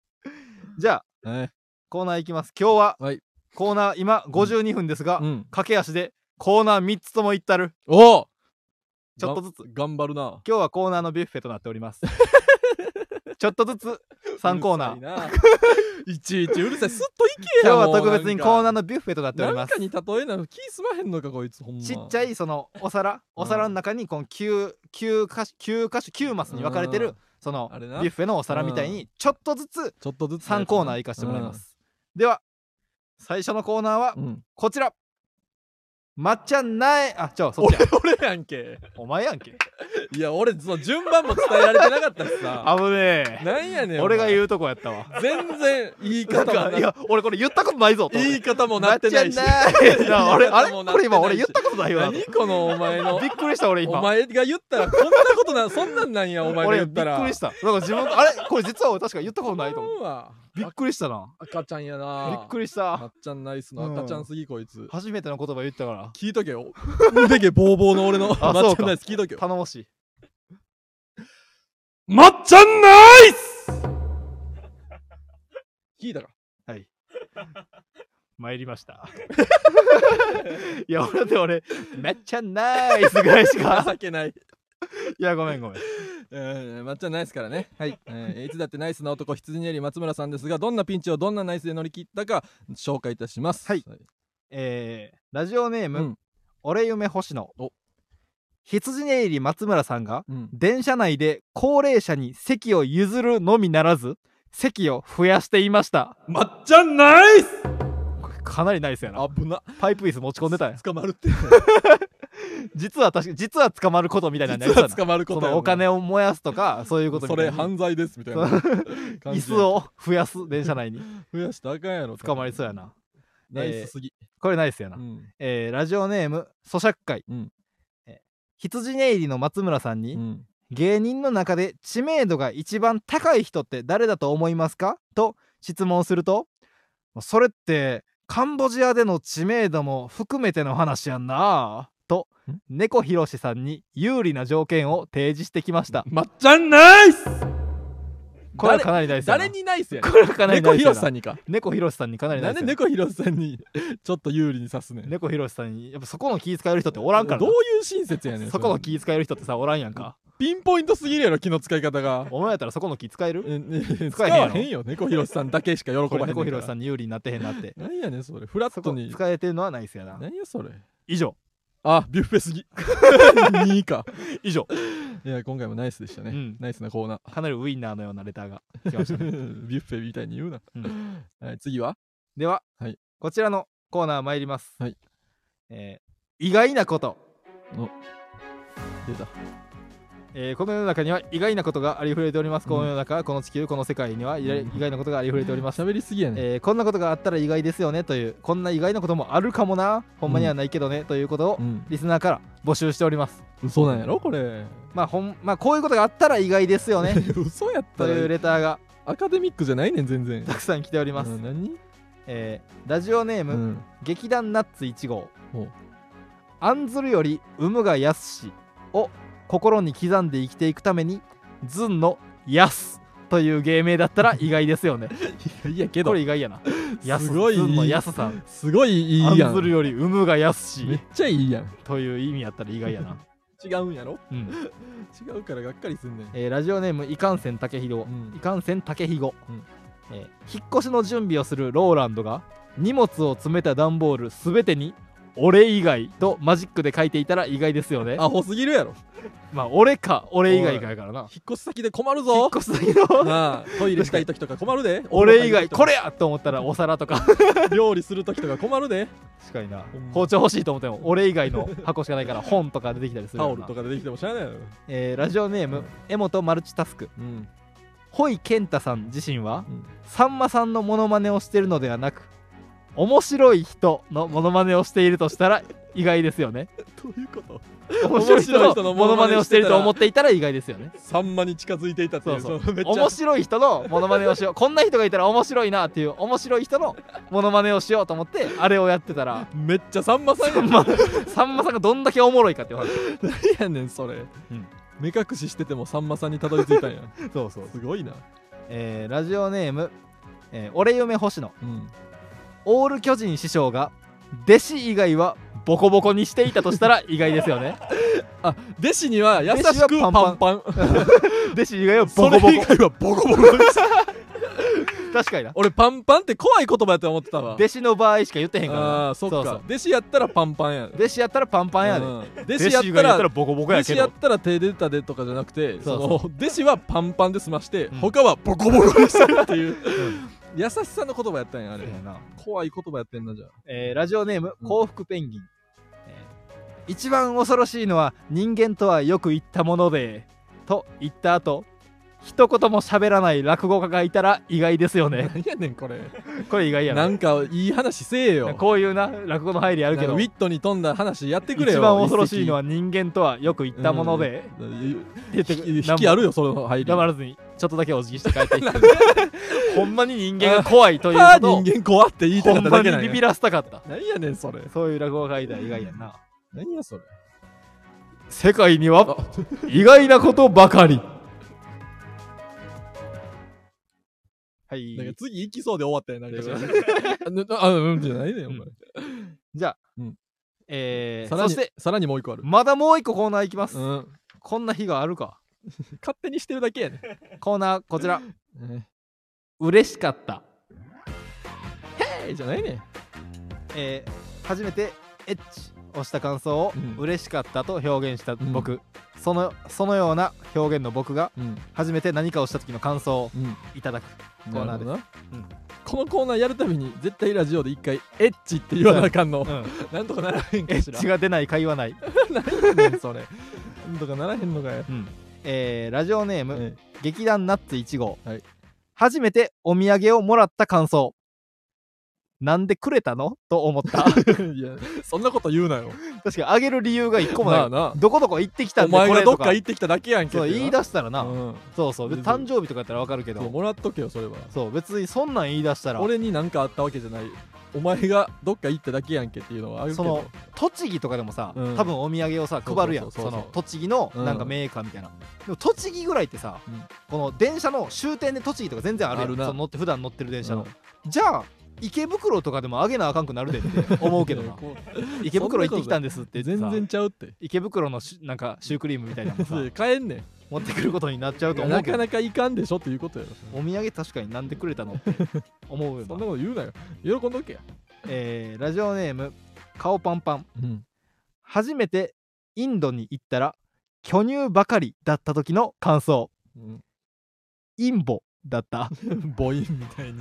Speaker 1: じゃあ
Speaker 2: はい
Speaker 1: コーナーいきます今日は、
Speaker 2: はい
Speaker 1: コーナー今52分ですが、
Speaker 2: うん
Speaker 1: 駆け足でコーナー3つともいったる
Speaker 2: おお
Speaker 1: ちょっとずつ
Speaker 2: 頑張るな
Speaker 1: 今日はコーナーのビュッフェとなっており ますちょっとずつ3コーナー
Speaker 2: うるさいな いちいちうるさいすっといけ
Speaker 1: 今
Speaker 2: や
Speaker 1: 日は特別にコーナー
Speaker 2: の
Speaker 1: のビュッフェとなっております
Speaker 2: なんかに例えなの気すまへんのかこいつほんま
Speaker 1: ちっちゃいそのお皿お皿の中にこの 9, 9箇所9箇所九マスに分かれて
Speaker 2: う
Speaker 1: る
Speaker 2: ん
Speaker 1: その
Speaker 2: あ
Speaker 1: ビ
Speaker 2: れ
Speaker 1: ュ
Speaker 2: な
Speaker 1: ッフェのお皿みたいにちょっとずつ
Speaker 2: ちょっとずつ
Speaker 1: 3コーナー行かせてもらいますでは最初のコーナーは
Speaker 2: うん、 うん
Speaker 1: こちら抹茶ないあちょそっち
Speaker 2: 俺
Speaker 1: や
Speaker 2: 俺やんけ
Speaker 1: お前やんけ
Speaker 2: いや俺その順番も伝えられてなかったしさ
Speaker 1: 危ね
Speaker 2: なんやね
Speaker 1: え
Speaker 2: ん
Speaker 1: 俺が言
Speaker 2: う
Speaker 1: うとこやったわ
Speaker 2: 全然言い
Speaker 1: な
Speaker 2: 方
Speaker 1: ん
Speaker 2: も
Speaker 1: かい
Speaker 2: な
Speaker 1: や俺これ言ったことないぞと
Speaker 2: 言い方もなってないし
Speaker 1: 抹茶ない な俺あれ
Speaker 2: 言い方もなってないし
Speaker 1: これ今俺言ったことないよな
Speaker 2: 何このお前の
Speaker 1: びっくりした俺今
Speaker 2: お前が言ったらこんなことなそんなんなんやお前が
Speaker 1: 俺
Speaker 2: 言っ
Speaker 1: び
Speaker 2: たら
Speaker 1: っくりしたなんか自分あれこれ実は俺確か言ったことないと思う
Speaker 2: うわ
Speaker 1: びっくりしたな
Speaker 2: 赤ちゃんやな
Speaker 1: びっくりした
Speaker 2: まっちゃんナイスの赤ちゃんすぎこいつ
Speaker 1: 初めての言葉言ったから
Speaker 2: 聞いとけよ腕毛ボーボーの俺のまっちゃ
Speaker 1: あそうんか
Speaker 2: ナイス聞いとけよ
Speaker 1: 頼もしい
Speaker 2: まっちゃんナイス聞いたか
Speaker 1: 参りました いや俺だって俺めっちゃナイスぐらいし か
Speaker 2: 情けない、
Speaker 1: いやごめんごめん
Speaker 2: うん、まっちゃんナイスか らね
Speaker 1: はい、
Speaker 2: えーいつだってナイスな男羊により松村さんですがどんなピンチをどんなナイスで乗り切ったか紹介いたします
Speaker 1: はいえーラジオネーム、
Speaker 2: うん
Speaker 1: 俺夢星野
Speaker 2: お
Speaker 1: 羊ね入り松村さんが
Speaker 2: うん、
Speaker 1: 電車内で高齢者に席を譲るのみならず席を増やしていました
Speaker 2: まっちゃんナイス
Speaker 1: これかなりナイスやな
Speaker 2: 危な
Speaker 1: パイプ椅子持ち込んでたんや
Speaker 2: 捕まるって
Speaker 1: 実は確か実は捕まることみたいなんでや
Speaker 2: 実
Speaker 1: って
Speaker 2: は
Speaker 1: たな
Speaker 2: 捕まるこ
Speaker 1: そ
Speaker 2: とや
Speaker 1: のお金を燃やすとかそういうことみ
Speaker 2: そ
Speaker 1: たい
Speaker 2: れ
Speaker 1: に
Speaker 2: 犯罪ですみたいな感
Speaker 1: 椅
Speaker 2: じ
Speaker 1: 子を増やす電車内に
Speaker 2: 増やしたらあかんやろ
Speaker 1: 捕まりそうやな
Speaker 2: ナイスすぎ、
Speaker 1: これナイスやな、
Speaker 2: うん
Speaker 1: えーラジオネーム咀嚼会、
Speaker 2: うん
Speaker 1: えー羊ネイリの松村さんに、
Speaker 2: うん
Speaker 1: 芸人の中で知名度が一番高い人って誰だと思いますかと質問するとそれってカンボジアでの知名度も含めての話やんなあと
Speaker 2: ん
Speaker 1: 猫ひろしさんに有利な条件を提示してきました
Speaker 2: まっちゃんナイス
Speaker 1: これはかなり大事だな
Speaker 2: 誰に ナイスやねん
Speaker 1: これはかなり
Speaker 2: 猫
Speaker 1: 大
Speaker 2: ひ
Speaker 1: 事だな
Speaker 2: ろしさんにか
Speaker 1: 猫ひろしさんにかなり
Speaker 2: な
Speaker 1: 大事だ
Speaker 2: んで
Speaker 1: な
Speaker 2: 猫ひろしさんに ちょっと有利にさすねん
Speaker 1: 猫ひろしさんにやっぱそこの気遣える人っておらんからな
Speaker 2: どういう親切やねん
Speaker 1: そこの
Speaker 2: れ
Speaker 1: 気遣える人ってさおらんやんか
Speaker 2: ピンポイントすぎるやろ気の使い方が
Speaker 1: お前やったらそこの気遣える
Speaker 2: えね使
Speaker 1: 使えへんや
Speaker 2: わ
Speaker 1: ろ
Speaker 2: へんよ猫ひろしさんだけしか喜ばへん
Speaker 1: こ
Speaker 2: ね
Speaker 1: れ
Speaker 2: ん
Speaker 1: 猫ひろしさ
Speaker 2: ん
Speaker 1: んに有利になってへんなって
Speaker 2: 何やねんそれフラ
Speaker 1: そ
Speaker 2: ッ
Speaker 1: こ
Speaker 2: トに
Speaker 1: 使えてるのはナイスやな
Speaker 2: 何やそれ
Speaker 1: 以上
Speaker 2: あビュッフェすぎ 2か
Speaker 1: 以上
Speaker 2: いや今回もナイスでしたね、
Speaker 1: うん
Speaker 2: ナイスなコーナー
Speaker 1: かなりウインナーのようなレターが来ま したね
Speaker 2: ビュッフェみたいに言うな、
Speaker 1: う
Speaker 2: はい、次は
Speaker 1: では、
Speaker 2: はい
Speaker 1: こちらのコーナー参ります、
Speaker 2: はい
Speaker 1: えー意外なこと、
Speaker 2: 出た
Speaker 1: えーこの世の中には意外なことがありふれております、
Speaker 2: うん
Speaker 1: この世の中この地球この世界には意外
Speaker 2: うん
Speaker 1: 意外なことがありふれております、
Speaker 2: 喋りすぎやねん、
Speaker 1: えーこんなことがあったら意外ですよねというこんな意外なこともあるかもなほんまにはないけどね、ということを
Speaker 2: うん
Speaker 1: リスナーから募集しております
Speaker 2: 嘘なんやろこれ
Speaker 1: まあほんまあこういうことがあったら意外ですよね
Speaker 2: 嘘やっ
Speaker 1: と
Speaker 2: た
Speaker 1: いう
Speaker 2: ら
Speaker 1: レターが
Speaker 2: アカデミックじゃないねん全然
Speaker 1: たくさん来ております、
Speaker 2: うん何
Speaker 1: えーラジオネー
Speaker 2: う
Speaker 1: ム、
Speaker 2: ん
Speaker 1: 劇団ナッツ1号
Speaker 2: ほう
Speaker 1: 案ずるより産むが安しを心に刻んで生きていくためにずんの安という芸名だった ら意外ですよね
Speaker 2: いやいやけ
Speaker 1: こ
Speaker 2: ど
Speaker 1: れ意外やな安
Speaker 2: すごい
Speaker 1: ずんの安さん
Speaker 2: すごいいいや
Speaker 1: 案ずる
Speaker 2: ん
Speaker 1: より産むが安
Speaker 2: めっ
Speaker 1: し
Speaker 2: ちゃいいやん
Speaker 1: という意味やったら意外やな、
Speaker 2: 違うんやろ
Speaker 1: うん
Speaker 2: 違うからがっかりすんねん
Speaker 1: えーラジオネームいかんせんたけひろ
Speaker 2: うん
Speaker 1: いかんせんたけひご、
Speaker 2: うん
Speaker 1: えー引っ越しの準備をするローランドが荷物を詰めた段ボールすべてに俺以外とマジックで書いていたら意外ですよね
Speaker 2: アホすぎるやろ
Speaker 1: まあ俺か俺以外かやからな
Speaker 2: 引っ越し先で困る
Speaker 1: 引っ
Speaker 2: ぞ
Speaker 1: 越す先 の
Speaker 2: なあトイレしたい時とか困る で
Speaker 1: 俺以外こ
Speaker 2: れ
Speaker 1: れやと思ったらお皿とか
Speaker 2: 料理する時とか困るで
Speaker 1: 確かにな
Speaker 2: ほんま
Speaker 1: 包丁欲しいと思っても俺以外の箱しかないから本とか出てきたりする
Speaker 2: タ
Speaker 1: よな
Speaker 2: オルとか出てきても知らないやろ
Speaker 1: えーラジオネーム柄本マルチタスク
Speaker 2: うん
Speaker 1: ホイケンタさん自身は
Speaker 2: うん
Speaker 1: さんまさんのモノマネをしているのではなく面白い人のモノマネをしているとしたら意外ですよね
Speaker 2: どういうこと
Speaker 1: 面白い人のモノマネをしていると思っていたら意外ですよね
Speaker 2: サンマに近づいていたっていう
Speaker 1: そうそう
Speaker 2: のめっちゃ
Speaker 1: 面白い人のモノマネを しようこんな人がいたら面白いなっていう面白い人のモノマネをしようと思ってあれをやってたら
Speaker 2: めっちゃさんまさんやん
Speaker 1: まあさんまさんがどんだけおもろいかっていう話
Speaker 2: 何やねんそれ、
Speaker 1: ん
Speaker 2: 目隠ししててもさんまさんにたどり着いたんや
Speaker 1: そうそう、
Speaker 2: すごいな
Speaker 1: えーラジオネーム、えー俺夢星野
Speaker 2: うん
Speaker 1: オール巨人師匠が弟子以外はボコボコにしていたと したら意外ですよね
Speaker 2: あ弟子には優し
Speaker 1: 弟
Speaker 2: く
Speaker 1: 子
Speaker 2: パ
Speaker 1: は
Speaker 2: ン
Speaker 1: パ
Speaker 2: パ
Speaker 1: ン
Speaker 2: ン
Speaker 1: 弟子以外はボ
Speaker 2: そ
Speaker 1: コ
Speaker 2: れ
Speaker 1: ボ
Speaker 2: 以
Speaker 1: コ
Speaker 2: 外はボコボコ
Speaker 1: 確かにな
Speaker 2: 俺パンパンって怖い言葉やと思ってたわ
Speaker 1: 弟子の場合しか言ってへんからな
Speaker 2: ああそっか
Speaker 1: うそう
Speaker 2: 弟子やったらパンパンや
Speaker 1: 弟子やったらパンパンやで、
Speaker 2: うん弟
Speaker 1: 弟
Speaker 2: 子
Speaker 1: 子
Speaker 2: や
Speaker 1: や
Speaker 2: っ
Speaker 1: った
Speaker 2: た
Speaker 1: ら
Speaker 2: ら
Speaker 1: ボコボコ
Speaker 2: 弟
Speaker 1: や
Speaker 2: 子
Speaker 1: け
Speaker 2: や
Speaker 1: ど
Speaker 2: ったら手出たでとかじゃなくて
Speaker 1: そ
Speaker 2: そうの
Speaker 1: そう
Speaker 2: 弟子はパンパンで済まして、
Speaker 1: うん
Speaker 2: 他はボコボコにしてるっていう、優しさの言葉やったんやあれ
Speaker 1: そうやな
Speaker 2: 怖い言葉やってんなじゃあ
Speaker 1: えーラジオネーム
Speaker 2: うん
Speaker 1: 幸福ペンギン、えー一番恐ろしいのは人間とはよく言ったものでと言った後一言も喋らない落語家がいたら意外ですよ ね
Speaker 2: 何やねんこれ
Speaker 1: これ意外や
Speaker 2: な
Speaker 1: ろ
Speaker 2: んかいい話せえよ
Speaker 1: こういうな落語の入りあるけ
Speaker 2: なん
Speaker 1: ど
Speaker 2: かウィットに富んだ話やってくれよ
Speaker 1: 一番恐ろしいのは人間とはよく言ったもので、
Speaker 2: 一石
Speaker 1: って言って
Speaker 2: 引き引きあるよその入り
Speaker 1: 黙
Speaker 2: あ
Speaker 1: らずにちょっとだけお辞儀して帰っていった ほんまに人間が怖いという
Speaker 2: あ
Speaker 1: こと を
Speaker 2: 人間怖って言いたか
Speaker 1: ほ
Speaker 2: っ
Speaker 1: ん
Speaker 2: た
Speaker 1: ま
Speaker 2: だけな
Speaker 1: に
Speaker 2: ん
Speaker 1: ビ
Speaker 2: や
Speaker 1: ビらせたかった
Speaker 2: 何やねんそれ
Speaker 1: そういう落語家がいたら意外やんな
Speaker 2: 何やそれ
Speaker 1: 世界には意外なことばかりはい
Speaker 2: なんか次行きそうで終わったやんなん
Speaker 1: というこ
Speaker 2: かああうんじゃないねんお前
Speaker 1: えー、
Speaker 2: さら
Speaker 1: そ
Speaker 2: に
Speaker 1: して
Speaker 2: さらにもう一個ある
Speaker 1: まだもう一個コーナーいきます、
Speaker 2: うん
Speaker 1: こんな日があるか
Speaker 2: 勝手にしてるだけやね
Speaker 1: コーナーこちら
Speaker 2: ん
Speaker 1: 嬉しかった
Speaker 2: えいじゃないねん
Speaker 1: えー初めてエッチをした感想を
Speaker 2: うん
Speaker 1: 嬉しかったと表現した僕、
Speaker 2: う
Speaker 1: そのそのような表現の僕が
Speaker 2: うん
Speaker 1: 初めて何かをした時の感想をいただく
Speaker 2: うん
Speaker 1: コーナー
Speaker 2: なるほ
Speaker 1: で
Speaker 2: どな
Speaker 1: うん
Speaker 2: このコーナーやるたびに絶対ラジオで一回エッチって言わなあかんの
Speaker 1: す、うん
Speaker 2: なんとかならへん
Speaker 1: エ
Speaker 2: かし
Speaker 1: ッ
Speaker 2: ら
Speaker 1: チが出ない会話ない、
Speaker 2: なんねんそれなんとかならへんのかよ
Speaker 1: うんえーラジオネーム、
Speaker 2: え
Speaker 1: 劇団ナッツ1号、
Speaker 2: はい
Speaker 1: 初めてお土産をもらった感想なんでくれたのと思った 確か
Speaker 2: いやそんなこと言うなよ
Speaker 1: にあげる理由が一個もない、
Speaker 2: まあな
Speaker 1: どこどこ行ってきた
Speaker 2: お
Speaker 1: んでこ
Speaker 2: 前
Speaker 1: れ
Speaker 2: が
Speaker 1: と
Speaker 2: どっか
Speaker 1: か
Speaker 2: 行ってきただけやんけ
Speaker 1: そう
Speaker 2: ってな
Speaker 1: 言い出したらな、
Speaker 2: うん
Speaker 1: そうそうで
Speaker 2: で
Speaker 1: 誕生日とかやったらわかるけ
Speaker 2: そう
Speaker 1: ど
Speaker 2: もらっとけよそれは
Speaker 1: そう別にそんなん言い出したら
Speaker 2: 俺に何かあったわけじゃないお前がどっか行っただけやんけっていうのはあるけ
Speaker 1: そ
Speaker 2: ど
Speaker 1: の栃木とかでもさ、
Speaker 2: うん
Speaker 1: 多分お土産をさ
Speaker 2: そうそうそうそう
Speaker 1: 配るやんその栃木の
Speaker 2: うん
Speaker 1: なんかメーカーみたいな、でも栃木ぐらいってさ、
Speaker 2: うん
Speaker 1: この電車の終点で栃木とか全然あるやん
Speaker 2: あるな
Speaker 1: その乗って普段乗ってる電車
Speaker 2: う
Speaker 1: の
Speaker 2: ん、
Speaker 1: じゃあ池袋とかでもあげなあかんくなるでって思うけど
Speaker 2: いや
Speaker 1: ない
Speaker 2: やこう
Speaker 1: 池袋行ってきたんですって言ってさ
Speaker 2: 全然ちゃうって
Speaker 1: 池袋のしなんかシュークリームみたいなのもさ
Speaker 2: 帰んねん
Speaker 1: 持ってくることになっちゃうと思う
Speaker 2: な
Speaker 1: け
Speaker 2: か
Speaker 1: ど
Speaker 2: なかいかんでしょっていうことやろ
Speaker 1: お土産確かになんでくれたのって思うよ
Speaker 2: そ
Speaker 1: なん
Speaker 2: なこと言うなよ喜んどけや
Speaker 1: えーラジオネーム顔パンパン
Speaker 2: うん
Speaker 1: 初めてインドに行ったら巨乳ばかりだった時の感想インボだった
Speaker 2: 母音みたいに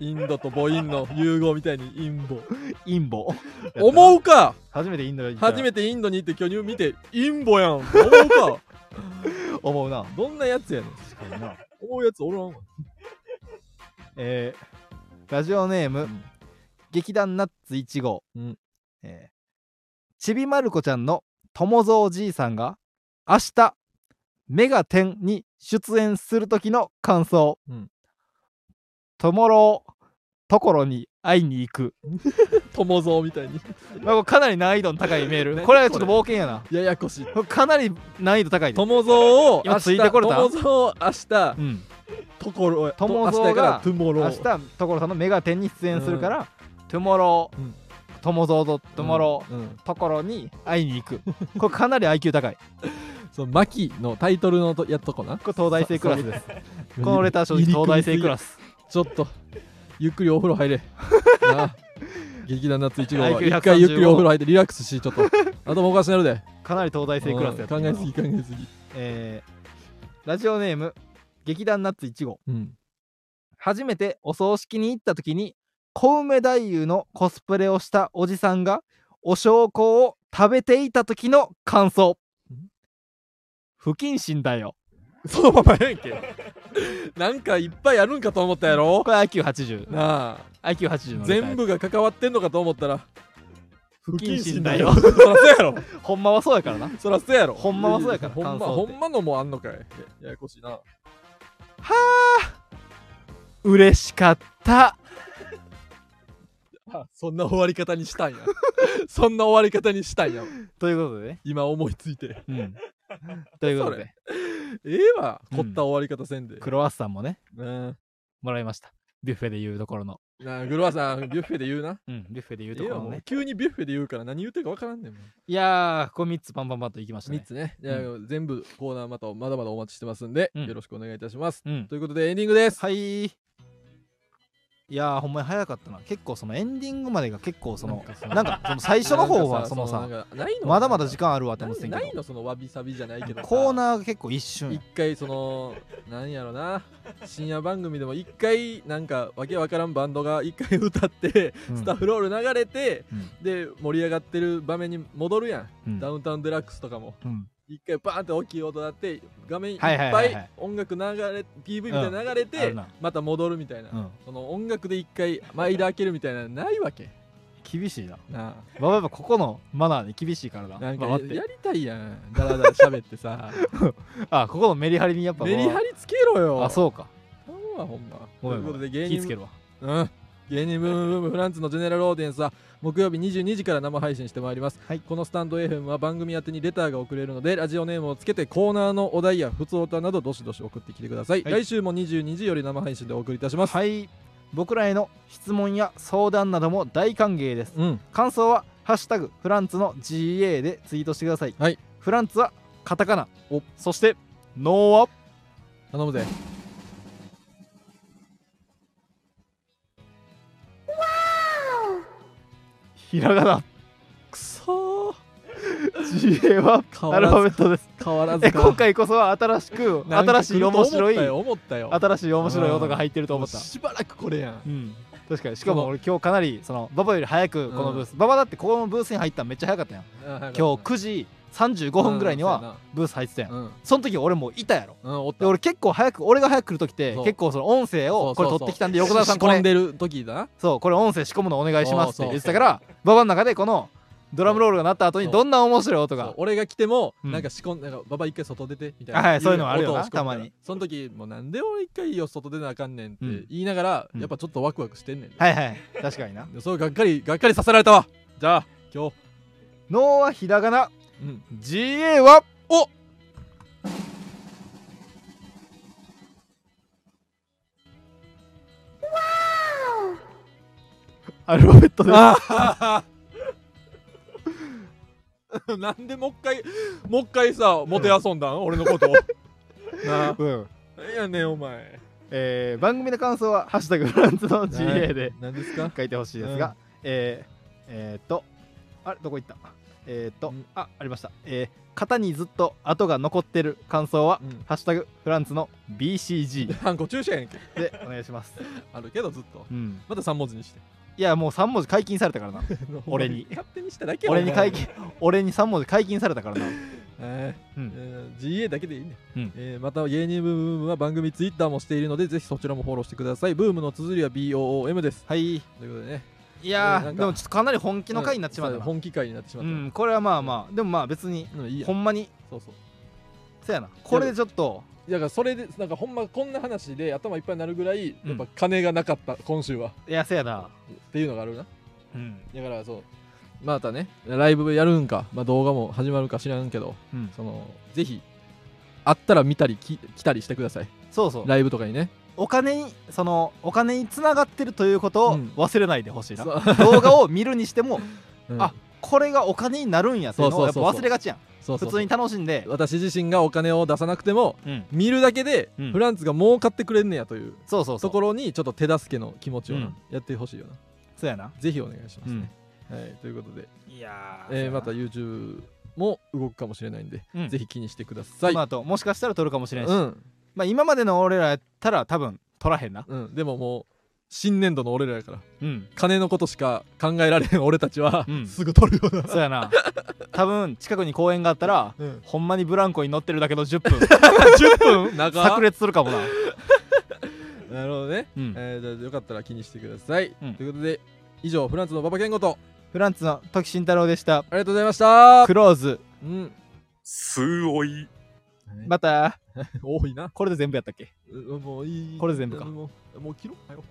Speaker 2: インドと母音の融合みたいに陰謀
Speaker 1: イン ボ
Speaker 2: 思
Speaker 1: う
Speaker 2: うか
Speaker 1: 初めてインドに行ったら
Speaker 2: 初めてインドに行って巨乳見て陰謀やん思うか
Speaker 1: 思うな
Speaker 2: どんなやつやねん思うやつおらんわ
Speaker 1: えーラジオネーム、
Speaker 2: ん
Speaker 1: 劇団ナッツ1号、
Speaker 2: うん
Speaker 1: えーちびまる子ちゃんの友蔵おじいさんが明日メガテンに出演する時の感想
Speaker 2: うん
Speaker 1: ともろうところに会いに行く
Speaker 2: 友蔵みたいに
Speaker 1: まあこれかなり難易度の高いメールこれはちょっと冒険やな
Speaker 2: ややこしい
Speaker 1: これかなり難易度高いで
Speaker 2: 友蔵を
Speaker 1: 今
Speaker 2: 明
Speaker 1: つ
Speaker 2: 日
Speaker 1: いてこれた
Speaker 2: 友蔵を明日
Speaker 1: うん、
Speaker 2: ところへと
Speaker 1: 友蔵が
Speaker 2: 明日からトゥモロ
Speaker 1: 明
Speaker 2: ー
Speaker 1: 日所さんのメガテンに出演するから、トゥモロー、
Speaker 2: うん
Speaker 1: 友蔵とトゥモロー、
Speaker 2: うんうん
Speaker 1: ところに会いに行くこれかなり IQ 高い
Speaker 2: そのマキのタイトルのとやっとこな
Speaker 1: これ東大生クラスですこのレター正直東大生クラス
Speaker 2: ちょっとゆっくりお風呂入れなあ劇団夏1号は
Speaker 1: IQ135
Speaker 2: 一回ゆっくりお風呂入ってリラックスしちょ っと頭おかしなるで
Speaker 1: かなり東大生クラスやった
Speaker 2: うん
Speaker 1: な
Speaker 2: 考えすぎ考えすぎ
Speaker 1: えーラジオネーム劇団ナッツ1号
Speaker 2: うん
Speaker 1: 初めてお葬式に行った時に小梅太夫のコスプレをしたおじさんがお焼香を食べていた時の感想
Speaker 2: ん
Speaker 1: 不謹慎だよ
Speaker 2: そのままやんけなんかいっぱいあるんかと思ったやろ
Speaker 1: これ IQ80IQ80
Speaker 2: な
Speaker 1: の
Speaker 2: あ
Speaker 1: ネタ
Speaker 2: 全部が関わってんのかと思ったら
Speaker 1: 不
Speaker 2: 不
Speaker 1: 謹慎だよ
Speaker 2: そらそうやろ
Speaker 1: ほんまはそうやからな
Speaker 2: そらそうやろ
Speaker 1: ほんまはそうやから
Speaker 2: ほん
Speaker 1: 感
Speaker 2: ま
Speaker 1: 想
Speaker 2: ほ
Speaker 1: って
Speaker 2: んまのもあんのかいややこ しいな
Speaker 1: 嬉しかった
Speaker 2: あそんな終わり方にしたんや そんな終わり方にしたんや
Speaker 1: ということでね
Speaker 2: 今思いついて
Speaker 1: うんということ
Speaker 2: そ
Speaker 1: で
Speaker 2: ええわ凝った終わり方せんで、
Speaker 1: クロワッサンもね
Speaker 2: うん
Speaker 1: もらいましたビュッフェで言うところの
Speaker 2: なあグロワさんビュッフェで言うな
Speaker 1: うんビュッフェで言う
Speaker 2: え
Speaker 1: と
Speaker 2: え
Speaker 1: こ
Speaker 2: わ
Speaker 1: ろ
Speaker 2: も
Speaker 1: の
Speaker 2: う
Speaker 1: ね
Speaker 2: 急にビュッフェで言うから何言ってるか分からんねんもん
Speaker 1: いやーここ3つパンパンパンといきました
Speaker 2: 3
Speaker 1: ね
Speaker 2: つね、いや全部コーナーまたまだまだお待ちしてますんで、
Speaker 1: うん
Speaker 2: よろしくお願いいたします
Speaker 1: うん
Speaker 2: ということでエンディングです、
Speaker 1: はいいやーほんまに早かったな結構そのエンディングまでが結構そのな
Speaker 2: な
Speaker 1: んん
Speaker 2: か
Speaker 1: かその最初の方はその
Speaker 2: な
Speaker 1: さ
Speaker 2: んかないの
Speaker 1: まだまだ時間あるわと思ってた
Speaker 2: ない
Speaker 1: んや
Speaker 2: ない
Speaker 1: けど
Speaker 2: のそのわびさびじゃないけどさ
Speaker 1: コーナーが結構一瞬や
Speaker 2: 一回そのなんやろな深夜番組でも一回なんかわけわからんバンドが一回歌って、
Speaker 1: うん
Speaker 2: スタッフロール流れて、
Speaker 1: うん
Speaker 2: で盛り上がってる場面に戻るやん、
Speaker 1: うん
Speaker 2: ダウンタウンデラックスとかも
Speaker 1: うん
Speaker 2: 一回バーンって大きい音だって画面いっぱ
Speaker 1: はいはいはいはい
Speaker 2: い音楽流れ PV みたいなの流れ
Speaker 1: うんあ
Speaker 2: て、
Speaker 1: るな
Speaker 2: また戻るみたいな、
Speaker 1: うん
Speaker 2: その音楽で一回間開けるみたいなのないわけ
Speaker 1: 厳しいな
Speaker 2: な
Speaker 1: まあやっぱここのマナーに厳しいから
Speaker 2: あ
Speaker 1: な
Speaker 2: なんか
Speaker 1: まあ
Speaker 2: や
Speaker 1: 待って
Speaker 2: りたいやんダラダラ喋っ てさ
Speaker 1: あここのメリハリにやっぱ
Speaker 2: メリハリつけろよ
Speaker 1: あそうか
Speaker 2: 頼むわほんま
Speaker 1: ごめん
Speaker 2: というこ
Speaker 1: ご
Speaker 2: と
Speaker 1: め
Speaker 2: で
Speaker 1: ん
Speaker 2: 芸
Speaker 1: 気
Speaker 2: 人
Speaker 1: ぃつけるわ
Speaker 2: うん。芸人ブームブームフランツのジェネラルオーディエンスは木曜日22時から生配信してまいります、
Speaker 1: はい
Speaker 2: このスタンド FM は番組宛てにレターが送れるのでラジオネームをつけてコーナーのお題や普通歌などどしどし送ってきてください、
Speaker 1: はい
Speaker 2: 来週も22時より生配信でお送りいたします、
Speaker 1: はい僕らへの質問や相談なども大歓迎です
Speaker 2: うん
Speaker 1: 感想は「ハッシュタグフランツの GA」でツイートしてください、
Speaker 2: はい
Speaker 1: フランツはカタカナ
Speaker 2: お
Speaker 1: そしてノーは
Speaker 2: 頼むぜ
Speaker 1: ひらがな
Speaker 2: くそー
Speaker 1: GA は
Speaker 2: 変
Speaker 1: ア
Speaker 2: わ
Speaker 1: ル
Speaker 2: ら
Speaker 1: ファ
Speaker 2: ず
Speaker 1: ベットです
Speaker 2: 変わらず
Speaker 1: え
Speaker 2: か
Speaker 1: 今回こそは新しく
Speaker 2: なん
Speaker 1: 新
Speaker 2: か来
Speaker 1: しい
Speaker 2: ると
Speaker 1: 面白い
Speaker 2: 思ったよ思ったよ
Speaker 1: 新しい面白い音が入ってると思った
Speaker 2: もうしばらくこれやん
Speaker 1: うん確かにしかも俺今日かなりそのババより早くこのブース、ババだってここのブースに入ったのめっちゃ早かったやん
Speaker 2: 今
Speaker 1: 今
Speaker 2: 日
Speaker 1: 日9時35分ぐらいにはブース入ってたやん、
Speaker 2: うん、
Speaker 1: その時俺もういたやろ
Speaker 2: うん、おっ
Speaker 1: で
Speaker 2: た
Speaker 1: 俺結構早く俺が早く来る時って
Speaker 2: そう
Speaker 1: 結構その音声をこれ
Speaker 2: そうそうそう
Speaker 1: 取ってきたんで横澤さんこ
Speaker 2: 仕込
Speaker 1: れ
Speaker 2: んでる時だな
Speaker 1: そうこれ音声仕込むのお願いしますって言ってたから
Speaker 2: そう
Speaker 1: ババの中でこのドラムロールが鳴った後に
Speaker 2: そう
Speaker 1: どんな面白い音
Speaker 2: そ
Speaker 1: が
Speaker 2: う俺が来ても、
Speaker 1: うん
Speaker 2: なんか仕込んなんかババ一回外出てみたいな、
Speaker 1: はいそういうのあるよな
Speaker 2: 音を仕込んだら
Speaker 1: たまに
Speaker 2: その時もうなんで俺一回よ外出なあかんねんって
Speaker 1: うん
Speaker 2: 言いながら、
Speaker 1: うん
Speaker 2: やっぱちょっとワクワクしてんねん、
Speaker 1: はいはい確かにな
Speaker 2: でそうがっかりがっかりさせられたわじゃあ今日、
Speaker 1: 脳はひらがな
Speaker 2: うん、
Speaker 1: GA は
Speaker 2: お
Speaker 1: アルファベットです
Speaker 2: あー なんでもう一回もう一回さもて遊んだん俺の ことをなあ
Speaker 1: うん
Speaker 2: なんやねんお前
Speaker 1: えー番組の感想は「ハッシュタグフランスの GA」で
Speaker 2: 何ですか
Speaker 1: 書いてほしいです
Speaker 2: う
Speaker 1: が、えー、えー、っとあれどこ行ったえー、っと
Speaker 2: うん
Speaker 1: あありましたえー、型にずっと跡が残ってる感想は「
Speaker 2: うん
Speaker 1: ハッシュタグフランスの BCG
Speaker 2: ハンコ注射やんけ」
Speaker 1: でお願いし ます、
Speaker 2: あるけどずっと
Speaker 1: うん、
Speaker 2: また3文字にして
Speaker 1: いやもう3文字解禁されたからな俺に
Speaker 2: 勝手にしただけやろ
Speaker 1: 俺に
Speaker 2: お前
Speaker 1: 解禁俺に3文字解禁されたからな
Speaker 2: えー
Speaker 1: うん
Speaker 2: えー GA だけでいいね、
Speaker 1: うん
Speaker 2: えーまた芸人ブームブームは番組ツイッターもしているのでぜひそちらもフォローしてくださいブームの綴りは BOOM です
Speaker 1: はいい
Speaker 2: ということでね
Speaker 1: や
Speaker 2: う
Speaker 1: ー
Speaker 2: んなんか
Speaker 1: でもちょっとかなり本気の回になってしまった
Speaker 2: うん
Speaker 1: な
Speaker 2: 本気回になってしま
Speaker 1: う
Speaker 2: った
Speaker 1: んこれはまあまあでもまあ別に
Speaker 2: うん、いいや
Speaker 1: ほんまに
Speaker 2: そうそう
Speaker 1: そやなこれでちょっと
Speaker 2: だからそれでなんかほんまこんな話で頭いっぱいになるぐらいやっぱ金がなかった、今週はい
Speaker 1: やそやな
Speaker 2: っていうのがあるな
Speaker 1: うん
Speaker 2: だからそうまたねライブやるんか、まあ、動画も始まるか知らんけど
Speaker 1: うん
Speaker 2: そのぜひあったら見たりき来たりしてください
Speaker 1: そうそう
Speaker 2: ライブとかにね
Speaker 1: お金にそのお金につながってるということ
Speaker 2: う
Speaker 1: を
Speaker 2: ん
Speaker 1: 忘れないでほしいな、
Speaker 2: そう
Speaker 1: 動画を見るにしても
Speaker 2: うん
Speaker 1: あこれがお金になるんやっていうのを
Speaker 2: そ
Speaker 1: や
Speaker 2: う
Speaker 1: っ
Speaker 2: そ
Speaker 1: ぱ
Speaker 2: うそうそう
Speaker 1: 忘れがちやん
Speaker 2: そうそうそ
Speaker 1: 普
Speaker 2: う
Speaker 1: 通に楽しんで
Speaker 2: 私自身がお金を出さなくても
Speaker 1: うん
Speaker 2: 見るだけで
Speaker 1: うん
Speaker 2: フランツが儲かってくれんねやという
Speaker 1: そうそうそう
Speaker 2: ところにちょっと手助けの気持ちをな
Speaker 1: うん
Speaker 2: やってほしいよな
Speaker 1: そうやな。
Speaker 2: ぜひお願いします
Speaker 1: うん
Speaker 2: ね、はい、ということで、
Speaker 1: いや
Speaker 2: えーまた YouTube も動くかもしれないんで、
Speaker 1: うん
Speaker 2: ぜひ気にしてくださ
Speaker 1: こ
Speaker 2: い、
Speaker 1: の後もしかしたら撮るかもしれんし、
Speaker 2: うん
Speaker 1: まあ今までの俺らやったら多分撮らへん な。
Speaker 2: うん、でももう新年度の俺らやから
Speaker 1: うん。
Speaker 2: 金のことしか考えられへん 俺たちは、
Speaker 1: うん
Speaker 2: すぐ取るよ うな、
Speaker 1: そうやな。多分近くに公園があったら、
Speaker 2: うん、
Speaker 1: ほんまにブランコに乗ってるだけの10分
Speaker 2: 10分 長
Speaker 1: 炸裂するかもな。
Speaker 2: なるほどね、
Speaker 1: うん。
Speaker 2: えーじゃあよかったら気にしてください、
Speaker 1: うん
Speaker 2: ということで以上フランスの馬場健吾と
Speaker 1: フランツの時慎太郎でした。
Speaker 2: ありがとうございました
Speaker 1: クローズ。
Speaker 2: うん
Speaker 4: すごい。
Speaker 1: また、
Speaker 2: 多いな
Speaker 1: これで全部やったっけ
Speaker 2: うもういい
Speaker 1: これ全部か
Speaker 2: もうもう切ろうはよ